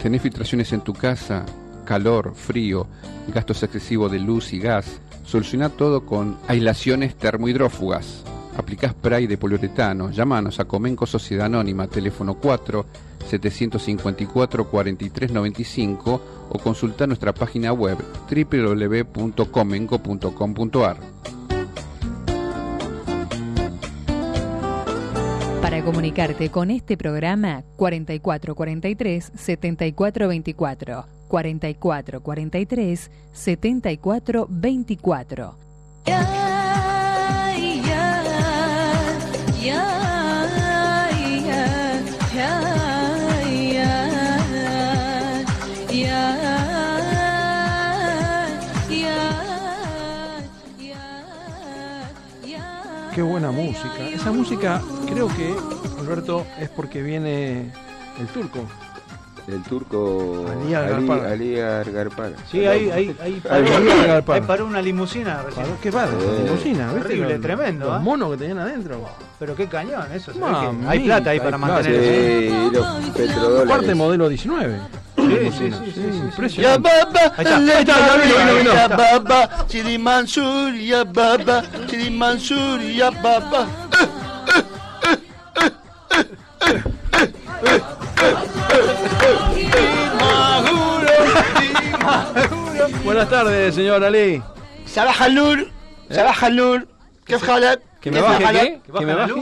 Speaker 8: ¿Tenés filtraciones en tu casa? Calor, frío, gastos excesivos de luz y gas. Soluciona todo con aislaciones termohidrófugas. Aplicás spray de poliuretano. Llámanos a Comenco Sociedad Anónima, teléfono 4 754 4395 o consulta nuestra página web www.comenco.com.ar.
Speaker 9: Para comunicarte con este programa 4443 7424 4443 7424
Speaker 7: Ay, ay, ay, ay, ay, ay, ay, ay,
Speaker 2: Qué buena música. Esa música creo que, Alberto, es porque viene el turco.
Speaker 6: El turco
Speaker 2: Ali
Speaker 6: Ali
Speaker 2: Algarpara.
Speaker 6: Ali Algarpara.
Speaker 3: Sí, ahí, ahí, ahí
Speaker 6: Ahí
Speaker 3: paró,
Speaker 6: paró.
Speaker 3: ahí paró una limusina recién.
Speaker 2: Paró, qué padre, esa limusina, ¿viste?
Speaker 3: Horrible,
Speaker 2: Los-
Speaker 3: tremendo.
Speaker 2: los
Speaker 3: ¿eh?
Speaker 2: monos que tenían adentro.
Speaker 3: Pero qué cañón eso. se ve que
Speaker 2: Mamita,
Speaker 3: Hay plata ahí para
Speaker 2: hay plata.
Speaker 3: mantener eso.
Speaker 6: Sí, los petrodólares.
Speaker 2: Aparte, modelo 19.
Speaker 3: Sí, sí, sí, sí, sí.
Speaker 4: Ya
Speaker 2: Impresionante.
Speaker 4: baba,
Speaker 2: Ahí está,
Speaker 4: le
Speaker 2: ahí está, ya vino, vino, vino.
Speaker 4: ya baba, Sidi Mansur, ya baba, Sidi Mansur, ya Eh, baba.
Speaker 2: Buenas tardes, señor Ali.
Speaker 4: Sabah Halur, Sabah Halur, ¿qué jalat?
Speaker 2: ¿Eh? ¿Que me baje
Speaker 4: jalat?
Speaker 2: qué? ¿Que me baje?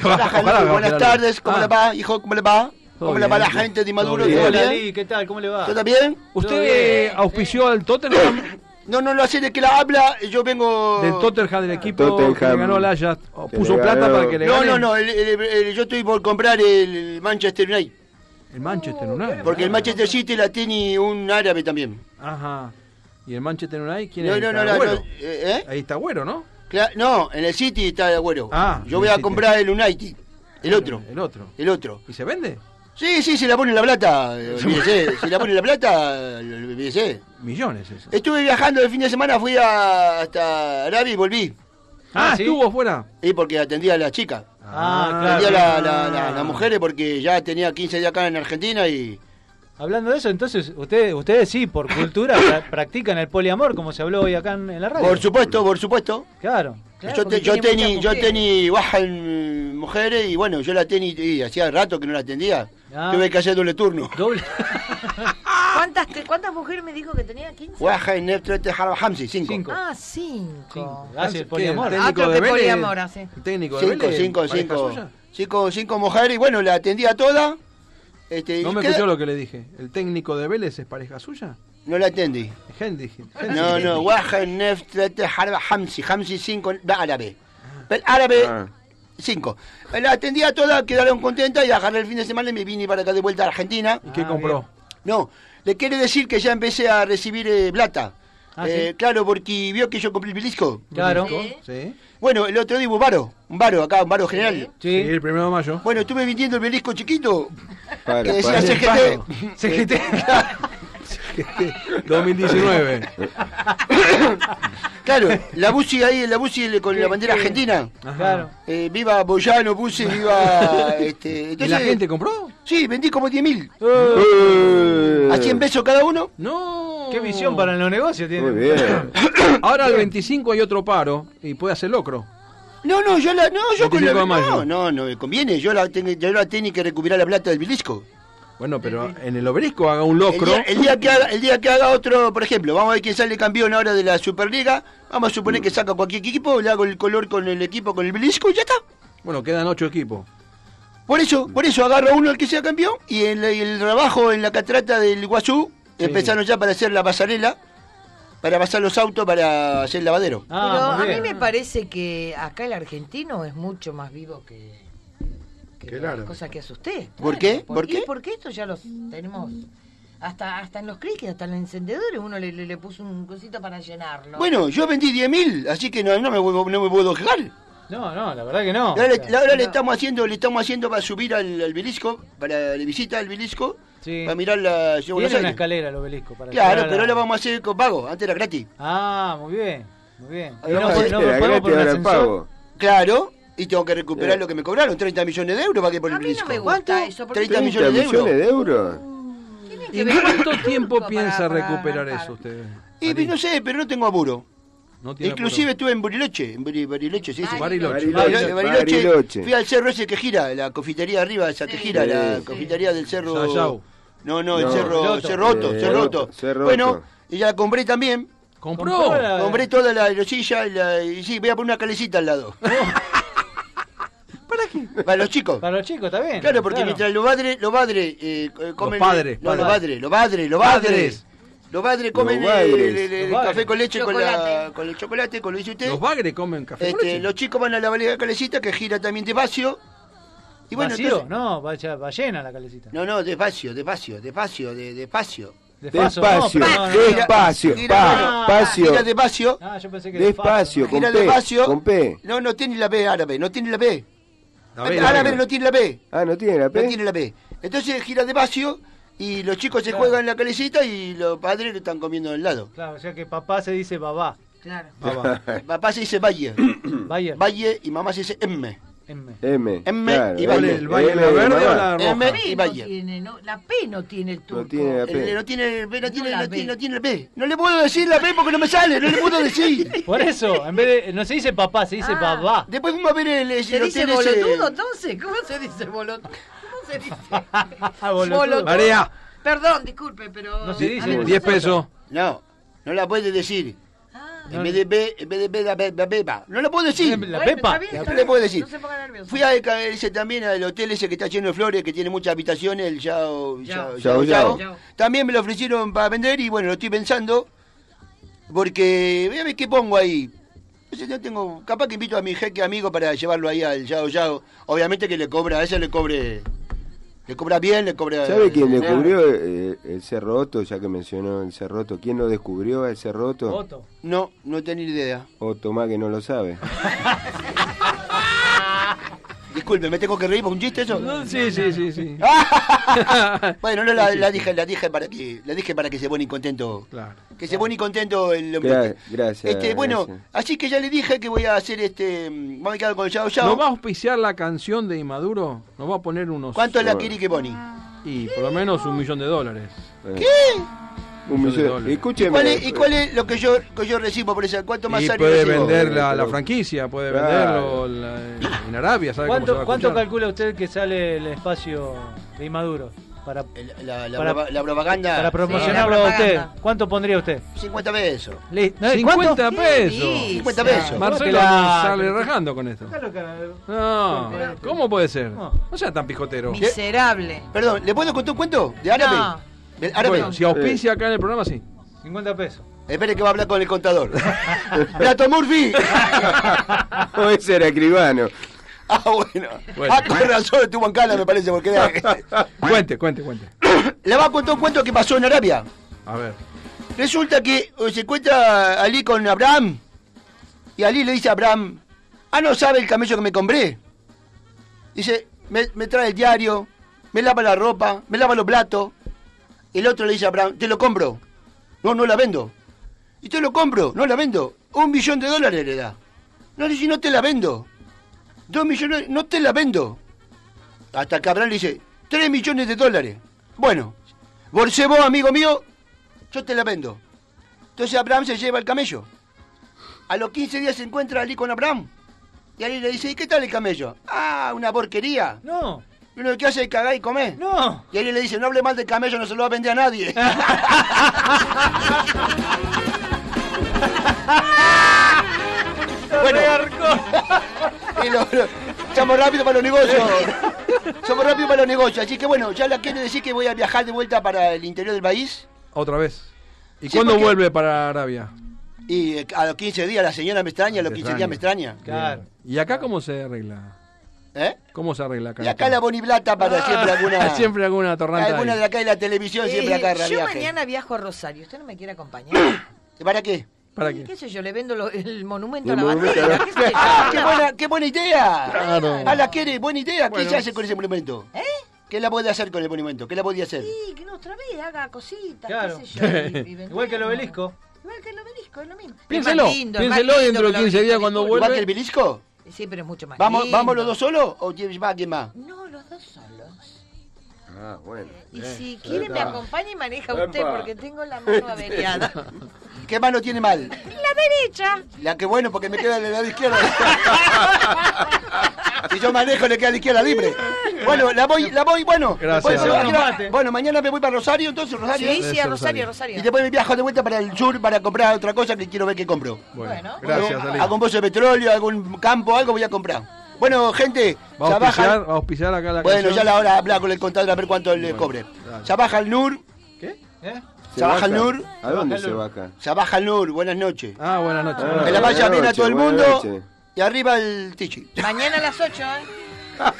Speaker 4: Sabah Halur,
Speaker 2: Ojalá,
Speaker 4: Buenas
Speaker 2: ojalá.
Speaker 4: tardes, ¿cómo le va, hijo? ¿Cómo le va? ¿Cómo le va la
Speaker 2: bien.
Speaker 4: gente de
Speaker 2: Todo
Speaker 4: Maduro?
Speaker 2: bien.
Speaker 4: ¿Todo
Speaker 2: Hola,
Speaker 4: bien?
Speaker 3: Sí, ¿qué tal? ¿Cómo le va?
Speaker 4: ¿Todo está bien?
Speaker 2: ¿Usted eh, auspició al Tottenham?
Speaker 4: <coughs> No, no, no sé de qué la habla, yo vengo...
Speaker 2: Del Tottenham, del equipo que le
Speaker 6: Tottenham.
Speaker 2: ganó al Ajax. Oh,
Speaker 6: Que
Speaker 2: ¿Puso
Speaker 6: le
Speaker 2: plata
Speaker 6: ganó.
Speaker 2: para que le
Speaker 4: No,
Speaker 2: gane?
Speaker 4: no, no, el- el- el- yo estoy por comprar el Manchester United.
Speaker 2: El Manchester United.
Speaker 4: Porque el Manchester City la tiene un árabe también.
Speaker 2: Ajá. ¿Y el Manchester United quién
Speaker 4: No,
Speaker 2: es?
Speaker 4: no, no,
Speaker 2: Está
Speaker 4: no,
Speaker 2: Agüero.
Speaker 4: no, eh, ¿eh?
Speaker 2: Ahí está Güero, ¿no?
Speaker 4: Cla- no, en el City está el Agüero.
Speaker 2: Ah,
Speaker 4: Yo
Speaker 2: en
Speaker 4: voy
Speaker 2: el
Speaker 4: a
Speaker 2: City.
Speaker 4: comprar el United, el otro,
Speaker 2: El otro.
Speaker 4: el otro.
Speaker 2: ¿Y se vende?
Speaker 4: Sí, sí, si la pone la plata, eh, olvídese. si la pone la plata, eh, olvídese.
Speaker 2: Millones eso.
Speaker 4: Estuve viajando el fin de semana, fui a- hasta Arabia y volví.
Speaker 2: Ah, estuvo fuera.
Speaker 4: Y porque atendía a la chica.
Speaker 3: Ah,
Speaker 4: Atendía
Speaker 3: claro.
Speaker 4: a la- la-
Speaker 2: Ah.
Speaker 4: la- las mujeres porque ya tenía 15 días acá en Argentina y...
Speaker 3: Hablando de eso, entonces, ustedes, ustedes sí, por cultura, pra- practican el poliamor, como se habló hoy acá en, en la radio.
Speaker 4: Por supuesto, por supuesto.
Speaker 3: Claro.
Speaker 4: yo te- yo tenía yo tení bajan mujeres y bueno, yo la tenía y hacía rato que no la atendía.
Speaker 3: Ah.
Speaker 4: Tuve que hacer doble turno.
Speaker 3: Doble.
Speaker 5: ¡Eh! ¿Cuántas ¿Que ¿Cuántas mujeres me dijo que tenía? 15.
Speaker 4: Waja y este Nertre Tejaro Hamsi, cinco.
Speaker 5: Ah, cinco.
Speaker 4: Gracias,
Speaker 2: el poliamor. ¿Qué? El técnico de Vélez- el técnico de
Speaker 4: Cinco,
Speaker 2: Vélez,
Speaker 4: cinco,
Speaker 2: pareja
Speaker 4: cinco.
Speaker 2: suya.
Speaker 4: Cinco, cinco mujeres y bueno, la atendí a todas. Este,
Speaker 2: ¿No
Speaker 4: y
Speaker 2: me
Speaker 4: queda-
Speaker 2: escuchó lo que le dije? ¿El técnico de Vélez es pareja suya?
Speaker 4: No la atendí.
Speaker 2: Hendy.
Speaker 4: No,
Speaker 2: <laughs>
Speaker 4: no, Waja Neftrete Harba Hamsi, Hamsi 5, árabe.
Speaker 2: Ah.
Speaker 4: El árabe 5. La atendí a todas, quedaron contentas y agarré el fin de semana y me vine para acá de vuelta a Argentina. ¿Y
Speaker 2: qué compró?
Speaker 4: No, le quiere decir que ya empecé a recibir eh, plata.
Speaker 2: Ah,
Speaker 4: Eh,
Speaker 2: ¿sí?
Speaker 4: Claro, porque vio que yo compré el bilisco.
Speaker 2: Sí.
Speaker 4: Bueno, el otro día hubo un varo, un varo acá, un varo general.
Speaker 2: Sí, el primero de mayo.
Speaker 4: Bueno, estuve vendiendo el belisco chiquito.
Speaker 6: Para,
Speaker 4: que decía
Speaker 6: para.
Speaker 2: <laughs>
Speaker 4: CGT. <laughs>
Speaker 2: CGT. 2019. <laughs>
Speaker 4: Claro, la busi ahí, la busi le- con la bandera argentina.
Speaker 2: Claro.
Speaker 4: Eh, viva
Speaker 2: <laughs>
Speaker 4: Boyano, busi, viva. Este,
Speaker 2: ¿Y la gente compró?
Speaker 4: Sí, vendí como 10.000. mil.
Speaker 6: Eh.
Speaker 4: ¿A 100 pesos cada uno?
Speaker 2: No.
Speaker 3: <laughs> Qué visión para los negocios tiene.
Speaker 6: Muy bien.
Speaker 2: <coughs> Ahora el 25 hay otro paro y puede hacer locro.
Speaker 4: No, no, yo la. No, yo con la.
Speaker 2: 25 de mayo.
Speaker 4: No, no, no me conviene. Yo la, tengo, yo la tengo que recuperar la plata del bilisco.
Speaker 2: Bueno, pero en el obelisco haga un locro.
Speaker 4: El día, el día que haga, el día que haga otro, por ejemplo, vamos a ver quién sale campeón ahora de la Superliga. Vamos a suponer que saca cualquier equipo, le hago el color con el equipo, con el bilisco y ya está.
Speaker 2: Bueno, quedan ocho equipos.
Speaker 4: Por eso, por eso agarro uno el que sea campeón y en la- y el trabajo en la catrata del Guazú empezaron ya para hacer la pasarela, para pasar los autos, para hacer el lavadero.
Speaker 3: Ah,
Speaker 5: Pero a mí me parece que acá el argentino es mucho más vivo que, que
Speaker 4: Qué
Speaker 5: la
Speaker 4: largo.
Speaker 5: cosa que hace usted.
Speaker 4: ¿Por qué?
Speaker 5: ¿Por,
Speaker 4: ¿Por
Speaker 5: qué?
Speaker 4: qué?
Speaker 5: Porque esto ya los tenemos hasta hasta en los clics, hasta en los encendedores. Uno le, le- le puso un cosito para llenarlo.
Speaker 4: Bueno, yo vendí 10.000, así que no, no me, puedo- no me puedo quejar.
Speaker 3: No, no, la verdad que no.
Speaker 4: Ahora, le, ahora le estamos haciendo, le estamos haciendo para subir al, al Belisco, para la visita al Belisco, para mirar la ciudad de
Speaker 3: Tiene
Speaker 4: Buenos
Speaker 3: una
Speaker 4: Aires.
Speaker 3: escalera el obelisco. Para
Speaker 4: Claro,
Speaker 3: llegar a
Speaker 4: pero
Speaker 3: la-
Speaker 4: ahora vamos a hacer con pago, antes era gratis.
Speaker 3: Ah, muy bien, muy bien.
Speaker 4: Ahí
Speaker 3: Y
Speaker 4: vamos a
Speaker 3: po-
Speaker 4: hacer
Speaker 3: me podemos
Speaker 4: la
Speaker 3: poner
Speaker 4: gratis
Speaker 3: un
Speaker 4: ahora el
Speaker 3: ascensor.
Speaker 4: pago. Eh. Claro, y tengo que recuperar
Speaker 6: Sí.
Speaker 4: lo que me cobraron, 30 millones de euros para que por el Belisco.
Speaker 5: me gusta
Speaker 4: ¿Cuánto?
Speaker 5: eso, porque-
Speaker 4: 30 millones de euros.
Speaker 6: millones de euros?
Speaker 2: ¿Y cuánto tiempo piensa recuperar eso usted?
Speaker 4: Y pues, no sé, pero no tengo apuro.
Speaker 2: No tiene
Speaker 4: Inclusive estuve en Bariloche, en Bari- Bariloche, sí, sí.
Speaker 2: Bariloche.
Speaker 4: Bariloche.
Speaker 2: Bariloche.
Speaker 4: Bariloche. Fui al cerro ese que gira, la confitería arriba, esa que gira, la confitería del cerro.
Speaker 2: Yayau.
Speaker 4: No, no, el
Speaker 6: No.
Speaker 4: cerro,
Speaker 6: Loto.
Speaker 4: cerro Otto,
Speaker 6: Eh,
Speaker 4: cerro
Speaker 6: Otto,
Speaker 4: Otto.
Speaker 6: Cerro
Speaker 4: Bueno,
Speaker 6: Otto.
Speaker 4: y ya la compré también.
Speaker 2: ¿Compró?
Speaker 4: Compré toda la aerosilla y, la- y sí, voy a poner una calecita al
Speaker 2: <laughs>
Speaker 4: lado. ¿Para qué? Para los chicos.
Speaker 3: Para los chicos, está bien.
Speaker 4: Claro, porque mientras los padres, los padres eh, eh, comen.
Speaker 2: padres,
Speaker 4: no, los
Speaker 2: padres.
Speaker 4: padres, los padres, los padres.
Speaker 2: Padres.
Speaker 4: Los padres comen
Speaker 2: Los
Speaker 4: eh, el,
Speaker 2: padres.
Speaker 4: el- el
Speaker 2: Los
Speaker 4: café
Speaker 2: padres.
Speaker 4: con leche con, la-
Speaker 2: Chocolate.
Speaker 4: con el chocolate, como lo dice usted.
Speaker 2: Los bagres comen café. con
Speaker 4: Este,
Speaker 2: leche.
Speaker 4: los chicos van a la valija calecita que gira también despacio. Y bueno,
Speaker 3: Vacío,
Speaker 4: entonces-
Speaker 3: no, vaya, va llena la calecita.
Speaker 4: no, no, despacio, despacio, despacio, de, despacio.
Speaker 3: Despacio, Despacio, no, pero no, no, no.
Speaker 6: despacio,
Speaker 4: Gira-
Speaker 6: pa-
Speaker 4: gira-
Speaker 6: pacio.
Speaker 4: gira despacio.
Speaker 3: Ah, yo pensé que
Speaker 6: Despacio, con
Speaker 4: Gira
Speaker 6: P,
Speaker 4: despacio.
Speaker 6: con P.
Speaker 4: No, no tiene la B árabe, no tiene la B.
Speaker 6: La B, la
Speaker 4: árabe
Speaker 6: B.
Speaker 4: no tiene la B.
Speaker 6: Ah, ¿no tiene la P?
Speaker 4: No tiene la P. Entonces gira despacio y los chicos se juegan en la calecita y los padres lo están comiendo al lado.
Speaker 3: Claro, o sea que papá se dice babá.
Speaker 5: Claro.
Speaker 2: Babá.
Speaker 4: <laughs> Papá se
Speaker 3: <coughs>
Speaker 4: dice Valle.
Speaker 3: Vaya.
Speaker 4: Valle y mamá se dice M.
Speaker 3: M.
Speaker 6: M.
Speaker 4: M
Speaker 6: claro,
Speaker 4: y Valle.
Speaker 6: M,
Speaker 2: ¿El Valle, la
Speaker 6: M,
Speaker 2: verde
Speaker 6: mamá.
Speaker 2: o la roja?
Speaker 4: M y
Speaker 5: P no
Speaker 4: Valle.
Speaker 5: tiene, no, la P no tiene el turco.
Speaker 6: tiene la
Speaker 4: El-
Speaker 6: P.
Speaker 4: No tiene, no tiene,
Speaker 5: la
Speaker 4: no tiene,
Speaker 5: B.
Speaker 4: no tiene la P. No le puedo decir la P porque no me sale, no le puedo decir.
Speaker 3: Por eso, en vez de. No se dice papá, se dice
Speaker 5: Ah.
Speaker 3: babá.
Speaker 4: Después vamos a ver el, el
Speaker 5: ¿Se dice
Speaker 4: hotel ese-
Speaker 5: bolotudo entonces? ¿Cómo se dice bolotudo? ¿Cómo se dice?
Speaker 3: Ah, boludo.
Speaker 5: Bolotudo.
Speaker 2: María.
Speaker 5: Perdón, disculpe, pero...
Speaker 3: No se dice.
Speaker 5: A mí no me
Speaker 2: 10
Speaker 5: sale.
Speaker 2: pesos.
Speaker 4: No, no la puede decir.
Speaker 5: Ah.
Speaker 4: En vez de B, en vez de B, la P- la Pepa. No la puedo decir.
Speaker 3: La
Speaker 5: Bueno,
Speaker 3: pepa.
Speaker 5: está bien,
Speaker 4: No
Speaker 5: está
Speaker 4: le
Speaker 5: bien.
Speaker 4: puedo decir.
Speaker 5: No se ponga nervioso.
Speaker 4: Fui a ca- ese también al hotel ese que está lleno de flores, que tiene muchas habitaciones, el Yao
Speaker 5: Yao.
Speaker 4: Yao- Yao-
Speaker 6: Yao.
Speaker 4: Yao. También me lo ofrecieron para vender y bueno, lo estoy pensando. Porque, voy a ver qué pongo ahí. No sé, no tengo, capaz que invito a mi jeque amigo para llevarlo ahí al Yao Yao. Obviamente que le cobra, a ese le cobre. Le cobra bien, le cobra.
Speaker 6: ¿Sabe quién
Speaker 4: le
Speaker 6: descubrió eh, el Cerro Otto, ya que mencionó el Cerro Otto? ¿Quién lo descubrió el Cerro Otto? Otto,
Speaker 3: Otto.
Speaker 4: No, no
Speaker 2: <laughs>
Speaker 4: tenía idea.
Speaker 6: más que no lo sabe.
Speaker 4: <laughs> Disculpe, ¿me tengo que reír por un chiste eso?
Speaker 2: Sí, sí, sí, sí.
Speaker 4: Bueno, no, la, la dije, la dije para que, la dije para que se pone contento,
Speaker 2: Claro.
Speaker 4: que se pone contento el hombre.
Speaker 6: Gra- gracias. <laughs>
Speaker 4: Este, bueno,
Speaker 6: gracias.
Speaker 4: así que ya le dije que voy a hacer este, mm, vamos a quedar con el Yao Yao.
Speaker 2: ¿No va a auspiciar la canción de Maduro? ¿Nos va a poner unos...
Speaker 4: ¿Cuánto es la
Speaker 6: Bueno.
Speaker 4: Kiri que pone?
Speaker 2: Y por lo menos un millón de dólares.
Speaker 4: ¿Qué?
Speaker 6: Un
Speaker 2: millón de
Speaker 6: millón.
Speaker 2: dólares.
Speaker 6: Escúcheme.
Speaker 4: ¿Cuál es- ¿Y cuál es lo que yo, que yo recibo por esa? ¿Cuánto más
Speaker 2: Y
Speaker 4: sale?
Speaker 2: puede
Speaker 4: recibo?
Speaker 2: vender la,
Speaker 6: Pero-
Speaker 2: la franquicia, puede
Speaker 6: Claro.
Speaker 2: venderlo la- en Arabia, ¿sabe cómo se va a
Speaker 3: ¿Cuánto, cuánto
Speaker 2: escuchar?
Speaker 3: calcula usted que sale el espacio de Inmaduro? Para,
Speaker 4: la, la propa- la propaganda.
Speaker 3: Para
Speaker 4: Sí,
Speaker 3: promocionarlo
Speaker 4: la
Speaker 3: a usted.
Speaker 4: propaganda.
Speaker 3: ¿Cuánto pondría usted?
Speaker 4: 50 pesos.
Speaker 3: Li- ¿no?
Speaker 2: 50
Speaker 3: ¿Cuánto?
Speaker 2: pesos.
Speaker 4: 50 pesos.
Speaker 2: Marcelo
Speaker 4: Claro.
Speaker 2: sale rajando con esto. No, ¿cómo puede ser? No sea tan pijotero.
Speaker 4: Miserable. Perdón, ¿le puedo contar un cuento? De árabe.
Speaker 2: No.
Speaker 4: Del árabe.
Speaker 2: Bueno, si auspicia acá en el programa, sí.
Speaker 3: 50 pesos.
Speaker 4: Espere que va a hablar con
Speaker 2: <laughs>
Speaker 4: el contador. ¡Plato Murphy! <laughs>
Speaker 6: O ese era escribano.
Speaker 4: Ah, bueno.
Speaker 6: Bueno.
Speaker 4: Ah, con razón estuvo en cana, me parece, porque era- este,
Speaker 2: Cuente, cuente, cuente.
Speaker 4: Le va a contar un cuento que pasó en Arabia.
Speaker 2: A ver.
Speaker 4: Resulta que eh, se encuentra Ali con Abraham. Y Ali le dice a Abraham, ah, no sabe el camello que me compré. Dice, me, me trae el diario, me lava la ropa, me lava los platos. El otro le dice a Abraham, te lo compro. No, no la vendo. Y te lo compro, no la vendo. Un billón de dólares le da. No, le dice, no te la vendo. Dos millones, no te la vendo. Hasta que Abraham le dice, tres millones de dólares. Bueno, bolse vos, amigo mío, yo te la vendo. Entonces Abraham se lleva el camello. A los 15 días se encuentra Ali con Abraham. Y Ali le dice, ¿y qué tal el camello? Ah, una porquería.
Speaker 3: No.
Speaker 4: Y uno que hace es cagar y comer.
Speaker 3: No.
Speaker 4: Y Ali le dice, no hable mal del camello, no se lo va a vender
Speaker 3: <laughs>
Speaker 4: a nadie. bueno. <laughs> Y lo- lo- somos rápidos para
Speaker 3: <laughs>
Speaker 4: los negocios. Somos rápidos para los negocios. Así que bueno, ya la quiero decir que voy a viajar de vuelta para el interior del país.
Speaker 2: Otra vez. ¿Y
Speaker 4: Sí,
Speaker 2: cuándo
Speaker 4: porque-
Speaker 2: vuelve para Arabia?
Speaker 4: Y eh, a los 15 días la señora me extraña, a los 15 días me extraña.
Speaker 2: ¿Y acá cómo se arregla?
Speaker 4: ¿Eh?
Speaker 2: ¿Cómo se arregla acá?
Speaker 4: Y acá la boniblata para siempre alguna.
Speaker 2: Ah, <laughs> Siempre alguna torranta.
Speaker 4: alguna
Speaker 2: ahí.
Speaker 4: de acá de la televisión, siempre
Speaker 12: Eh,
Speaker 4: acá
Speaker 12: yo
Speaker 4: rabiaje.
Speaker 12: mañana viajo a Rosario. ¿Usted no me quiere acompañar?
Speaker 4: ¿Para qué?
Speaker 2: ¿Para
Speaker 12: qué? sé yo? Le vendo lo- el monumento
Speaker 4: El
Speaker 12: a la
Speaker 4: monumento a la-
Speaker 12: bandera. ¿qué sé yo?
Speaker 4: ¡Ah, <laughs> qué buena, qué buena idea!
Speaker 12: Claro.
Speaker 4: Ah, la quiere, buena idea. ¿Qué
Speaker 12: Bueno.
Speaker 4: se hace con ese monumento? ¿Qué la puede hacer con el monumento? ¿Qué la podía hacer?
Speaker 12: Sí, Eh, que no, otra vez haga cositas,
Speaker 3: Claro.
Speaker 12: qué sé yo. y- y
Speaker 3: Igual que el obelisco.
Speaker 12: Igual que el obelisco, es lo mismo.
Speaker 2: Piénselo,
Speaker 12: Es más lindo, es más
Speaker 2: piénselo
Speaker 12: lindo
Speaker 2: dentro
Speaker 12: que
Speaker 2: de
Speaker 12: el
Speaker 2: 15 días cuando
Speaker 12: obelisco,
Speaker 2: vuelve.
Speaker 4: ¿Igual que el obelisco?
Speaker 12: disculpe. Sí, pero es mucho más
Speaker 4: ¿Vamos,
Speaker 12: lindo.
Speaker 4: ¿Vamos los dos solos o llevas más que más?
Speaker 12: No, los dos solos.
Speaker 6: Ah, bueno.
Speaker 12: Y
Speaker 4: Eh,
Speaker 12: si quiere me
Speaker 4: epa.
Speaker 12: acompaña y maneja usted
Speaker 4: Epa.
Speaker 12: porque tengo la mano averiada.
Speaker 2: <laughs>
Speaker 4: ¿Qué mano tiene mal?
Speaker 12: la derecha.
Speaker 4: La que bueno, porque me queda el lado izquierdo. <laughs> si yo manejo, le queda la izquierda libre. Bueno, la voy, la voy, bueno.
Speaker 2: Gracias.
Speaker 4: Después me voy a-
Speaker 2: Bueno,
Speaker 4: bueno, mañana me voy para Rosario, entonces, Rosario.
Speaker 12: Sí, sí, a Rosario, Rosario.
Speaker 4: Y después me viajo de vuelta para el sur para comprar otra cosa que quiero ver qué compro.
Speaker 12: Bueno,
Speaker 2: gracias,
Speaker 4: Algún-
Speaker 2: Ali.
Speaker 4: Algún pozo de petróleo, algún campo, algo voy a comprar. Bueno, gente,
Speaker 2: Va a
Speaker 4: ya baja.
Speaker 2: auspiciar, va a auspiciar acá la
Speaker 4: Bueno,
Speaker 2: canción.
Speaker 4: ya la hora habla con el contador a ver cuánto le cobre. Ya baja el NUR.
Speaker 3: ¿Eh?
Speaker 4: ¿Se baja el NUR?
Speaker 6: ¿A dónde se baja?
Speaker 4: Ya baja el NUR, buenas noches.
Speaker 2: Ah, buenas noches.
Speaker 4: Que la vaya bien a todo el mundo.
Speaker 6: buenas noches.
Speaker 4: Y arriba el Tichi.
Speaker 12: Mañana a las 8,
Speaker 2: <laughs>
Speaker 12: ¿eh?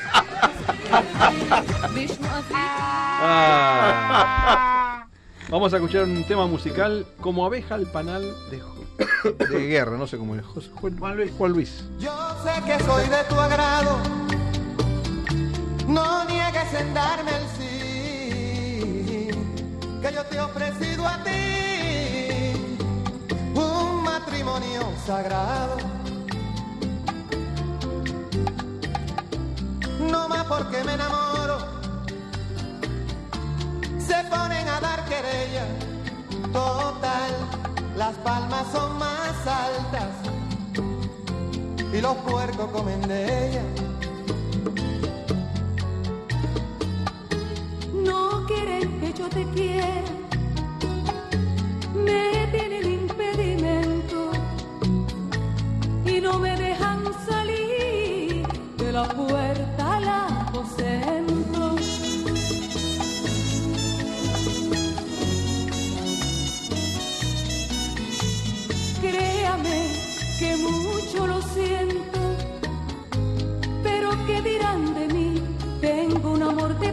Speaker 2: Ah. Vamos a escuchar un tema musical como abeja al panal de, Jo- de guerra, no sé cómo es. José- Juan, Luis. Juan Luis.
Speaker 1: Yo sé que soy de tu agrado, no niegues en darme el sí, que yo te he ofrecido a ti un matrimonio sagrado. No más porque me enamoro, se ponen a dar querella, total, las palmas son más altas y los puercos comen de ella.
Speaker 7: No quieren que yo te quiera, me tienen impedimento y no me dejan salir de la puerta al aposento. Créame que mucho lo siento, pero ¿qué dirán de mí? Tengo un amor de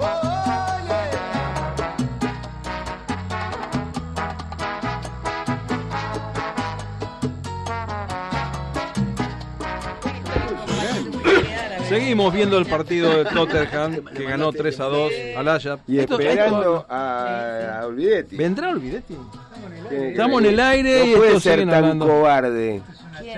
Speaker 1: Oh, yeah.
Speaker 2: Seguimos viendo el partido de Tottenham que ganó 3 a 2 al Ajax.
Speaker 6: Y
Speaker 2: Esto-
Speaker 6: esperando
Speaker 2: esto-
Speaker 6: a, a Olvidetti.
Speaker 2: ¿Vendrá Olvidetti?
Speaker 6: Estamos
Speaker 2: en el aire y
Speaker 6: No puede
Speaker 2: estos
Speaker 6: ser
Speaker 2: siguen
Speaker 6: tan
Speaker 2: hablando.
Speaker 6: cobarde.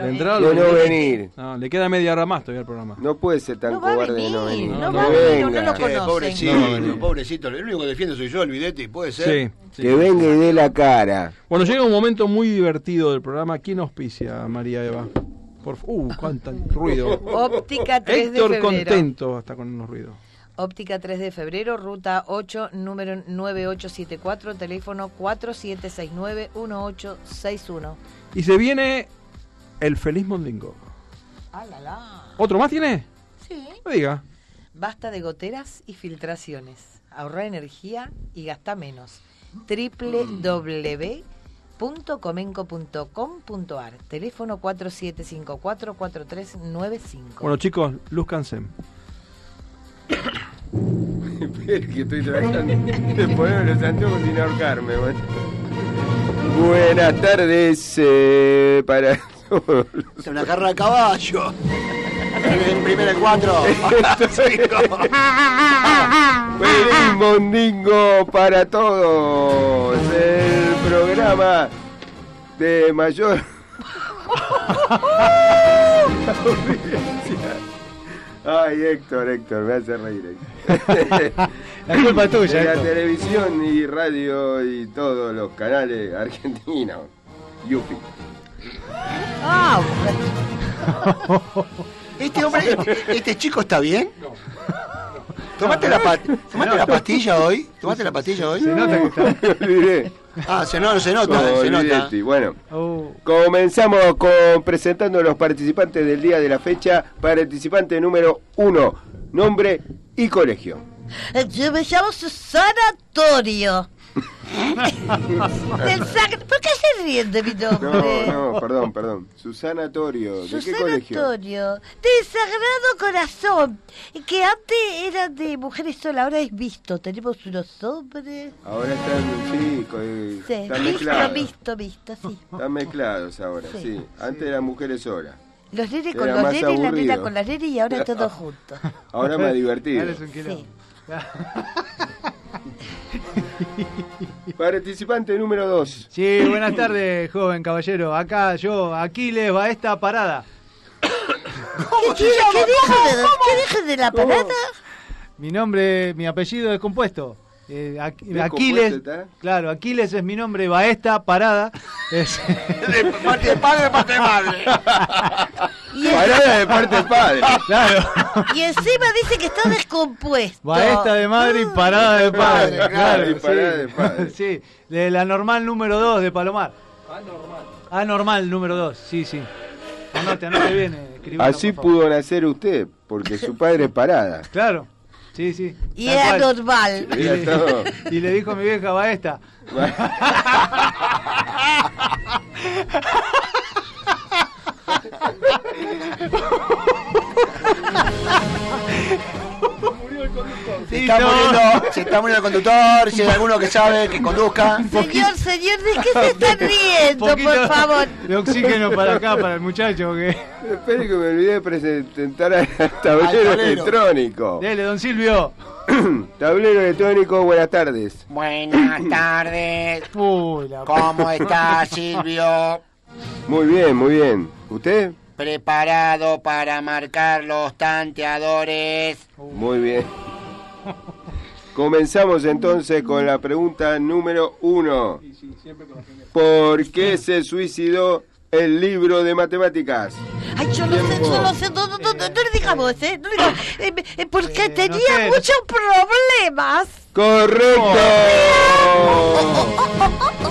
Speaker 2: ¿Vendrá
Speaker 6: de no
Speaker 2: Olvidetti?
Speaker 6: venir.
Speaker 2: No, le queda media hora más todavía al programa.
Speaker 6: No puede ser tan cobarde de no venir.
Speaker 2: no
Speaker 6: Que
Speaker 2: va a venir, no
Speaker 6: venga.
Speaker 2: lo conoce.
Speaker 4: Eh, pobrecito,
Speaker 2: No, no.
Speaker 4: pobrecito. El único que defiende soy yo, el Videtti, puede ser.
Speaker 6: Que venga y dé la cara.
Speaker 4: <laughs>
Speaker 2: Bueno, llega un momento muy divertido del programa. ¿Quién auspicia, María Eva? Por fa- uh, cuánto <laughs> ruido.
Speaker 5: Óptica 3 de
Speaker 2: Héctor
Speaker 5: febrero.
Speaker 2: contento hasta con los ruidos.
Speaker 5: Óptica 3 de febrero, ruta 8, número 9874, teléfono 4769-1861.
Speaker 2: Y se viene el feliz mondingo.
Speaker 5: Ah, la, la.
Speaker 2: ¿Otro más tiene?
Speaker 5: Sí.
Speaker 2: No diga.
Speaker 5: Basta de goteras y filtraciones. Ahorra energía y gasta menos. www.comenco.com.ar Teléfono 4754-4395.
Speaker 2: Bueno, chicos, luzcanse.
Speaker 6: Espera que estoy tratando de ponerme los anteojos sin ahorcarme, bueno. Buenas tardes eh, para <laughs> todos.
Speaker 4: Se una carrera de caballo. <laughs> en primera en <laughs> cuatro. Cinco. <laughs>
Speaker 6: Feliz Mondingo para todos. El programa de mayor <laughs> audiencia. Ay, Héctor, Héctor, me hace reír. Héctor.
Speaker 3: <laughs> La culpa es tuya,
Speaker 6: De la
Speaker 3: Héctor.
Speaker 6: televisión y radio y todos los canales argentinos. Yupi.
Speaker 5: Ah,
Speaker 4: Este hombre, este, este chico está bien. ¿Tomaste la, pa- tomaste la pastilla hoy? ¿Tomaste la pastilla hoy? Se
Speaker 6: nota que está.
Speaker 4: Ah, se, no, se nota, se nota.
Speaker 6: Olivetti, Bueno, comenzamos con presentando los participantes del día de la fecha. Participante número uno, nombre y colegio.
Speaker 7: Eh, Yo me llamo Susana
Speaker 6: <laughs>
Speaker 7: Torio. Del sac- ¿Por qué se ríen de mi nombre?
Speaker 6: No, <laughs> no, perdón, perdón. Susana Torio, ¿de qué
Speaker 7: Susana
Speaker 6: colegio?
Speaker 7: Torio, de Sagrado Corazón, que antes era de mujeres sola, ahora es visto. Tenemos unos hombres.
Speaker 6: Ahora están, sí, co- eh,
Speaker 7: Sí,
Speaker 6: están
Speaker 7: visto,
Speaker 6: mezclados.
Speaker 7: visto, visto, sí.
Speaker 6: Están mezclados ahora, sí.
Speaker 7: Sí.
Speaker 6: Antes eran mujeres sola.
Speaker 7: Los nenes
Speaker 6: Era
Speaker 7: con los
Speaker 6: más
Speaker 7: nenes, la nena
Speaker 6: aburrido.
Speaker 7: con la nena y
Speaker 6: <laughs>
Speaker 7: ahora todos juntos.
Speaker 6: Ahora más divertido.
Speaker 7: Sí.
Speaker 6: Participante número 2.
Speaker 3: Sí, buenas tardes, joven caballero. Acá yo, Aquiles va esta parada.
Speaker 7: ¿Qué, tiene- qué deja de, qué deja de la
Speaker 3: ¿Cómo?
Speaker 7: parada?
Speaker 3: Mi nombre, mi apellido es compuesto. Eh, Aqu-
Speaker 6: ¿Bien
Speaker 3: Aquiles,
Speaker 6: compuesto está?
Speaker 3: claro, Aquiles es mi nombre, va
Speaker 6: <laughs>
Speaker 3: esta parada. Es-
Speaker 4: Parte de padre, parte
Speaker 7: <laughs>
Speaker 4: de madre.
Speaker 6: Parada de parte de padre.
Speaker 3: Claro,
Speaker 7: Y encima dice que está descompuesto.
Speaker 3: baeta de madre y parada de padre.
Speaker 7: Padre,
Speaker 3: Claro,
Speaker 6: y parada de
Speaker 3: padre. <laughs> Sí, de la normal número 2 de Palomar. Anormal número 2, sí, sí. Anote, anote bien, eh, escribilo,
Speaker 6: Así
Speaker 3: por favor.
Speaker 6: pudo nacer usted, porque su padre
Speaker 7: <laughs>
Speaker 6: es parada.
Speaker 3: Claro, sí, sí.
Speaker 7: Y
Speaker 3: tal
Speaker 7: era
Speaker 3: cual.
Speaker 7: normal.
Speaker 3: Y le-
Speaker 6: Mira todo.
Speaker 3: <laughs> y le dijo a mi vieja, va esta.
Speaker 4: Se está, muriendo, se está muriendo el conductor, si hay alguno que sabe que conduzca.
Speaker 7: Señor, señor, ¿de qué se están riendo,
Speaker 3: Poquito
Speaker 7: por favor?
Speaker 3: De oxígeno para acá, para el muchacho. Que...
Speaker 6: <laughs> Espere que me olvidé de presentar al tablero
Speaker 3: tablero.
Speaker 6: electrónico.
Speaker 3: Dele, don Silvio.
Speaker 6: <clears throat> tablero electrónico, buenas tardes.
Speaker 4: Buenas tardes. ¿Cómo está Silvio?
Speaker 6: Muy bien, muy bien. ¿Usted?
Speaker 4: Preparado para marcar los tanteadores.
Speaker 6: Muy bien. Comenzamos entonces con la pregunta número uno. ¿Por qué se suicidó el libro de matemáticas?
Speaker 7: Ay, yo no sé, yo no sé, no, no, no, no, no le digamos, ¿eh? No le digamos, Eh, eh, porque tenía
Speaker 6: sé, no-
Speaker 7: muchos problemas.
Speaker 6: ¡Correcto!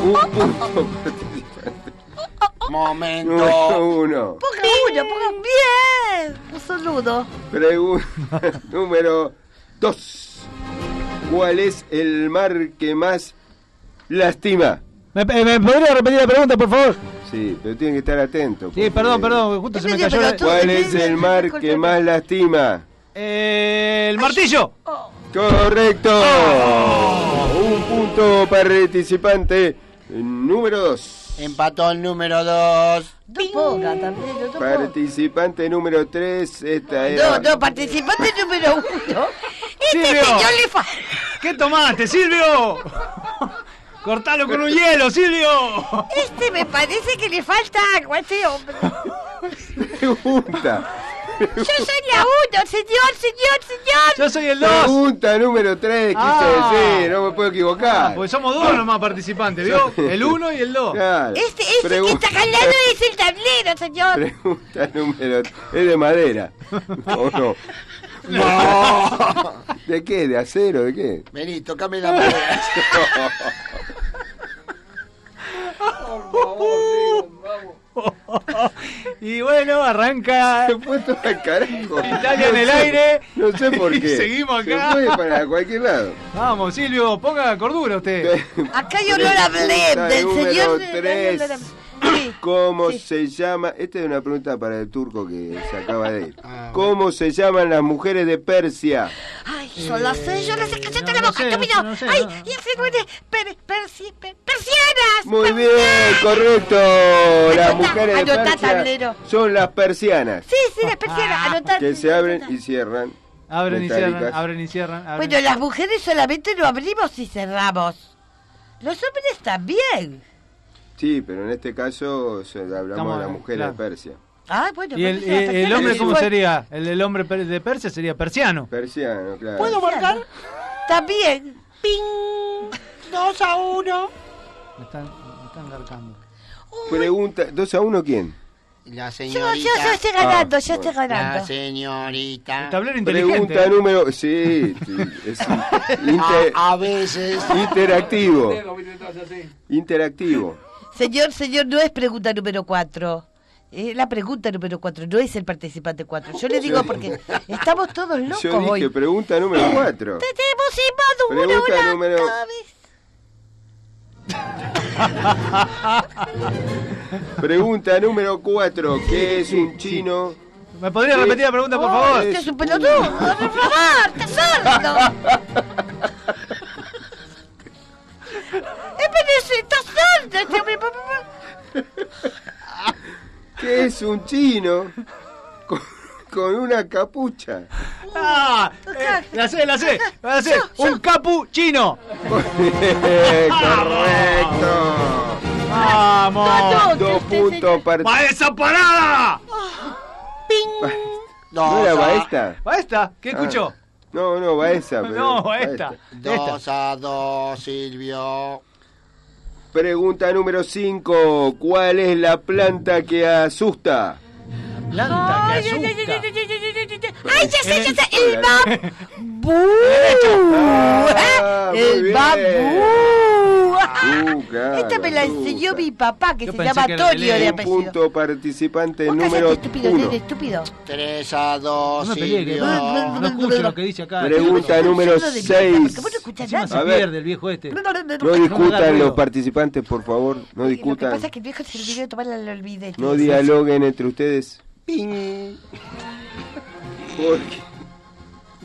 Speaker 6: Un punto. Número
Speaker 4: Momento.
Speaker 6: uno.
Speaker 7: Ponga uno, ponga bien. Un saludo.
Speaker 6: Pregunta <laughs> número 2. ¿Cuál es el mar que más lastima?
Speaker 3: ¿Me, eh, me podría repetir la pregunta, por favor?
Speaker 6: Sí, pero tienen que estar atentos.
Speaker 3: Sí, perdón, perdón, justo se me cayó la-
Speaker 6: ¿Cuál es el mar que más lastima?
Speaker 3: Eh, el martillo. Oh.
Speaker 6: Correcto. Un punto participante número 2.
Speaker 4: Empató el número 2.
Speaker 5: Ponga también, no ponga.
Speaker 6: Participante número 3, esta
Speaker 5: No,
Speaker 6: era.
Speaker 5: no, participante número uno. Este
Speaker 3: Silvio.
Speaker 5: señor le falta.
Speaker 3: ¿Qué tomaste, Silvio? Cortalo con un hielo, Silvio.
Speaker 5: Este me parece que le falta agua a este hombre.
Speaker 3: <laughs>
Speaker 6: Pregunta.
Speaker 5: Yo soy la uno, señor, señor, señor.
Speaker 3: Yo soy el
Speaker 6: Pregunta número 3, quise
Speaker 3: Ah.
Speaker 6: decir, no me puedo equivocar.
Speaker 3: Pues somos dos nomás
Speaker 6: <laughs>
Speaker 3: participantes, ¿vio? El 1 y el 2.
Speaker 6: Claro.
Speaker 5: Este, este que
Speaker 6: Pregunta-
Speaker 5: está jalando es el tablero, señor.
Speaker 6: <laughs> Pregunta número. ¿Es de madera? <laughs> ¿O
Speaker 3: <laughs>
Speaker 6: no? ¿De qué? ¿De acero? ¿De qué?
Speaker 4: <laughs> Vení, tocame <laughs> la mano.
Speaker 3: Y bueno, arranca.
Speaker 6: Se fue todo al carajo.
Speaker 3: Italia en
Speaker 6: No
Speaker 3: el
Speaker 6: sé-
Speaker 3: aire.
Speaker 6: No sé por
Speaker 3: <laughs> Y
Speaker 6: qué.
Speaker 3: seguimos acá.
Speaker 6: Se fue para cualquier lado.
Speaker 3: Vamos, Silvio, ponga cordura usted.
Speaker 6: <laughs>
Speaker 5: Acá hay olor a blend del
Speaker 6: número
Speaker 5: señor.
Speaker 6: tres. ¿Cómo se llama? Esta es una pregunta para el turco que se acaba de ir.
Speaker 3: Ah,
Speaker 6: ¿Cómo se llaman las mujeres de Persia?
Speaker 5: Ay, yo la sé, yo la sé, cállate la
Speaker 6: no
Speaker 5: boca,
Speaker 6: sé, no
Speaker 5: estúpido.
Speaker 6: sé, no sé,
Speaker 5: Ay,
Speaker 6: no.
Speaker 5: y ese duende, per, persi, per- persianas.
Speaker 6: Muy bien, correcto. Las mujeres de
Speaker 5: anotá,
Speaker 6: Persia
Speaker 5: tablero.
Speaker 6: son las persianas
Speaker 5: Sí, sí,
Speaker 3: Ah,
Speaker 5: las persianas, anotá.
Speaker 6: que se abren y cierran.
Speaker 3: Abren y cierran,
Speaker 6: metálicas.
Speaker 3: abren y cierran. abren.
Speaker 5: Bueno, las mujeres solamente lo abrimos y cerramos. Los hombres también.
Speaker 6: Sí, pero en este caso se- hablamos
Speaker 3: Estamos-
Speaker 6: de las mujeres
Speaker 3: claro.
Speaker 6: de Persia.
Speaker 5: Ah, bueno,
Speaker 3: ¿Y el, eh,
Speaker 5: entonces
Speaker 3: el-
Speaker 5: las
Speaker 3: el
Speaker 5: persianas
Speaker 3: hombre
Speaker 5: se
Speaker 3: cómo
Speaker 5: fueron.
Speaker 3: sería? El, el hombre per- de Persia sería persiano.
Speaker 6: Persiano, claro.
Speaker 7: ¿Puedo marcar?
Speaker 5: También.
Speaker 7: Ping. 2 a 1.
Speaker 3: Me están, me están garcando.
Speaker 6: Pregunta, ¿dos a uno quién?
Speaker 4: La
Speaker 5: Yo,
Speaker 4: señorita.
Speaker 5: yo, yo estoy ganando,
Speaker 6: Ah,
Speaker 5: yo estoy
Speaker 4: La
Speaker 5: ganando.
Speaker 4: señorita.
Speaker 3: ¿eh?
Speaker 6: Pregunta número... Sí, sí,
Speaker 4: <laughs>
Speaker 6: es inter-
Speaker 4: A, a veces.
Speaker 6: interactivo. Interactivo.
Speaker 5: Señor, señor, no es pregunta número 4. Es la pregunta número 4, no es el participante
Speaker 6: <laughs>
Speaker 5: 4. Yo le digo porque estamos todos locos
Speaker 6: Yo dije
Speaker 5: hoy.
Speaker 6: pregunta número cuatro.
Speaker 5: Tenemos inmadura
Speaker 6: Pregunta
Speaker 5: una
Speaker 6: número-
Speaker 5: cabeza.
Speaker 6: Pregunta número cuatro, ¿qué es un chino?
Speaker 3: ¿Me Ah, podría
Speaker 6: Sí.
Speaker 3: repetir la pregunta, por
Speaker 6: Oh,
Speaker 3: favor?
Speaker 6: este es un
Speaker 5: pelotudo, por favor, estás
Speaker 6: <laughs>
Speaker 5: sordo. Eh, pero si estás sordo, este hombre, pa, pa, pa.
Speaker 6: ¿Qué es un chino con, con una capucha?
Speaker 3: Ah, eh, la sé, la sé, la sé.
Speaker 6: <laughs>
Speaker 3: Un capuchino.
Speaker 6: Correcto.
Speaker 3: Ah, Vamos.
Speaker 6: Dos puntos para...
Speaker 3: ¡Maestra parada!
Speaker 6: ¿No era Baesta?
Speaker 3: ¿Baesta?
Speaker 6: Ah.
Speaker 3: ¿Qué escuchó?
Speaker 6: No, <laughs> no, Baeza. pero-
Speaker 3: <laughs> No, esta.
Speaker 4: Dos a dos, Silvio.
Speaker 6: Pregunta número 5. ¿Cuál es la planta que asusta?
Speaker 3: Planta que asusta.
Speaker 5: Ay, ya sé, ya sé, el bambú.
Speaker 6: Ah,
Speaker 5: ¿eh?
Speaker 6: muy
Speaker 5: El
Speaker 6: bien.
Speaker 5: bambú. Ah,
Speaker 6: Uh, claro,
Speaker 5: Esta me la enseñó mi papá, que
Speaker 6: Yo
Speaker 5: se
Speaker 6: pensé
Speaker 5: llama
Speaker 6: que era
Speaker 5: Antonio de
Speaker 6: Un
Speaker 5: apellido.
Speaker 6: punto participante
Speaker 5: Vos cállate,
Speaker 6: número
Speaker 5: estúpido, nene,
Speaker 6: 1.
Speaker 5: estúpido.
Speaker 4: 3 a 2,
Speaker 3: No me peleé, que
Speaker 4: Silvio.
Speaker 3: no, no escucho lo que dice acá.
Speaker 6: Pregunta número
Speaker 5: de mierda, porque
Speaker 6: 6.
Speaker 5: vos no escuchás
Speaker 3: Encima
Speaker 5: nada.
Speaker 3: se
Speaker 6: A ver.
Speaker 3: pierde el viejo este.
Speaker 6: No discutan los participantes, por favor. No
Speaker 5: Lo que
Speaker 6: discutan.
Speaker 5: pasa es que el viejo se olvidó de tomar la olvidé.
Speaker 6: No dialoguen entre ustedes.
Speaker 5: Ping.
Speaker 6: Porque-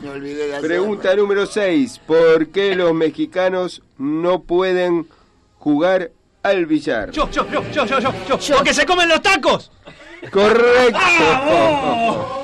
Speaker 4: Me olvidé de hacer.
Speaker 6: Pregunta número 6. ¿Por qué los mexicanos no pueden jugar al billar?
Speaker 3: Yo, yo, yo, yo, yo, yo, yo, Porque se comen los tacos.
Speaker 5: Ah,
Speaker 6: Correcto.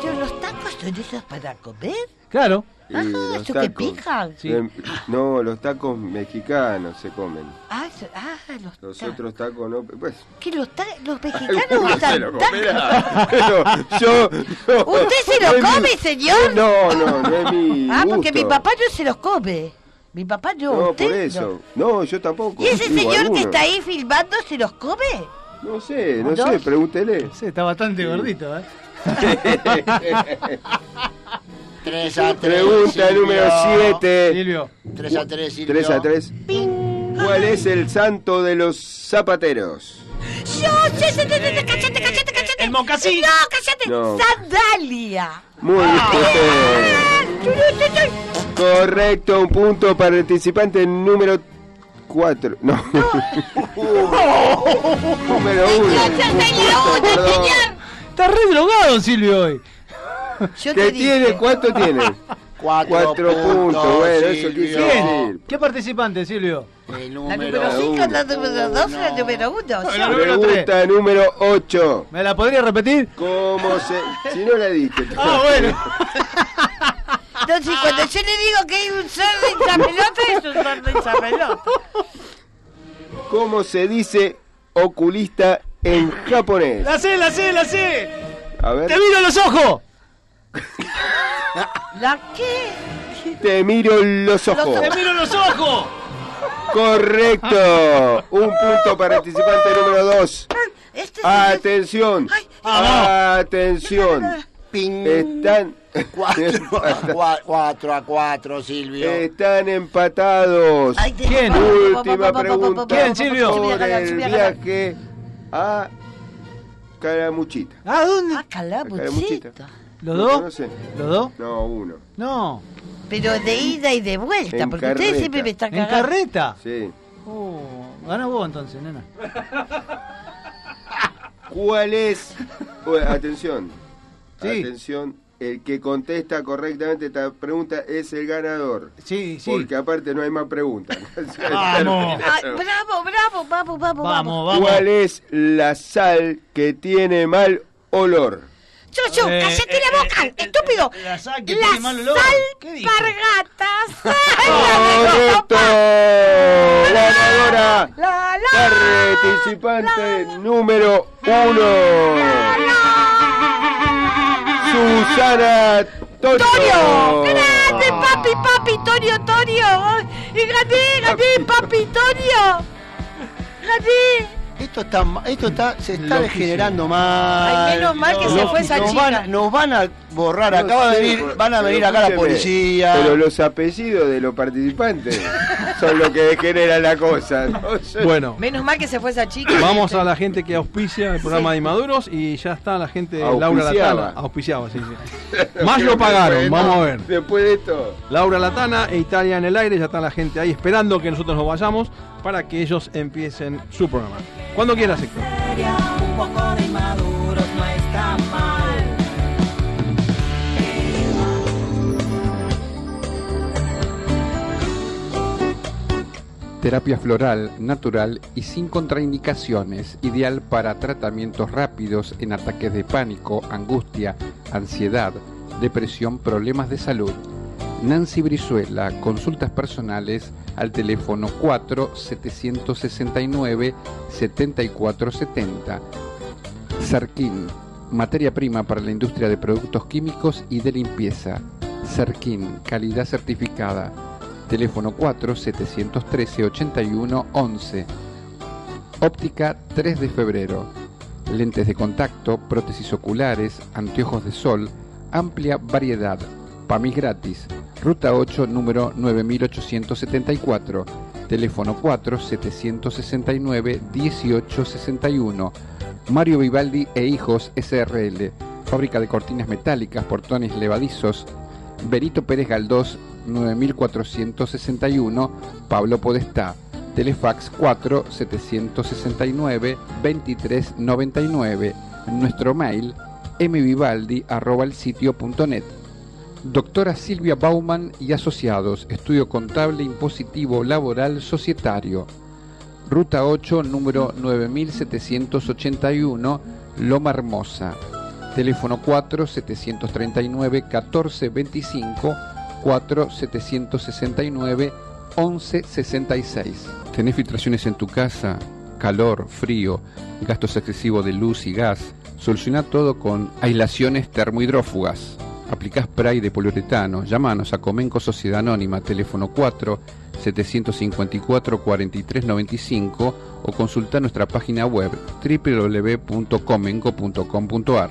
Speaker 5: Pero los tacos son esos para comer.
Speaker 3: Claro.
Speaker 6: Y
Speaker 5: Ah,
Speaker 6: los
Speaker 5: eso que
Speaker 6: tacos.
Speaker 5: pican.
Speaker 6: Eh, No, los tacos mexicanos se comen.
Speaker 5: Ah, eso- ah, los
Speaker 6: Los
Speaker 5: tacos.
Speaker 6: otros tacos no. Pues,
Speaker 5: ¿Qué los, ta-
Speaker 6: <laughs>
Speaker 5: los mexicanos
Speaker 6: algunos se
Speaker 5: usan
Speaker 6: lo
Speaker 5: tacos?
Speaker 6: comerá, pero yo. no,
Speaker 5: ¿Usted
Speaker 6: no
Speaker 5: se lo
Speaker 6: es mi-
Speaker 5: come, señor?
Speaker 6: No, no, no
Speaker 20: <laughs>
Speaker 6: es mi.
Speaker 5: <laughs> Ah, porque mi
Speaker 6: gusto.
Speaker 5: papá no se los come. Mi papá no.
Speaker 6: No,
Speaker 5: usted
Speaker 6: por
Speaker 5: no.
Speaker 6: eso. No, yo tampoco.
Speaker 5: ¿Y ese
Speaker 6: digo,
Speaker 5: señor
Speaker 6: algunos.
Speaker 5: que está ahí filmando se los come?
Speaker 6: No sé, Eh, no
Speaker 5: ¿Dos?
Speaker 6: sé, pregúntele.
Speaker 3: Sí, está
Speaker 6: <laughs>
Speaker 3: bastante <laughs> gordito, ¿eh?
Speaker 4: 3 a 3.
Speaker 6: Pregunta número 7.
Speaker 3: Silvio.
Speaker 4: 3 a 3, Silvio.
Speaker 6: 3 a 3. ¿Cuál es el santo de los zapateros?
Speaker 5: ¡Yo! ¡Yo! yo, yo, yo, yo, ¡Cállate, cállate, cállate! ¡El
Speaker 3: mocasín!
Speaker 5: ¡No, cállate!
Speaker 6: No.
Speaker 5: ¡Sandalia!
Speaker 6: Muy bien.
Speaker 5: Yo, yo, yo, yo.
Speaker 6: Correcto, un punto para el participante número 4. No. número 1.
Speaker 3: Está re drogado, Silvio, hoy.
Speaker 5: Yo
Speaker 6: ¿Qué tiene? ¿Cuánto tiene?
Speaker 11: Cuatro,
Speaker 6: Cuatro puntos, puntos, bueno, eso
Speaker 11: Silvio.
Speaker 6: quise
Speaker 11: Bien.
Speaker 6: decir.
Speaker 3: ¿Qué participante, Silvio?
Speaker 11: El
Speaker 20: La número 5, la número 2, la número 1.
Speaker 3: La número
Speaker 6: Pregunta número 8.
Speaker 3: ¿Me la podría repetir?
Speaker 6: ¿Cómo se.? Si no la diste.
Speaker 3: Ah, bueno.
Speaker 20: Entonces, cuando yo le digo que hay un cerdo hinchapelota, es un cerdo hinchapelota.
Speaker 6: ¿Cómo se dice oculista en japonés?
Speaker 3: ¡La sé, la sé, la sé!
Speaker 6: A ver.
Speaker 3: ¡Te miro los ojos!
Speaker 20: ¿La qué?
Speaker 6: Te miro los ojos.
Speaker 3: ¡Te miro los ojos!
Speaker 6: Correcto. Un punto para participante número 2. Atención. Atención. Están.
Speaker 11: Cuatro a cuatro, Silvio.
Speaker 6: Están empatados.
Speaker 11: ¿Quién?
Speaker 6: Última pregunta.
Speaker 11: ¿Quién, Silvio?
Speaker 6: Por
Speaker 11: Ganar,
Speaker 6: el
Speaker 11: Silvia, ganar.
Speaker 6: viaje a Calamuchita.
Speaker 3: ¿A dónde?
Speaker 20: A Calamuchita.
Speaker 6: Calamuchita.
Speaker 3: ¿Los
Speaker 6: ¿Lo
Speaker 3: dos?
Speaker 6: conocen?
Speaker 3: ¿Los dos?
Speaker 6: No, uno.
Speaker 3: No.
Speaker 20: Pero de ida y de vuelta,
Speaker 6: En
Speaker 20: porque
Speaker 6: carreta.
Speaker 20: ustedes siempre me están
Speaker 3: ¿En
Speaker 20: cagando.
Speaker 3: carreta?
Speaker 6: Sí.
Speaker 3: Oh, gana vos entonces, nena.
Speaker 6: ¿Cuál es? Bueno, atención. Atención. El que contesta correctamente esta pregunta es el ganador.
Speaker 3: Sí,
Speaker 6: sí. Porque aparte no hay más preguntas.
Speaker 20: <laughs>
Speaker 6: <laughs>
Speaker 20: Vamos. Ay, bravo, bravo, vamos, vamos, vamos.
Speaker 6: ¿Cuál es la sal que tiene mal olor?
Speaker 20: Yo, yo,
Speaker 6: Eh,
Speaker 20: cállate la boca, estúpido. La sal
Speaker 3: que tiene mal olor.
Speaker 6: <laughs>
Speaker 20: pargatas.
Speaker 6: ¡Correcto! ¡Ganadora!
Speaker 20: La,
Speaker 6: Participante número uno. Susana
Speaker 20: ¡Torio!
Speaker 6: Torio.
Speaker 20: ¡Grande, papi, papi, Torio, Torio! ¡Y gané, gané, papi, Torio! ¡Gané!
Speaker 11: Esto está, ma- esto está, se está
Speaker 20: Loquísimo.
Speaker 11: degenerando mal.
Speaker 20: Ay, menos mal que se fue esa
Speaker 11: nos
Speaker 20: chica.
Speaker 11: Van, a- nos van a borrar,
Speaker 6: No
Speaker 11: acaba de
Speaker 6: sé,
Speaker 11: venir,
Speaker 6: por-
Speaker 11: van a
Speaker 6: pero
Speaker 11: venir acá la
Speaker 6: escúcheme,
Speaker 11: policía.
Speaker 6: Pero los apellidos de
Speaker 11: <laughs>
Speaker 6: los participantes son los que degeneran la cosa. ¿no? Yo-
Speaker 2: Bueno,
Speaker 20: Menos mal que se fue esa chica.
Speaker 2: Vamos a la gente que auspicia el programa de Inmaduros y ya está la gente de Laura
Speaker 6: Auspiciaba.
Speaker 2: Latana. Auspiciaba, sí, sí. Más lo pagaron, vamos a ver.
Speaker 6: Después de esto.
Speaker 2: Laura Latana e Italia en el aire, ya está la gente ahí esperando que nosotros nos vayamos para que ellos empiecen su programa. Cuando quieras, Héctor.
Speaker 7: seria, un poco de inmaduros no está mal.
Speaker 8: Terapia floral, natural y sin contraindicaciones, ideal para tratamientos rápidos en ataques de pánico, angustia, ansiedad, depresión, problemas de salud. Nancy Brizuela, consultas personales al teléfono 4-769-7470. Sarquín, materia prima para la industria de productos químicos y de limpieza. Sarquín, calidad certificada. Teléfono 4-713-81-11. Óptica 3 de febrero. Lentes de contacto, prótesis oculares, anteojos de sol, amplia variedad. PAMIS gratis. Ruta 8, número 9874. Teléfono 4-769-1861. Mario Vivaldi e Hijos SRL. Fábrica de cortinas metálicas, portones levadizos. Berito Pérez Galdós, 9461. Pablo Podestá. Telefax 4 769 2399. Nuestro mail mvivaldi arroba el sitio punto net. Doctora Silvia Bauman y Asociados, Estudio Contable Impositivo Laboral Societario. Ruta 8, número 9781, Loma Hermosa. Teléfono 4-739-1425, 4-769-1166. ¿Tenés filtraciones en tu casa? Calor, frío, gastos excesivos de luz y gas. Soluciona todo con aislaciones termohidrófugas. Aplicás spray de poliuretano. Llámanos a Comenco Sociedad Anónima, teléfono 4 754 4395 o consulta nuestra página web www.comenco.com.ar.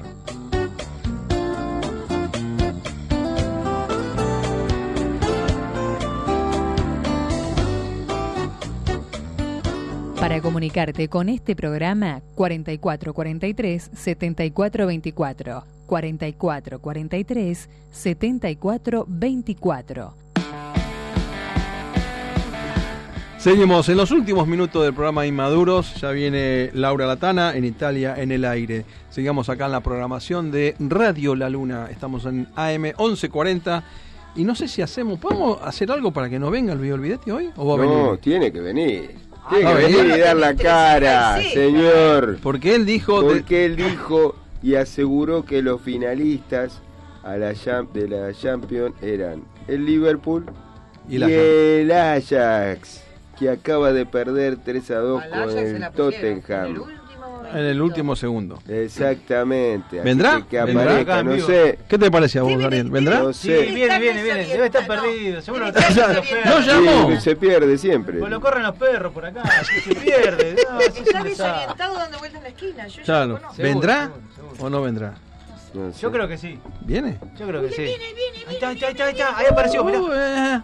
Speaker 9: Para comunicarte con este programa 4443 7424 4443 7424
Speaker 2: Seguimos en los últimos minutos del programa Inmaduros. Ya viene Laura Latana en Italia en el aire. Sigamos acá en la programación de Radio La Luna. Estamos en AM 1140 Y no sé si hacemos, ¿podemos hacer algo para que no venga el video Olvidete hoy? ¿O va a venir?
Speaker 6: No, tiene que venir. Tiene
Speaker 2: Ah,
Speaker 6: que
Speaker 2: venía.
Speaker 6: venir y dar la cara, señor.
Speaker 2: Porque él dijo.
Speaker 6: Porque él dijo y aseguró que los finalistas a la cham- de la Champions eran el Liverpool
Speaker 2: Y
Speaker 6: y,
Speaker 2: la-
Speaker 6: el Ajax, que acaba de perder 3 a 2
Speaker 2: Ajax
Speaker 6: con
Speaker 2: se
Speaker 6: el
Speaker 2: la pusieron,
Speaker 6: Tottenham.
Speaker 2: En el último segundo.
Speaker 6: Exactamente. así
Speaker 2: ¿Vendrá?
Speaker 6: Que, que
Speaker 2: ¿Vendrá?
Speaker 6: aparezca, no sé.
Speaker 2: ¿Qué te parece a vos, Gabriel? ¿Vendrá?
Speaker 6: No
Speaker 3: Sí,
Speaker 6: sé.
Speaker 3: viene, viene, viene. Debe estar perdido. Seguro lo
Speaker 6: Ya-
Speaker 3: traen los perros.
Speaker 6: Sí, se pierde siempre.
Speaker 3: Pues lo corren los perros por acá. Se
Speaker 2: <laughs>
Speaker 3: pierde. No, eso es un
Speaker 5: Está
Speaker 3: desastre.
Speaker 5: desorientado dando vueltas en la esquina. Yo, ya
Speaker 2: Claro.
Speaker 5: lo conozco.
Speaker 2: ¿Vendrá o no vendrá?
Speaker 3: Yo creo que sí.
Speaker 2: ¿Viene?
Speaker 3: Yo creo que sí. Ahí está, ahí está, ahí está, ahí está. Ahí apareció, mirá.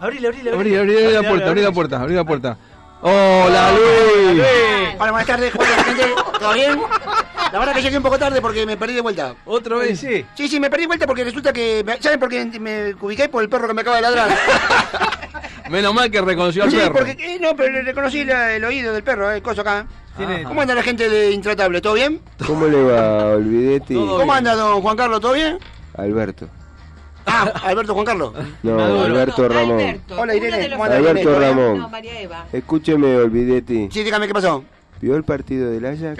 Speaker 3: Abrile, abrile,
Speaker 2: Abrí, abrí la puerta, abrí la puerta, abrí la puerta. ¡Hola,
Speaker 4: Hola,
Speaker 2: Luis!
Speaker 4: Hola, buenas tardes, Juan, gente. <laughs> ¿Todo bien? La verdad que llegué un poco tarde porque me perdí de vuelta.
Speaker 2: ¿Otra vez? Sí.
Speaker 4: Sí, sí, me perdí de vuelta porque resulta que. me- ¿Saben por qué me ubiqué? Por el perro que me acaba de ladrar.
Speaker 2: <laughs> Menos mal que reconoció al
Speaker 4: Sí,
Speaker 2: perro.
Speaker 4: porque. eh, no, pero le reconocí la- el oído del perro, el coso acá. Ah.
Speaker 2: Tiene-
Speaker 4: ¿Cómo anda la gente de Intratable? ¿Todo bien?
Speaker 6: ¿Cómo le va, Olvidete?
Speaker 4: ¿Cómo anda don Juan Carlos? ¿Todo bien?
Speaker 6: Alberto.
Speaker 4: Ah, Alberto Juan Carlos.
Speaker 6: No,
Speaker 4: Maduro.
Speaker 6: Alberto Ramón.
Speaker 4: Hola Irene, ¿cómo anda Irene?
Speaker 6: Alberto
Speaker 4: ¿Todo bien?
Speaker 6: Ramón. Escúcheme, Olvidete.
Speaker 4: Sí, dígame qué pasó.
Speaker 6: ¿Vio el partido del Ajax?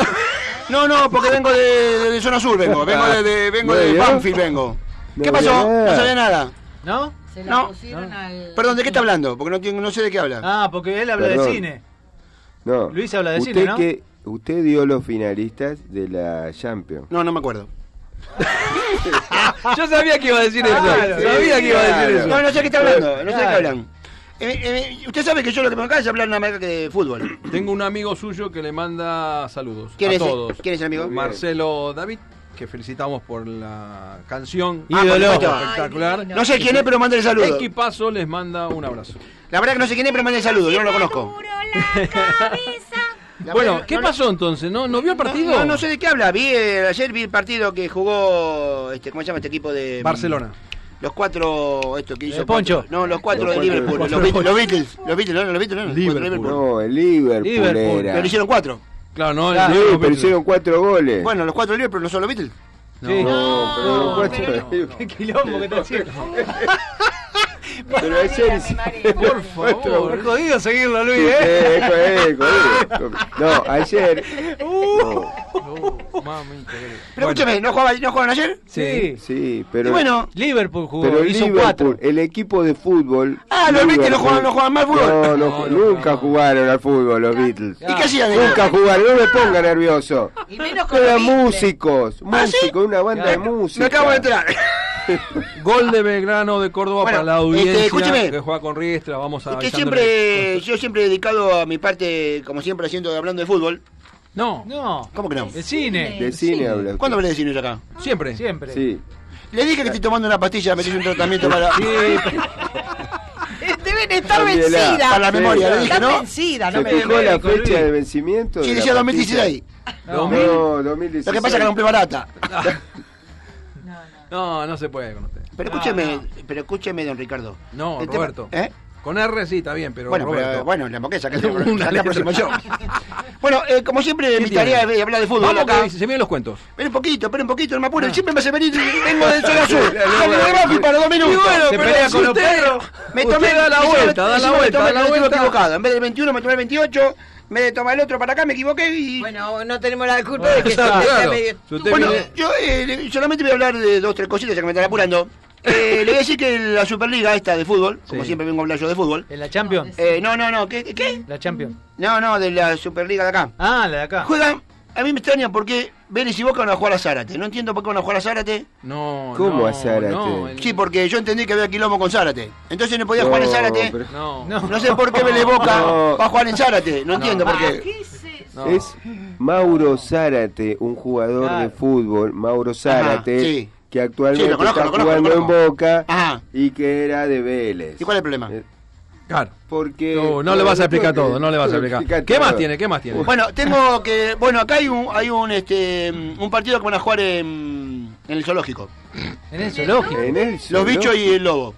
Speaker 4: No, no, porque vengo de, de- de zona sur, vengo, vengo de, de- vengo
Speaker 6: ¿No
Speaker 4: de
Speaker 6: vio?
Speaker 4: Banfield, vengo.
Speaker 6: No
Speaker 4: ¿Qué
Speaker 6: vio
Speaker 4: pasó?
Speaker 6: nada.
Speaker 4: No sabía nada.
Speaker 3: ¿No?
Speaker 5: Se
Speaker 4: No.
Speaker 5: pusieron
Speaker 3: <laughs>
Speaker 5: al.
Speaker 4: Perdón, ¿de qué está hablando? Porque no, tengo- no sé de qué <laughs> habla.
Speaker 3: Ah, porque él habla de
Speaker 6: Perdón.
Speaker 3: cine.
Speaker 6: No.
Speaker 3: Luis habla de
Speaker 6: usted
Speaker 3: cine, ¿no?
Speaker 6: que- usted dio los finalistas de la Champions.
Speaker 4: No, no me acuerdo.
Speaker 2: <laughs> Yo sabía que iba a decir eso.
Speaker 4: Claro,
Speaker 2: sabía
Speaker 4: sí,
Speaker 2: que iba a decir
Speaker 4: claro.
Speaker 2: eso.
Speaker 4: No, no sé de qué está hablando, no sé de qué
Speaker 2: Claro.
Speaker 4: hablan. Eh, eh, usted sabe que yo lo que me encanta es hablar nada más que de
Speaker 2: <clears throat>
Speaker 4: fútbol.
Speaker 2: Tengo un amigo suyo que le manda saludos
Speaker 4: ¿Quién
Speaker 2: a
Speaker 4: es el-
Speaker 2: todos.
Speaker 4: quién es el amigo?
Speaker 2: Marcelo David, que felicitamos por la canción.
Speaker 4: Ah, por supuesto.
Speaker 2: espectacular.
Speaker 4: No sé quién es, pero mándale saludos.
Speaker 2: Equipazo les manda un abrazo.
Speaker 4: La verdad que no sé quién es, pero mándale saludos, yo no lo conozco. La
Speaker 2: bueno,
Speaker 4: verdad,
Speaker 2: ¿qué
Speaker 4: no-
Speaker 2: pasó entonces? ¿No, ¿No vio el partido?
Speaker 4: No, no, no sé de qué habla. Vi, eh, ayer vi el partido que jugó, este, ¿cómo se llama este equipo de...
Speaker 2: Barcelona. Eh,
Speaker 4: Los cuatro, esto que hizo...
Speaker 2: Poncho.
Speaker 4: cuatro- no, los cuatro
Speaker 6: Los
Speaker 4: de
Speaker 6: cuatro-
Speaker 4: Liverpool.
Speaker 6: los
Speaker 4: Los,
Speaker 6: cuatro-
Speaker 4: Beatles, los Beatles, los Beatles, no, no, los Beatles, no, los cuatro de Liverpool.
Speaker 6: No, el Liverpool,
Speaker 4: Liverpool.
Speaker 6: era.
Speaker 4: Pero hicieron cuatro.
Speaker 2: Claro, no,
Speaker 6: Sí,
Speaker 2: el-
Speaker 6: pero hicieron cuatro goles.
Speaker 4: Bueno, los cuatro de Liverpool no son los Beatles.
Speaker 6: no, pero los cuatro de <laughs> Liverpool.
Speaker 3: Qué quilombo que está haciendo.
Speaker 6: Pero ayer hicieron
Speaker 3: Por
Speaker 6: cuatro
Speaker 3: favor. Es
Speaker 6: goles.
Speaker 3: jodido seguirlo, Luis,
Speaker 6: Sí,
Speaker 3: ¿eh?
Speaker 6: eco, eco, eco. No, ayer. no.
Speaker 4: Pero escúchame, ¿no jugaban, ¿no jugaban ayer?
Speaker 3: Sí.
Speaker 6: Sí,
Speaker 4: Y
Speaker 6: pero.
Speaker 4: bueno,
Speaker 3: Liverpool jugó,
Speaker 6: Pero
Speaker 3: hizo
Speaker 6: Liverpool,
Speaker 3: cuatro.
Speaker 6: el equipo de fútbol.
Speaker 4: Ah, los Beatles no
Speaker 6: Liverpool-
Speaker 4: juegan- no juegan más fútbol.
Speaker 6: No, no ju- nunca jugaron al fútbol los Beatles.
Speaker 4: ¿Y qué hacían?
Speaker 6: Nunca jugaron, no me ponga nervioso.
Speaker 5: Y menos con
Speaker 6: Eran
Speaker 5: los Beatles.
Speaker 6: músicos,
Speaker 4: ¿Ah, sí?
Speaker 6: músicos, una banda de música.
Speaker 4: Me acabo de enterar.
Speaker 2: Gol de Belgrano de Córdoba
Speaker 4: Bueno,
Speaker 2: para la
Speaker 4: este,
Speaker 2: audiencia
Speaker 4: escúcheme.
Speaker 2: que juega con Riestra. Vamos a
Speaker 4: Usted
Speaker 2: avisando-
Speaker 4: siempre, yo siempre he dedicado a mi parte, como siempre haciendo, hablando de fútbol.
Speaker 2: No,
Speaker 3: No.
Speaker 4: ¿Cómo que no?
Speaker 3: De cine.
Speaker 6: De cine habla.
Speaker 4: ¿Cuándo hablé de cine yo acá?
Speaker 2: siempre.
Speaker 3: Siempre.
Speaker 6: Sí.
Speaker 4: Le dije que estoy tomando una pastilla, me hice un tratamiento para...
Speaker 5: Eh, Deben estar
Speaker 6: Olvídela.
Speaker 5: vencidas.
Speaker 4: Para la memoria, le dije,
Speaker 5: Están
Speaker 4: ¿no?
Speaker 5: vencidas, no
Speaker 6: ¿Se
Speaker 5: me
Speaker 6: fijó la
Speaker 3: médico,
Speaker 6: fecha
Speaker 3: Luis.
Speaker 6: de vencimiento?
Speaker 4: Sí,
Speaker 6: de la
Speaker 4: decía
Speaker 6: pastilla?
Speaker 4: 2016.
Speaker 2: No,
Speaker 6: No, 2016.
Speaker 4: Lo que pasa es que la compré barata.
Speaker 2: no, no se puede con usted.
Speaker 4: Pero escúcheme, pero escúcheme, don Ricardo.
Speaker 2: No,
Speaker 4: El tema-
Speaker 2: Roberto.
Speaker 4: ¿Eh?
Speaker 2: Con R sí, está bien, pero
Speaker 4: bueno, pero,
Speaker 2: Roberto.
Speaker 4: bueno, la moquesa
Speaker 2: <laughs>
Speaker 4: que
Speaker 2: Una
Speaker 4: la
Speaker 2: letra.
Speaker 4: aproximación. bueno, eh, como siempre, mi
Speaker 2: tiene?
Speaker 4: tarea es hablar de fútbol
Speaker 2: Vamos Ah.
Speaker 4: acá.
Speaker 2: que se miren los cuentos.
Speaker 4: Espera un poquito, espera un poquito, no me apuro. Siempre me hace venir, vengo
Speaker 2: <laughs>
Speaker 4: del zona sur.
Speaker 6: La- la-
Speaker 4: Salgo de Banfield para dos minutos.
Speaker 2: bueno,
Speaker 4: Se
Speaker 2: pero
Speaker 4: pelea
Speaker 2: si
Speaker 4: con los
Speaker 2: usted-
Speaker 4: perros. Me
Speaker 2: usted
Speaker 4: tomé
Speaker 2: da la
Speaker 4: encima me-
Speaker 2: vuelta, da la
Speaker 4: encima me
Speaker 2: vuelta,
Speaker 4: tomé
Speaker 2: da la
Speaker 4: el colectivo
Speaker 2: vuelta.
Speaker 4: equivocado. En vez del 21 me tomé el 28, en vez de tomar el otro para acá me equivoqué y...
Speaker 5: Bueno, no tenemos la culpa de que se
Speaker 2: Ah, Claro,
Speaker 5: sea
Speaker 2: claro.
Speaker 5: medio
Speaker 2: Si usted
Speaker 5: estúpido.
Speaker 4: Bueno,
Speaker 2: viene-
Speaker 4: yo eh, le- solamente voy a hablar de dos, tres cositas ya que me
Speaker 2: <laughs>
Speaker 4: están apurando. Eh, le voy a decir que la Superliga esta de fútbol, como
Speaker 2: Sí.
Speaker 4: siempre vengo a hablar yo de fútbol.
Speaker 3: En la Champions.
Speaker 4: Eh, no, no, no, ¿qué, ¿qué?
Speaker 3: La Champions.
Speaker 4: No, no, de la Superliga de acá.
Speaker 3: Ah, la de acá.
Speaker 4: Juegan, a mí me extraña por qué Vélez y Boca van a jugar a Zárate. No entiendo por qué van a jugar a Zárate.
Speaker 2: No,
Speaker 6: ¿Cómo
Speaker 2: no,
Speaker 6: a Zárate?
Speaker 2: No, el-
Speaker 4: Sí, porque yo entendí que había quilombo con Zárate. Entonces no podía
Speaker 6: No,
Speaker 4: jugar en Zárate.
Speaker 6: pero-
Speaker 2: no,
Speaker 3: No.
Speaker 4: No sé por qué Vélez
Speaker 6: <laughs>
Speaker 4: Boca
Speaker 6: No.
Speaker 4: va a jugar en Zárate. No entiendo por qué.
Speaker 2: no.
Speaker 6: <laughs> Es Mauro Zárate, un jugador de
Speaker 3: Claro.
Speaker 6: fútbol, Mauro Zárate,
Speaker 4: sí.
Speaker 6: que actualmente
Speaker 4: Sí, lo conozco,
Speaker 6: está
Speaker 4: lo conozco,
Speaker 6: jugando
Speaker 4: lo conozco.
Speaker 6: en Boca
Speaker 4: Ajá.
Speaker 6: y que era de Vélez.
Speaker 4: ¿Y cuál es el problema?
Speaker 6: Eh,
Speaker 2: Claro.
Speaker 6: Porque
Speaker 2: No, no le vas a explicar
Speaker 6: creo que-
Speaker 2: todo, no le vas a explicar.
Speaker 6: explicar
Speaker 2: ¿Qué más
Speaker 6: todo.
Speaker 2: tiene? ¿Qué más tiene?
Speaker 4: Bueno, tengo que. Bueno, acá hay un, hay un, este, un partido que van a jugar en, en el zoológico.
Speaker 3: En eso, lógico.
Speaker 6: En el
Speaker 4: Los
Speaker 6: solo-
Speaker 4: bichos y el lobo.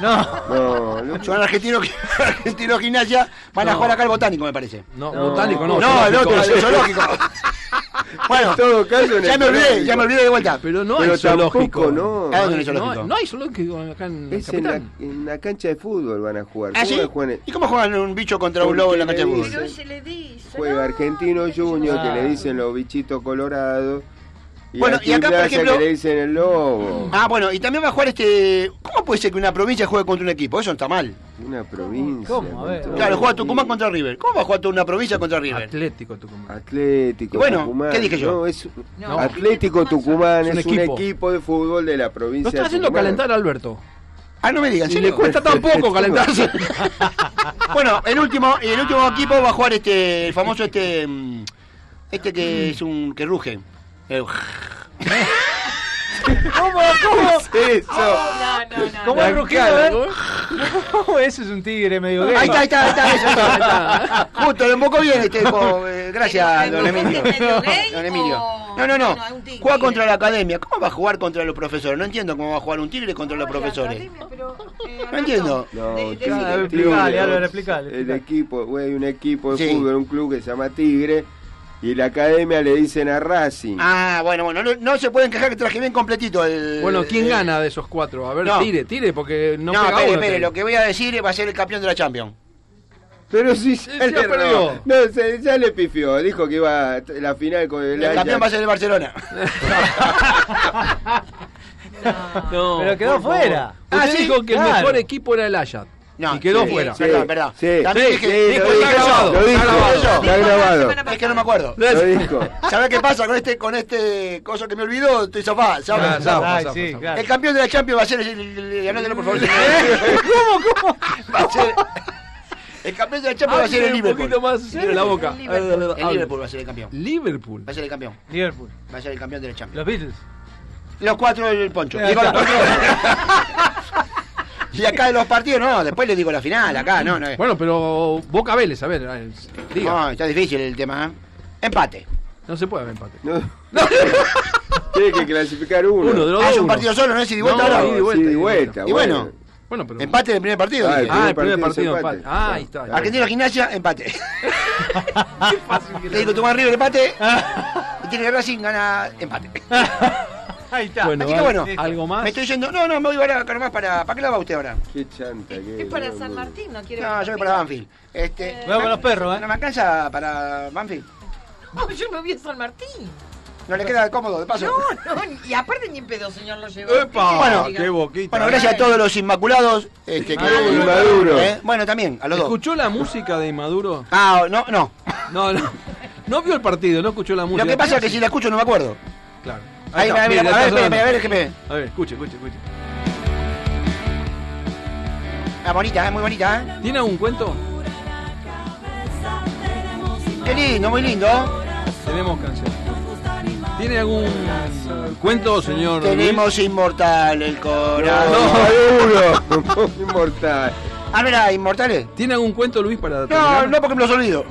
Speaker 3: No.
Speaker 6: No, no,
Speaker 4: Son argentinos que- <laughs> argentinos gimnasia. Van a
Speaker 2: No.
Speaker 4: jugar acá al botánico, me parece.
Speaker 2: No,
Speaker 6: No.
Speaker 2: botánico no.
Speaker 4: No, el
Speaker 6: <laughs>
Speaker 2: zoológico.
Speaker 4: otro, el zoológico. Bueno,
Speaker 6: En todo caso, en
Speaker 4: ya
Speaker 6: el
Speaker 4: me olvidé,
Speaker 6: zoológico.
Speaker 4: ya me olvidé de vuelta.
Speaker 2: Pero no
Speaker 6: Pero
Speaker 2: hay zoológico.
Speaker 6: tampoco, no.
Speaker 4: Ah, no hay
Speaker 2: no,
Speaker 4: zoológico.
Speaker 2: hay- no hay zoológico acá en la
Speaker 6: Es en la,
Speaker 2: capital.
Speaker 6: en la cancha de fútbol van a jugar.
Speaker 4: ¿Ah,
Speaker 6: ¿Cómo
Speaker 4: sí?
Speaker 6: van a jugar en-
Speaker 4: ¿Y cómo juegan un bicho contra un lobo en la cancha de
Speaker 6: Pero
Speaker 4: fútbol?
Speaker 6: Juega Argentino Junior,
Speaker 4: Ah.
Speaker 6: que le dicen los bichitos colorados. Y
Speaker 4: Bueno,
Speaker 6: aquí
Speaker 4: y acá, por
Speaker 6: Plaza,
Speaker 4: ejemplo-
Speaker 6: que le dicen el lobo.
Speaker 4: Ah, bueno, y también va a jugar este. ¿Cómo puede ser que una provincia juegue contra un equipo? Eso está mal.
Speaker 6: Una provincia.
Speaker 4: ¿Cómo?
Speaker 6: A ver.
Speaker 4: Claro, juega Tucumán contra River. ¿Cómo va a jugar toda una provincia contra River?
Speaker 2: Atlético Tucumán.
Speaker 6: Atlético
Speaker 4: Y bueno,
Speaker 6: Tucumán.
Speaker 4: ¿qué dije yo?
Speaker 6: No, es-
Speaker 4: No.
Speaker 6: Atlético Tucumán
Speaker 2: Es un
Speaker 6: es un
Speaker 2: equipo.
Speaker 6: equipo de fútbol de la provincia.
Speaker 2: Lo está
Speaker 6: de
Speaker 2: haciendo
Speaker 6: Tucumán.
Speaker 2: calentar Alberto.
Speaker 4: Ah, no me digan,
Speaker 2: Y
Speaker 4: ¿en
Speaker 2: le
Speaker 4: serio?
Speaker 2: cuesta tan poco calentarse.
Speaker 4: <laughs>
Speaker 2: <laughs>
Speaker 4: bueno, el último, el último equipo va a jugar este, el famoso este, mm, este que es un que ruge. Eh, El-
Speaker 3: ¿Cómo? ¿Cómo? ¿Cómo es rugido, eh? Ese es un tigre medio gay.
Speaker 4: Ahí está, ahí está, ahí está, eso, ahí está. <laughs> Justo, lo embocó bien este, po- eh, gracias, don Emilio.
Speaker 3: este
Speaker 4: Don Emilio. No, no, no. Juega contra la academia. ¿Cómo va a jugar contra los profesores? No entiendo cómo va a jugar un tigre contra los profesores. No entiendo.
Speaker 6: No, Tigre,
Speaker 4: cada vez
Speaker 6: Tigre,
Speaker 4: explicale,
Speaker 6: vos-
Speaker 4: Álvaro, explicale,
Speaker 6: El equipo, güey, hay un equipo de
Speaker 4: Sí.
Speaker 6: fútbol, un club que se llama Tigre. Y la academia le dicen a Racing.
Speaker 4: Ah, bueno, bueno, no, no se pueden quejar que traje bien completito el.
Speaker 2: Bueno, ¿quién
Speaker 4: el-
Speaker 2: gana de esos cuatro? A ver,
Speaker 4: No.
Speaker 2: tire, tire, porque no,
Speaker 4: No,
Speaker 2: pega
Speaker 4: espere,
Speaker 2: uno,
Speaker 4: espere,
Speaker 2: tire.
Speaker 4: lo que voy a decir va a ser el campeón de la Champions.
Speaker 6: Pero si ya,
Speaker 4: ya
Speaker 6: le-
Speaker 4: perdió.
Speaker 6: No, se- ya le pifió. Dijo que iba a t- la final con el
Speaker 4: El campeón va a
Speaker 6: Ajax.
Speaker 4: ser el Barcelona.
Speaker 2: No,
Speaker 3: Pero quedó
Speaker 2: por favor.
Speaker 3: fuera.
Speaker 2: Usted
Speaker 4: Ah, sí,
Speaker 2: dijo que
Speaker 4: claro.
Speaker 2: el mejor equipo era el Ajax.
Speaker 4: No,
Speaker 2: y quedó
Speaker 4: sí,
Speaker 2: fuera.
Speaker 4: sí, perdón, perdón.
Speaker 6: sí,
Speaker 4: También
Speaker 6: sí,
Speaker 4: dije-
Speaker 6: sí,
Speaker 4: dijo
Speaker 6: lo
Speaker 4: eso,
Speaker 6: dijo, lo dijo,
Speaker 4: eso.
Speaker 6: está grabado.
Speaker 4: Es que no me acuerdo.
Speaker 6: Lo dijo.
Speaker 4: ¿Sabes qué pasa con este con este cosa que me olvidó? Estoy zafá, ¿sabes?
Speaker 2: Ah, zafa,
Speaker 4: Ay,
Speaker 2: zafa,
Speaker 4: sí,
Speaker 2: zafa.
Speaker 4: claro. El campeón de la Champions va a ser el, el- el- anótelo,
Speaker 2: <laughs>
Speaker 4: por favor.
Speaker 3: ¿Cómo, cómo?
Speaker 4: Va a ser- el campeón de la Champions va a ser
Speaker 2: Hable
Speaker 4: el
Speaker 2: un
Speaker 4: Liverpool.
Speaker 2: poquito más en la boca.
Speaker 4: El
Speaker 2: Hable, hable,
Speaker 4: Liverpool, El
Speaker 2: hable.
Speaker 4: Liverpool va a ser el campeón.
Speaker 2: Liverpool.
Speaker 4: Va a ser el campeón.
Speaker 3: Liverpool.
Speaker 4: Va a ser el campeón de la Champions.
Speaker 3: Los Beatles.
Speaker 4: Los cuatro del Poncho.
Speaker 3: Ya
Speaker 4: Digo,
Speaker 3: está.
Speaker 4: los cuatro- y acá de los partidos, no, después le digo la final, acá, no, no.
Speaker 2: Bueno, pero Boca Vélez, a ver, eh, diga.
Speaker 4: No, está difícil el tema. ¿eh? Empate.
Speaker 2: No se puede haber empate.
Speaker 6: No. Tiene que clasificar uno.
Speaker 2: Uno de los
Speaker 4: Ah,
Speaker 2: dos.
Speaker 4: es un
Speaker 2: uno.
Speaker 4: partido solo, ¿no es ida y vuelta
Speaker 2: No,
Speaker 4: ahora?
Speaker 2: ida y vuelta,
Speaker 6: Sí,
Speaker 2: ida
Speaker 6: de vuelta.
Speaker 4: Y bueno,
Speaker 2: Bueno, pero.
Speaker 4: empate del primer partido.
Speaker 6: Ah, el
Speaker 4: dije.
Speaker 2: Ah, el primer
Speaker 6: partido
Speaker 2: partido
Speaker 6: es
Speaker 2: empate.
Speaker 6: empate.
Speaker 2: Ah, ahí está. ahí
Speaker 4: Argentino Gimnasia,
Speaker 2: <laughs>
Speaker 4: empate. Le digo, Tucumán
Speaker 2: <laughs>
Speaker 4: River, empate. Y tiene que Racing, gana empate.
Speaker 3: Ahí está.
Speaker 2: está. Bueno,
Speaker 4: Así que bueno,
Speaker 2: algo más.
Speaker 4: Me estoy yendo. No, no, me voy ahora acá nomás para. ¿Para qué la va usted ahora?
Speaker 6: Qué chanta que
Speaker 21: Es para
Speaker 6: no,
Speaker 21: San
Speaker 6: no.
Speaker 21: Martín, no quiere
Speaker 4: No, yo voy para Banfield. Este,
Speaker 3: Voy con los perros, ¿eh?
Speaker 4: ¿No me alcanza para Banfield?
Speaker 21: No, yo me voy a San Martín.
Speaker 4: No le queda cómodo, de paso.
Speaker 21: No, no, y aparte ni en pedo, señor, lo llevó.
Speaker 2: ¡Epa!
Speaker 4: Bueno,
Speaker 2: qué boquita.
Speaker 4: Bueno,
Speaker 6: ¿eh?
Speaker 4: gracias a todos los inmaculados. Este, que-
Speaker 6: Inmaduro. Inmaduro.
Speaker 4: ¿Eh? Bueno, también, a los
Speaker 6: Este,
Speaker 4: dos.
Speaker 2: ¿Escuchó la música de Maduro?
Speaker 4: Ah, no, no.
Speaker 2: No, no. No vio el partido, no escuchó la música.
Speaker 4: Lo que pasa es que si la escucho no me acuerdo.
Speaker 2: Claro.
Speaker 4: Ahí,
Speaker 2: está,
Speaker 4: mira, mira,
Speaker 2: mire,
Speaker 4: a ver,
Speaker 2: está
Speaker 4: espere, espere, a ver,
Speaker 2: sonando.
Speaker 4: déjeme.
Speaker 2: A ver, escuche, escuche, escuche.
Speaker 4: Ah, bonita, eh, muy bonita, ¿eh?
Speaker 2: ¿Tiene algún cuento?
Speaker 4: Qué lindo, muy lindo.
Speaker 2: Tenemos canción. ¿Tiene algún cuento, señor?
Speaker 4: Tenemos inmortal el corazón.
Speaker 6: No, no, uno. Inmortal.
Speaker 4: Ah, mira, inmortales.
Speaker 2: Luis? ¿Tiene algún cuento, Luis, para
Speaker 4: No,
Speaker 2: terminar?
Speaker 4: no, porque me los olvido.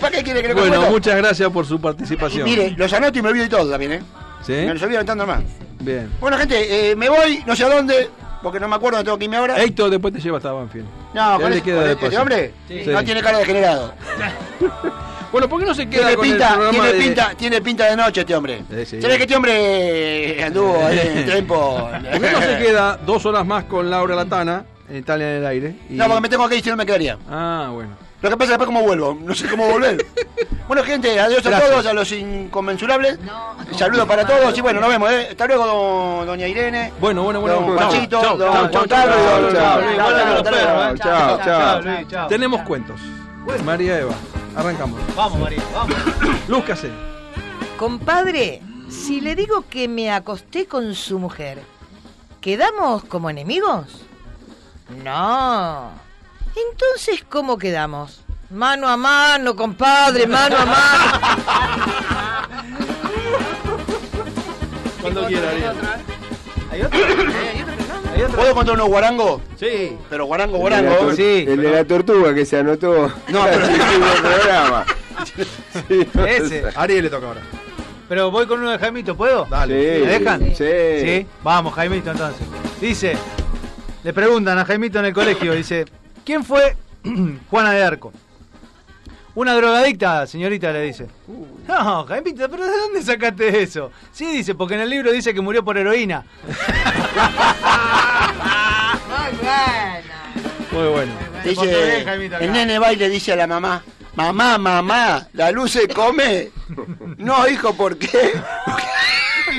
Speaker 4: ¿Para qué quiere que le
Speaker 2: Bueno,
Speaker 4: cuente?
Speaker 2: muchas gracias por su
Speaker 4: Y
Speaker 2: participación.
Speaker 4: Mire, los anoto y me olvido y todo también, ¿eh?
Speaker 2: ¿Sí?
Speaker 4: Me los olvido tanto nomás.
Speaker 2: Bien.
Speaker 4: Bueno, gente, eh, me voy, no sé a dónde, porque no me acuerdo, tengo que irme ahora.
Speaker 2: Héctor después te lleva hasta Banfield.
Speaker 4: No,
Speaker 2: Ya
Speaker 4: con
Speaker 2: le
Speaker 4: ese-
Speaker 2: queda
Speaker 4: con
Speaker 2: de
Speaker 4: este
Speaker 2: paso.
Speaker 4: hombre
Speaker 2: Sí.
Speaker 4: no
Speaker 2: Sí.
Speaker 4: tiene cara de generado.
Speaker 2: Bueno, ¿por qué no se queda
Speaker 4: Tiene
Speaker 2: con el
Speaker 4: pinta,
Speaker 2: programa
Speaker 4: tiene,
Speaker 2: de...
Speaker 4: pinta, tiene pinta de noche este hombre.
Speaker 2: Eh, sí.
Speaker 4: ¿Sabés que este hombre anduvo ahí
Speaker 2: <laughs>
Speaker 4: en el tiempo?
Speaker 2: ¿Por qué <laughs> no se queda dos horas más con Laura Latana en Italia en el aire? Y-
Speaker 4: No, porque me tengo que ir, si no me quedaría.
Speaker 2: Ah, bueno.
Speaker 4: Lo que pasa es que después cómo vuelvo, no sé cómo volver. bueno, gente, adiós a
Speaker 2: Gracias.
Speaker 4: todos, a los inconmensurables. Saludos para todos y bueno, nos vemos, ¿eh? Hasta luego, don- doña Irene.
Speaker 2: Bueno, bueno, bueno.
Speaker 6: Don
Speaker 2: vamos.
Speaker 4: Pachito,
Speaker 2: Chau,
Speaker 4: don
Speaker 2: chau,
Speaker 4: Juan
Speaker 2: chau,
Speaker 4: Carlos y
Speaker 2: chau, chau.
Speaker 4: don- don-
Speaker 6: Chao,
Speaker 4: Hasta luego,
Speaker 6: chao,
Speaker 4: ¿eh?
Speaker 6: chao,
Speaker 3: Chao,
Speaker 6: chao.
Speaker 3: Luis, chao.
Speaker 2: Tenemos cuentos. María Eva, arrancamos.
Speaker 3: Vamos, María, vamos.
Speaker 2: Luz Casel.
Speaker 5: Compadre, si le digo que me acosté con su mujer, ¿quedamos como enemigos? No. Entonces, ¿cómo quedamos? Mano a mano, compadre, mano a mano.
Speaker 2: Cuando quiera, Ariel.
Speaker 3: ¿Hay otro? ¿Hay otro?
Speaker 4: ¿Puedo contar unos guarangos?
Speaker 2: Sí.
Speaker 4: Pero guarango,
Speaker 6: El de la
Speaker 4: guarango.
Speaker 6: tor-
Speaker 3: Sí,
Speaker 6: el de la tortuga que se anotó.
Speaker 4: No, pero-
Speaker 6: en el
Speaker 3: <laughs>
Speaker 6: programa. Sí, no
Speaker 3: Ese.
Speaker 2: Ariel le toca ahora.
Speaker 3: Pero voy con uno de Jaimito, ¿puedo?
Speaker 6: sé.
Speaker 3: ¿Me dejan?
Speaker 6: Sí.
Speaker 3: Sí, vamos, Jaimito, entonces. Dice, le <clears throat> preguntan a Jaimito en el colegio, dice, ¿quién fue Juana de Arco? Una drogadicta, señorita, le dice.
Speaker 6: Uh.
Speaker 3: No, Jaimita, pero ¿de dónde sacaste eso? Sí, dice, porque en el libro dice que murió por heroína.
Speaker 5: Muy bueno.
Speaker 2: Muy bueno.
Speaker 4: Dice, el nene va y le dice a la mamá, mamá, mamá, la luz se come. No, hijo, ¿por qué?
Speaker 3: <laughs>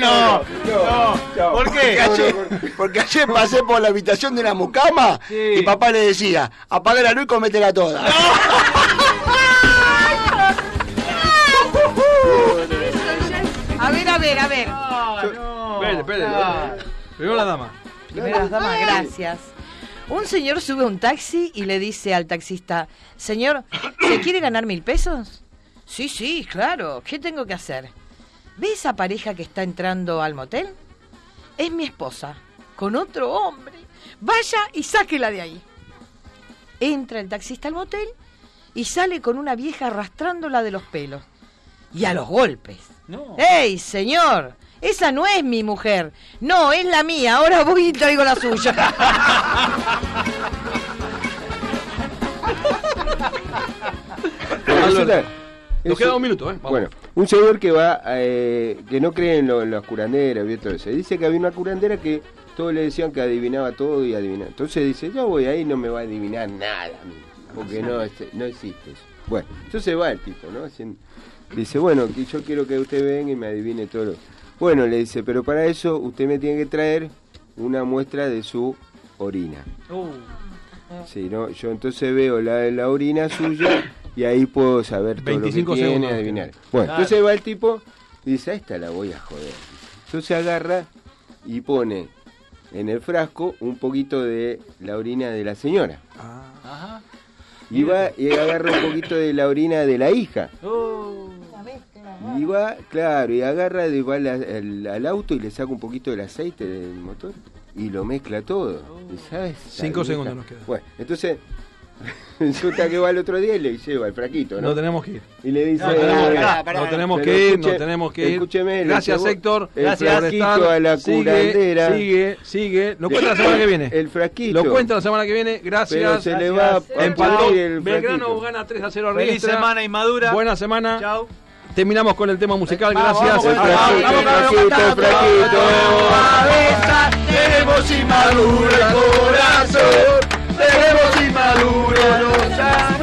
Speaker 3: No, no, ¿por qué?
Speaker 4: Porque ayer, porque ayer pasé por la habitación de una mucama y papá le decía, apaga la luz y cométela toda.
Speaker 5: A ver, a ver, a
Speaker 2: Espere,
Speaker 5: ver.
Speaker 2: espere. Primero la dama.
Speaker 5: Primero las damas, gracias. Un señor sube a un taxi y le dice al taxista, señor, ¿se quiere ganar mil pesos? Sí, sí, claro. ¿Qué tengo que hacer? ¿Ve esa pareja que está entrando al motel? Es mi esposa, con otro hombre. Vaya y sáquela de ahí. Entra el taxista al motel y sale con una vieja arrastrándola de los pelos. Y a los golpes. ¡Ey, señor! Esa no es mi mujer. No, es la mía. Ahora voy y traigo la suya.
Speaker 2: Albert,
Speaker 6: Eso-
Speaker 2: Nos queda un minuto, ¿eh? Vamos.
Speaker 6: Bueno, un señor que va, eh, que no cree en, lo- en las curanderas y todo eso. Dice que había una curandera que todos le decían que adivinaba todo y adivinaba. Entonces dice, yo voy ahí no me va a adivinar nada, a mí, porque no, este, no existe eso. Bueno, entonces va el tipo, ¿no? Haciendo- dice, bueno, que yo quiero que usted venga y me adivine todo. lo- Bueno, le dice, pero para eso usted me tiene que traer una muestra de su orina. Sí, ¿no? Yo entonces veo la, la orina suya y ahí puedo saber todo lo
Speaker 2: 25
Speaker 6: que tiene,
Speaker 2: segundos.
Speaker 6: adivinar. Bueno,
Speaker 2: Claro.
Speaker 6: entonces va el tipo y dice, a esta la voy a joder. Entonces agarra y pone en el frasco un poquito de la orina de la señora. Y va y agarra un poquito de la orina de la hija. Y va, claro, y agarra y va al, al- al auto y le saca un poquito del aceite del motor y lo mezcla todo. ¿Y ¿Sabes?
Speaker 2: Cinco
Speaker 6: Esta-
Speaker 2: segundos nos quedan.
Speaker 6: Bueno, entonces, <laughs> resulta que va el otro día y le lleva el fraquito, ¿no?
Speaker 2: No tenemos que ir.
Speaker 6: Y le dice,
Speaker 2: No, tenemos que ir.
Speaker 6: "Ah,
Speaker 2: No tenemos
Speaker 6: pero
Speaker 2: que ir,
Speaker 6: escuche-
Speaker 2: no tenemos que ir".
Speaker 6: Escúcheme, le
Speaker 2: Gracias,
Speaker 6: llevó
Speaker 2: Héctor.
Speaker 6: el
Speaker 2: Gracias.
Speaker 6: fraquito a la
Speaker 2: Sigue,
Speaker 6: curandera.
Speaker 2: sigue, sigue. Lo cuenta la semana que viene.
Speaker 6: El fraquito.
Speaker 2: Lo cuenta la semana que viene. Gracias.
Speaker 6: Pero se le va a
Speaker 2: Gracias. Empató.
Speaker 6: partir el
Speaker 2: Belgrano
Speaker 6: flaquito.
Speaker 2: gana 3 a 0 a
Speaker 3: Feliz
Speaker 2: Riestra.
Speaker 3: semana inmadura.
Speaker 2: Buena semana. Terminamos con el tema musical.
Speaker 3: Vamos,
Speaker 2: Gracias.
Speaker 3: vamos,
Speaker 2: Vamos,
Speaker 3: vamos,
Speaker 2: vamos, vamos, vamos,
Speaker 4: Tenemos inmadura el corazón, tenemos inmadura los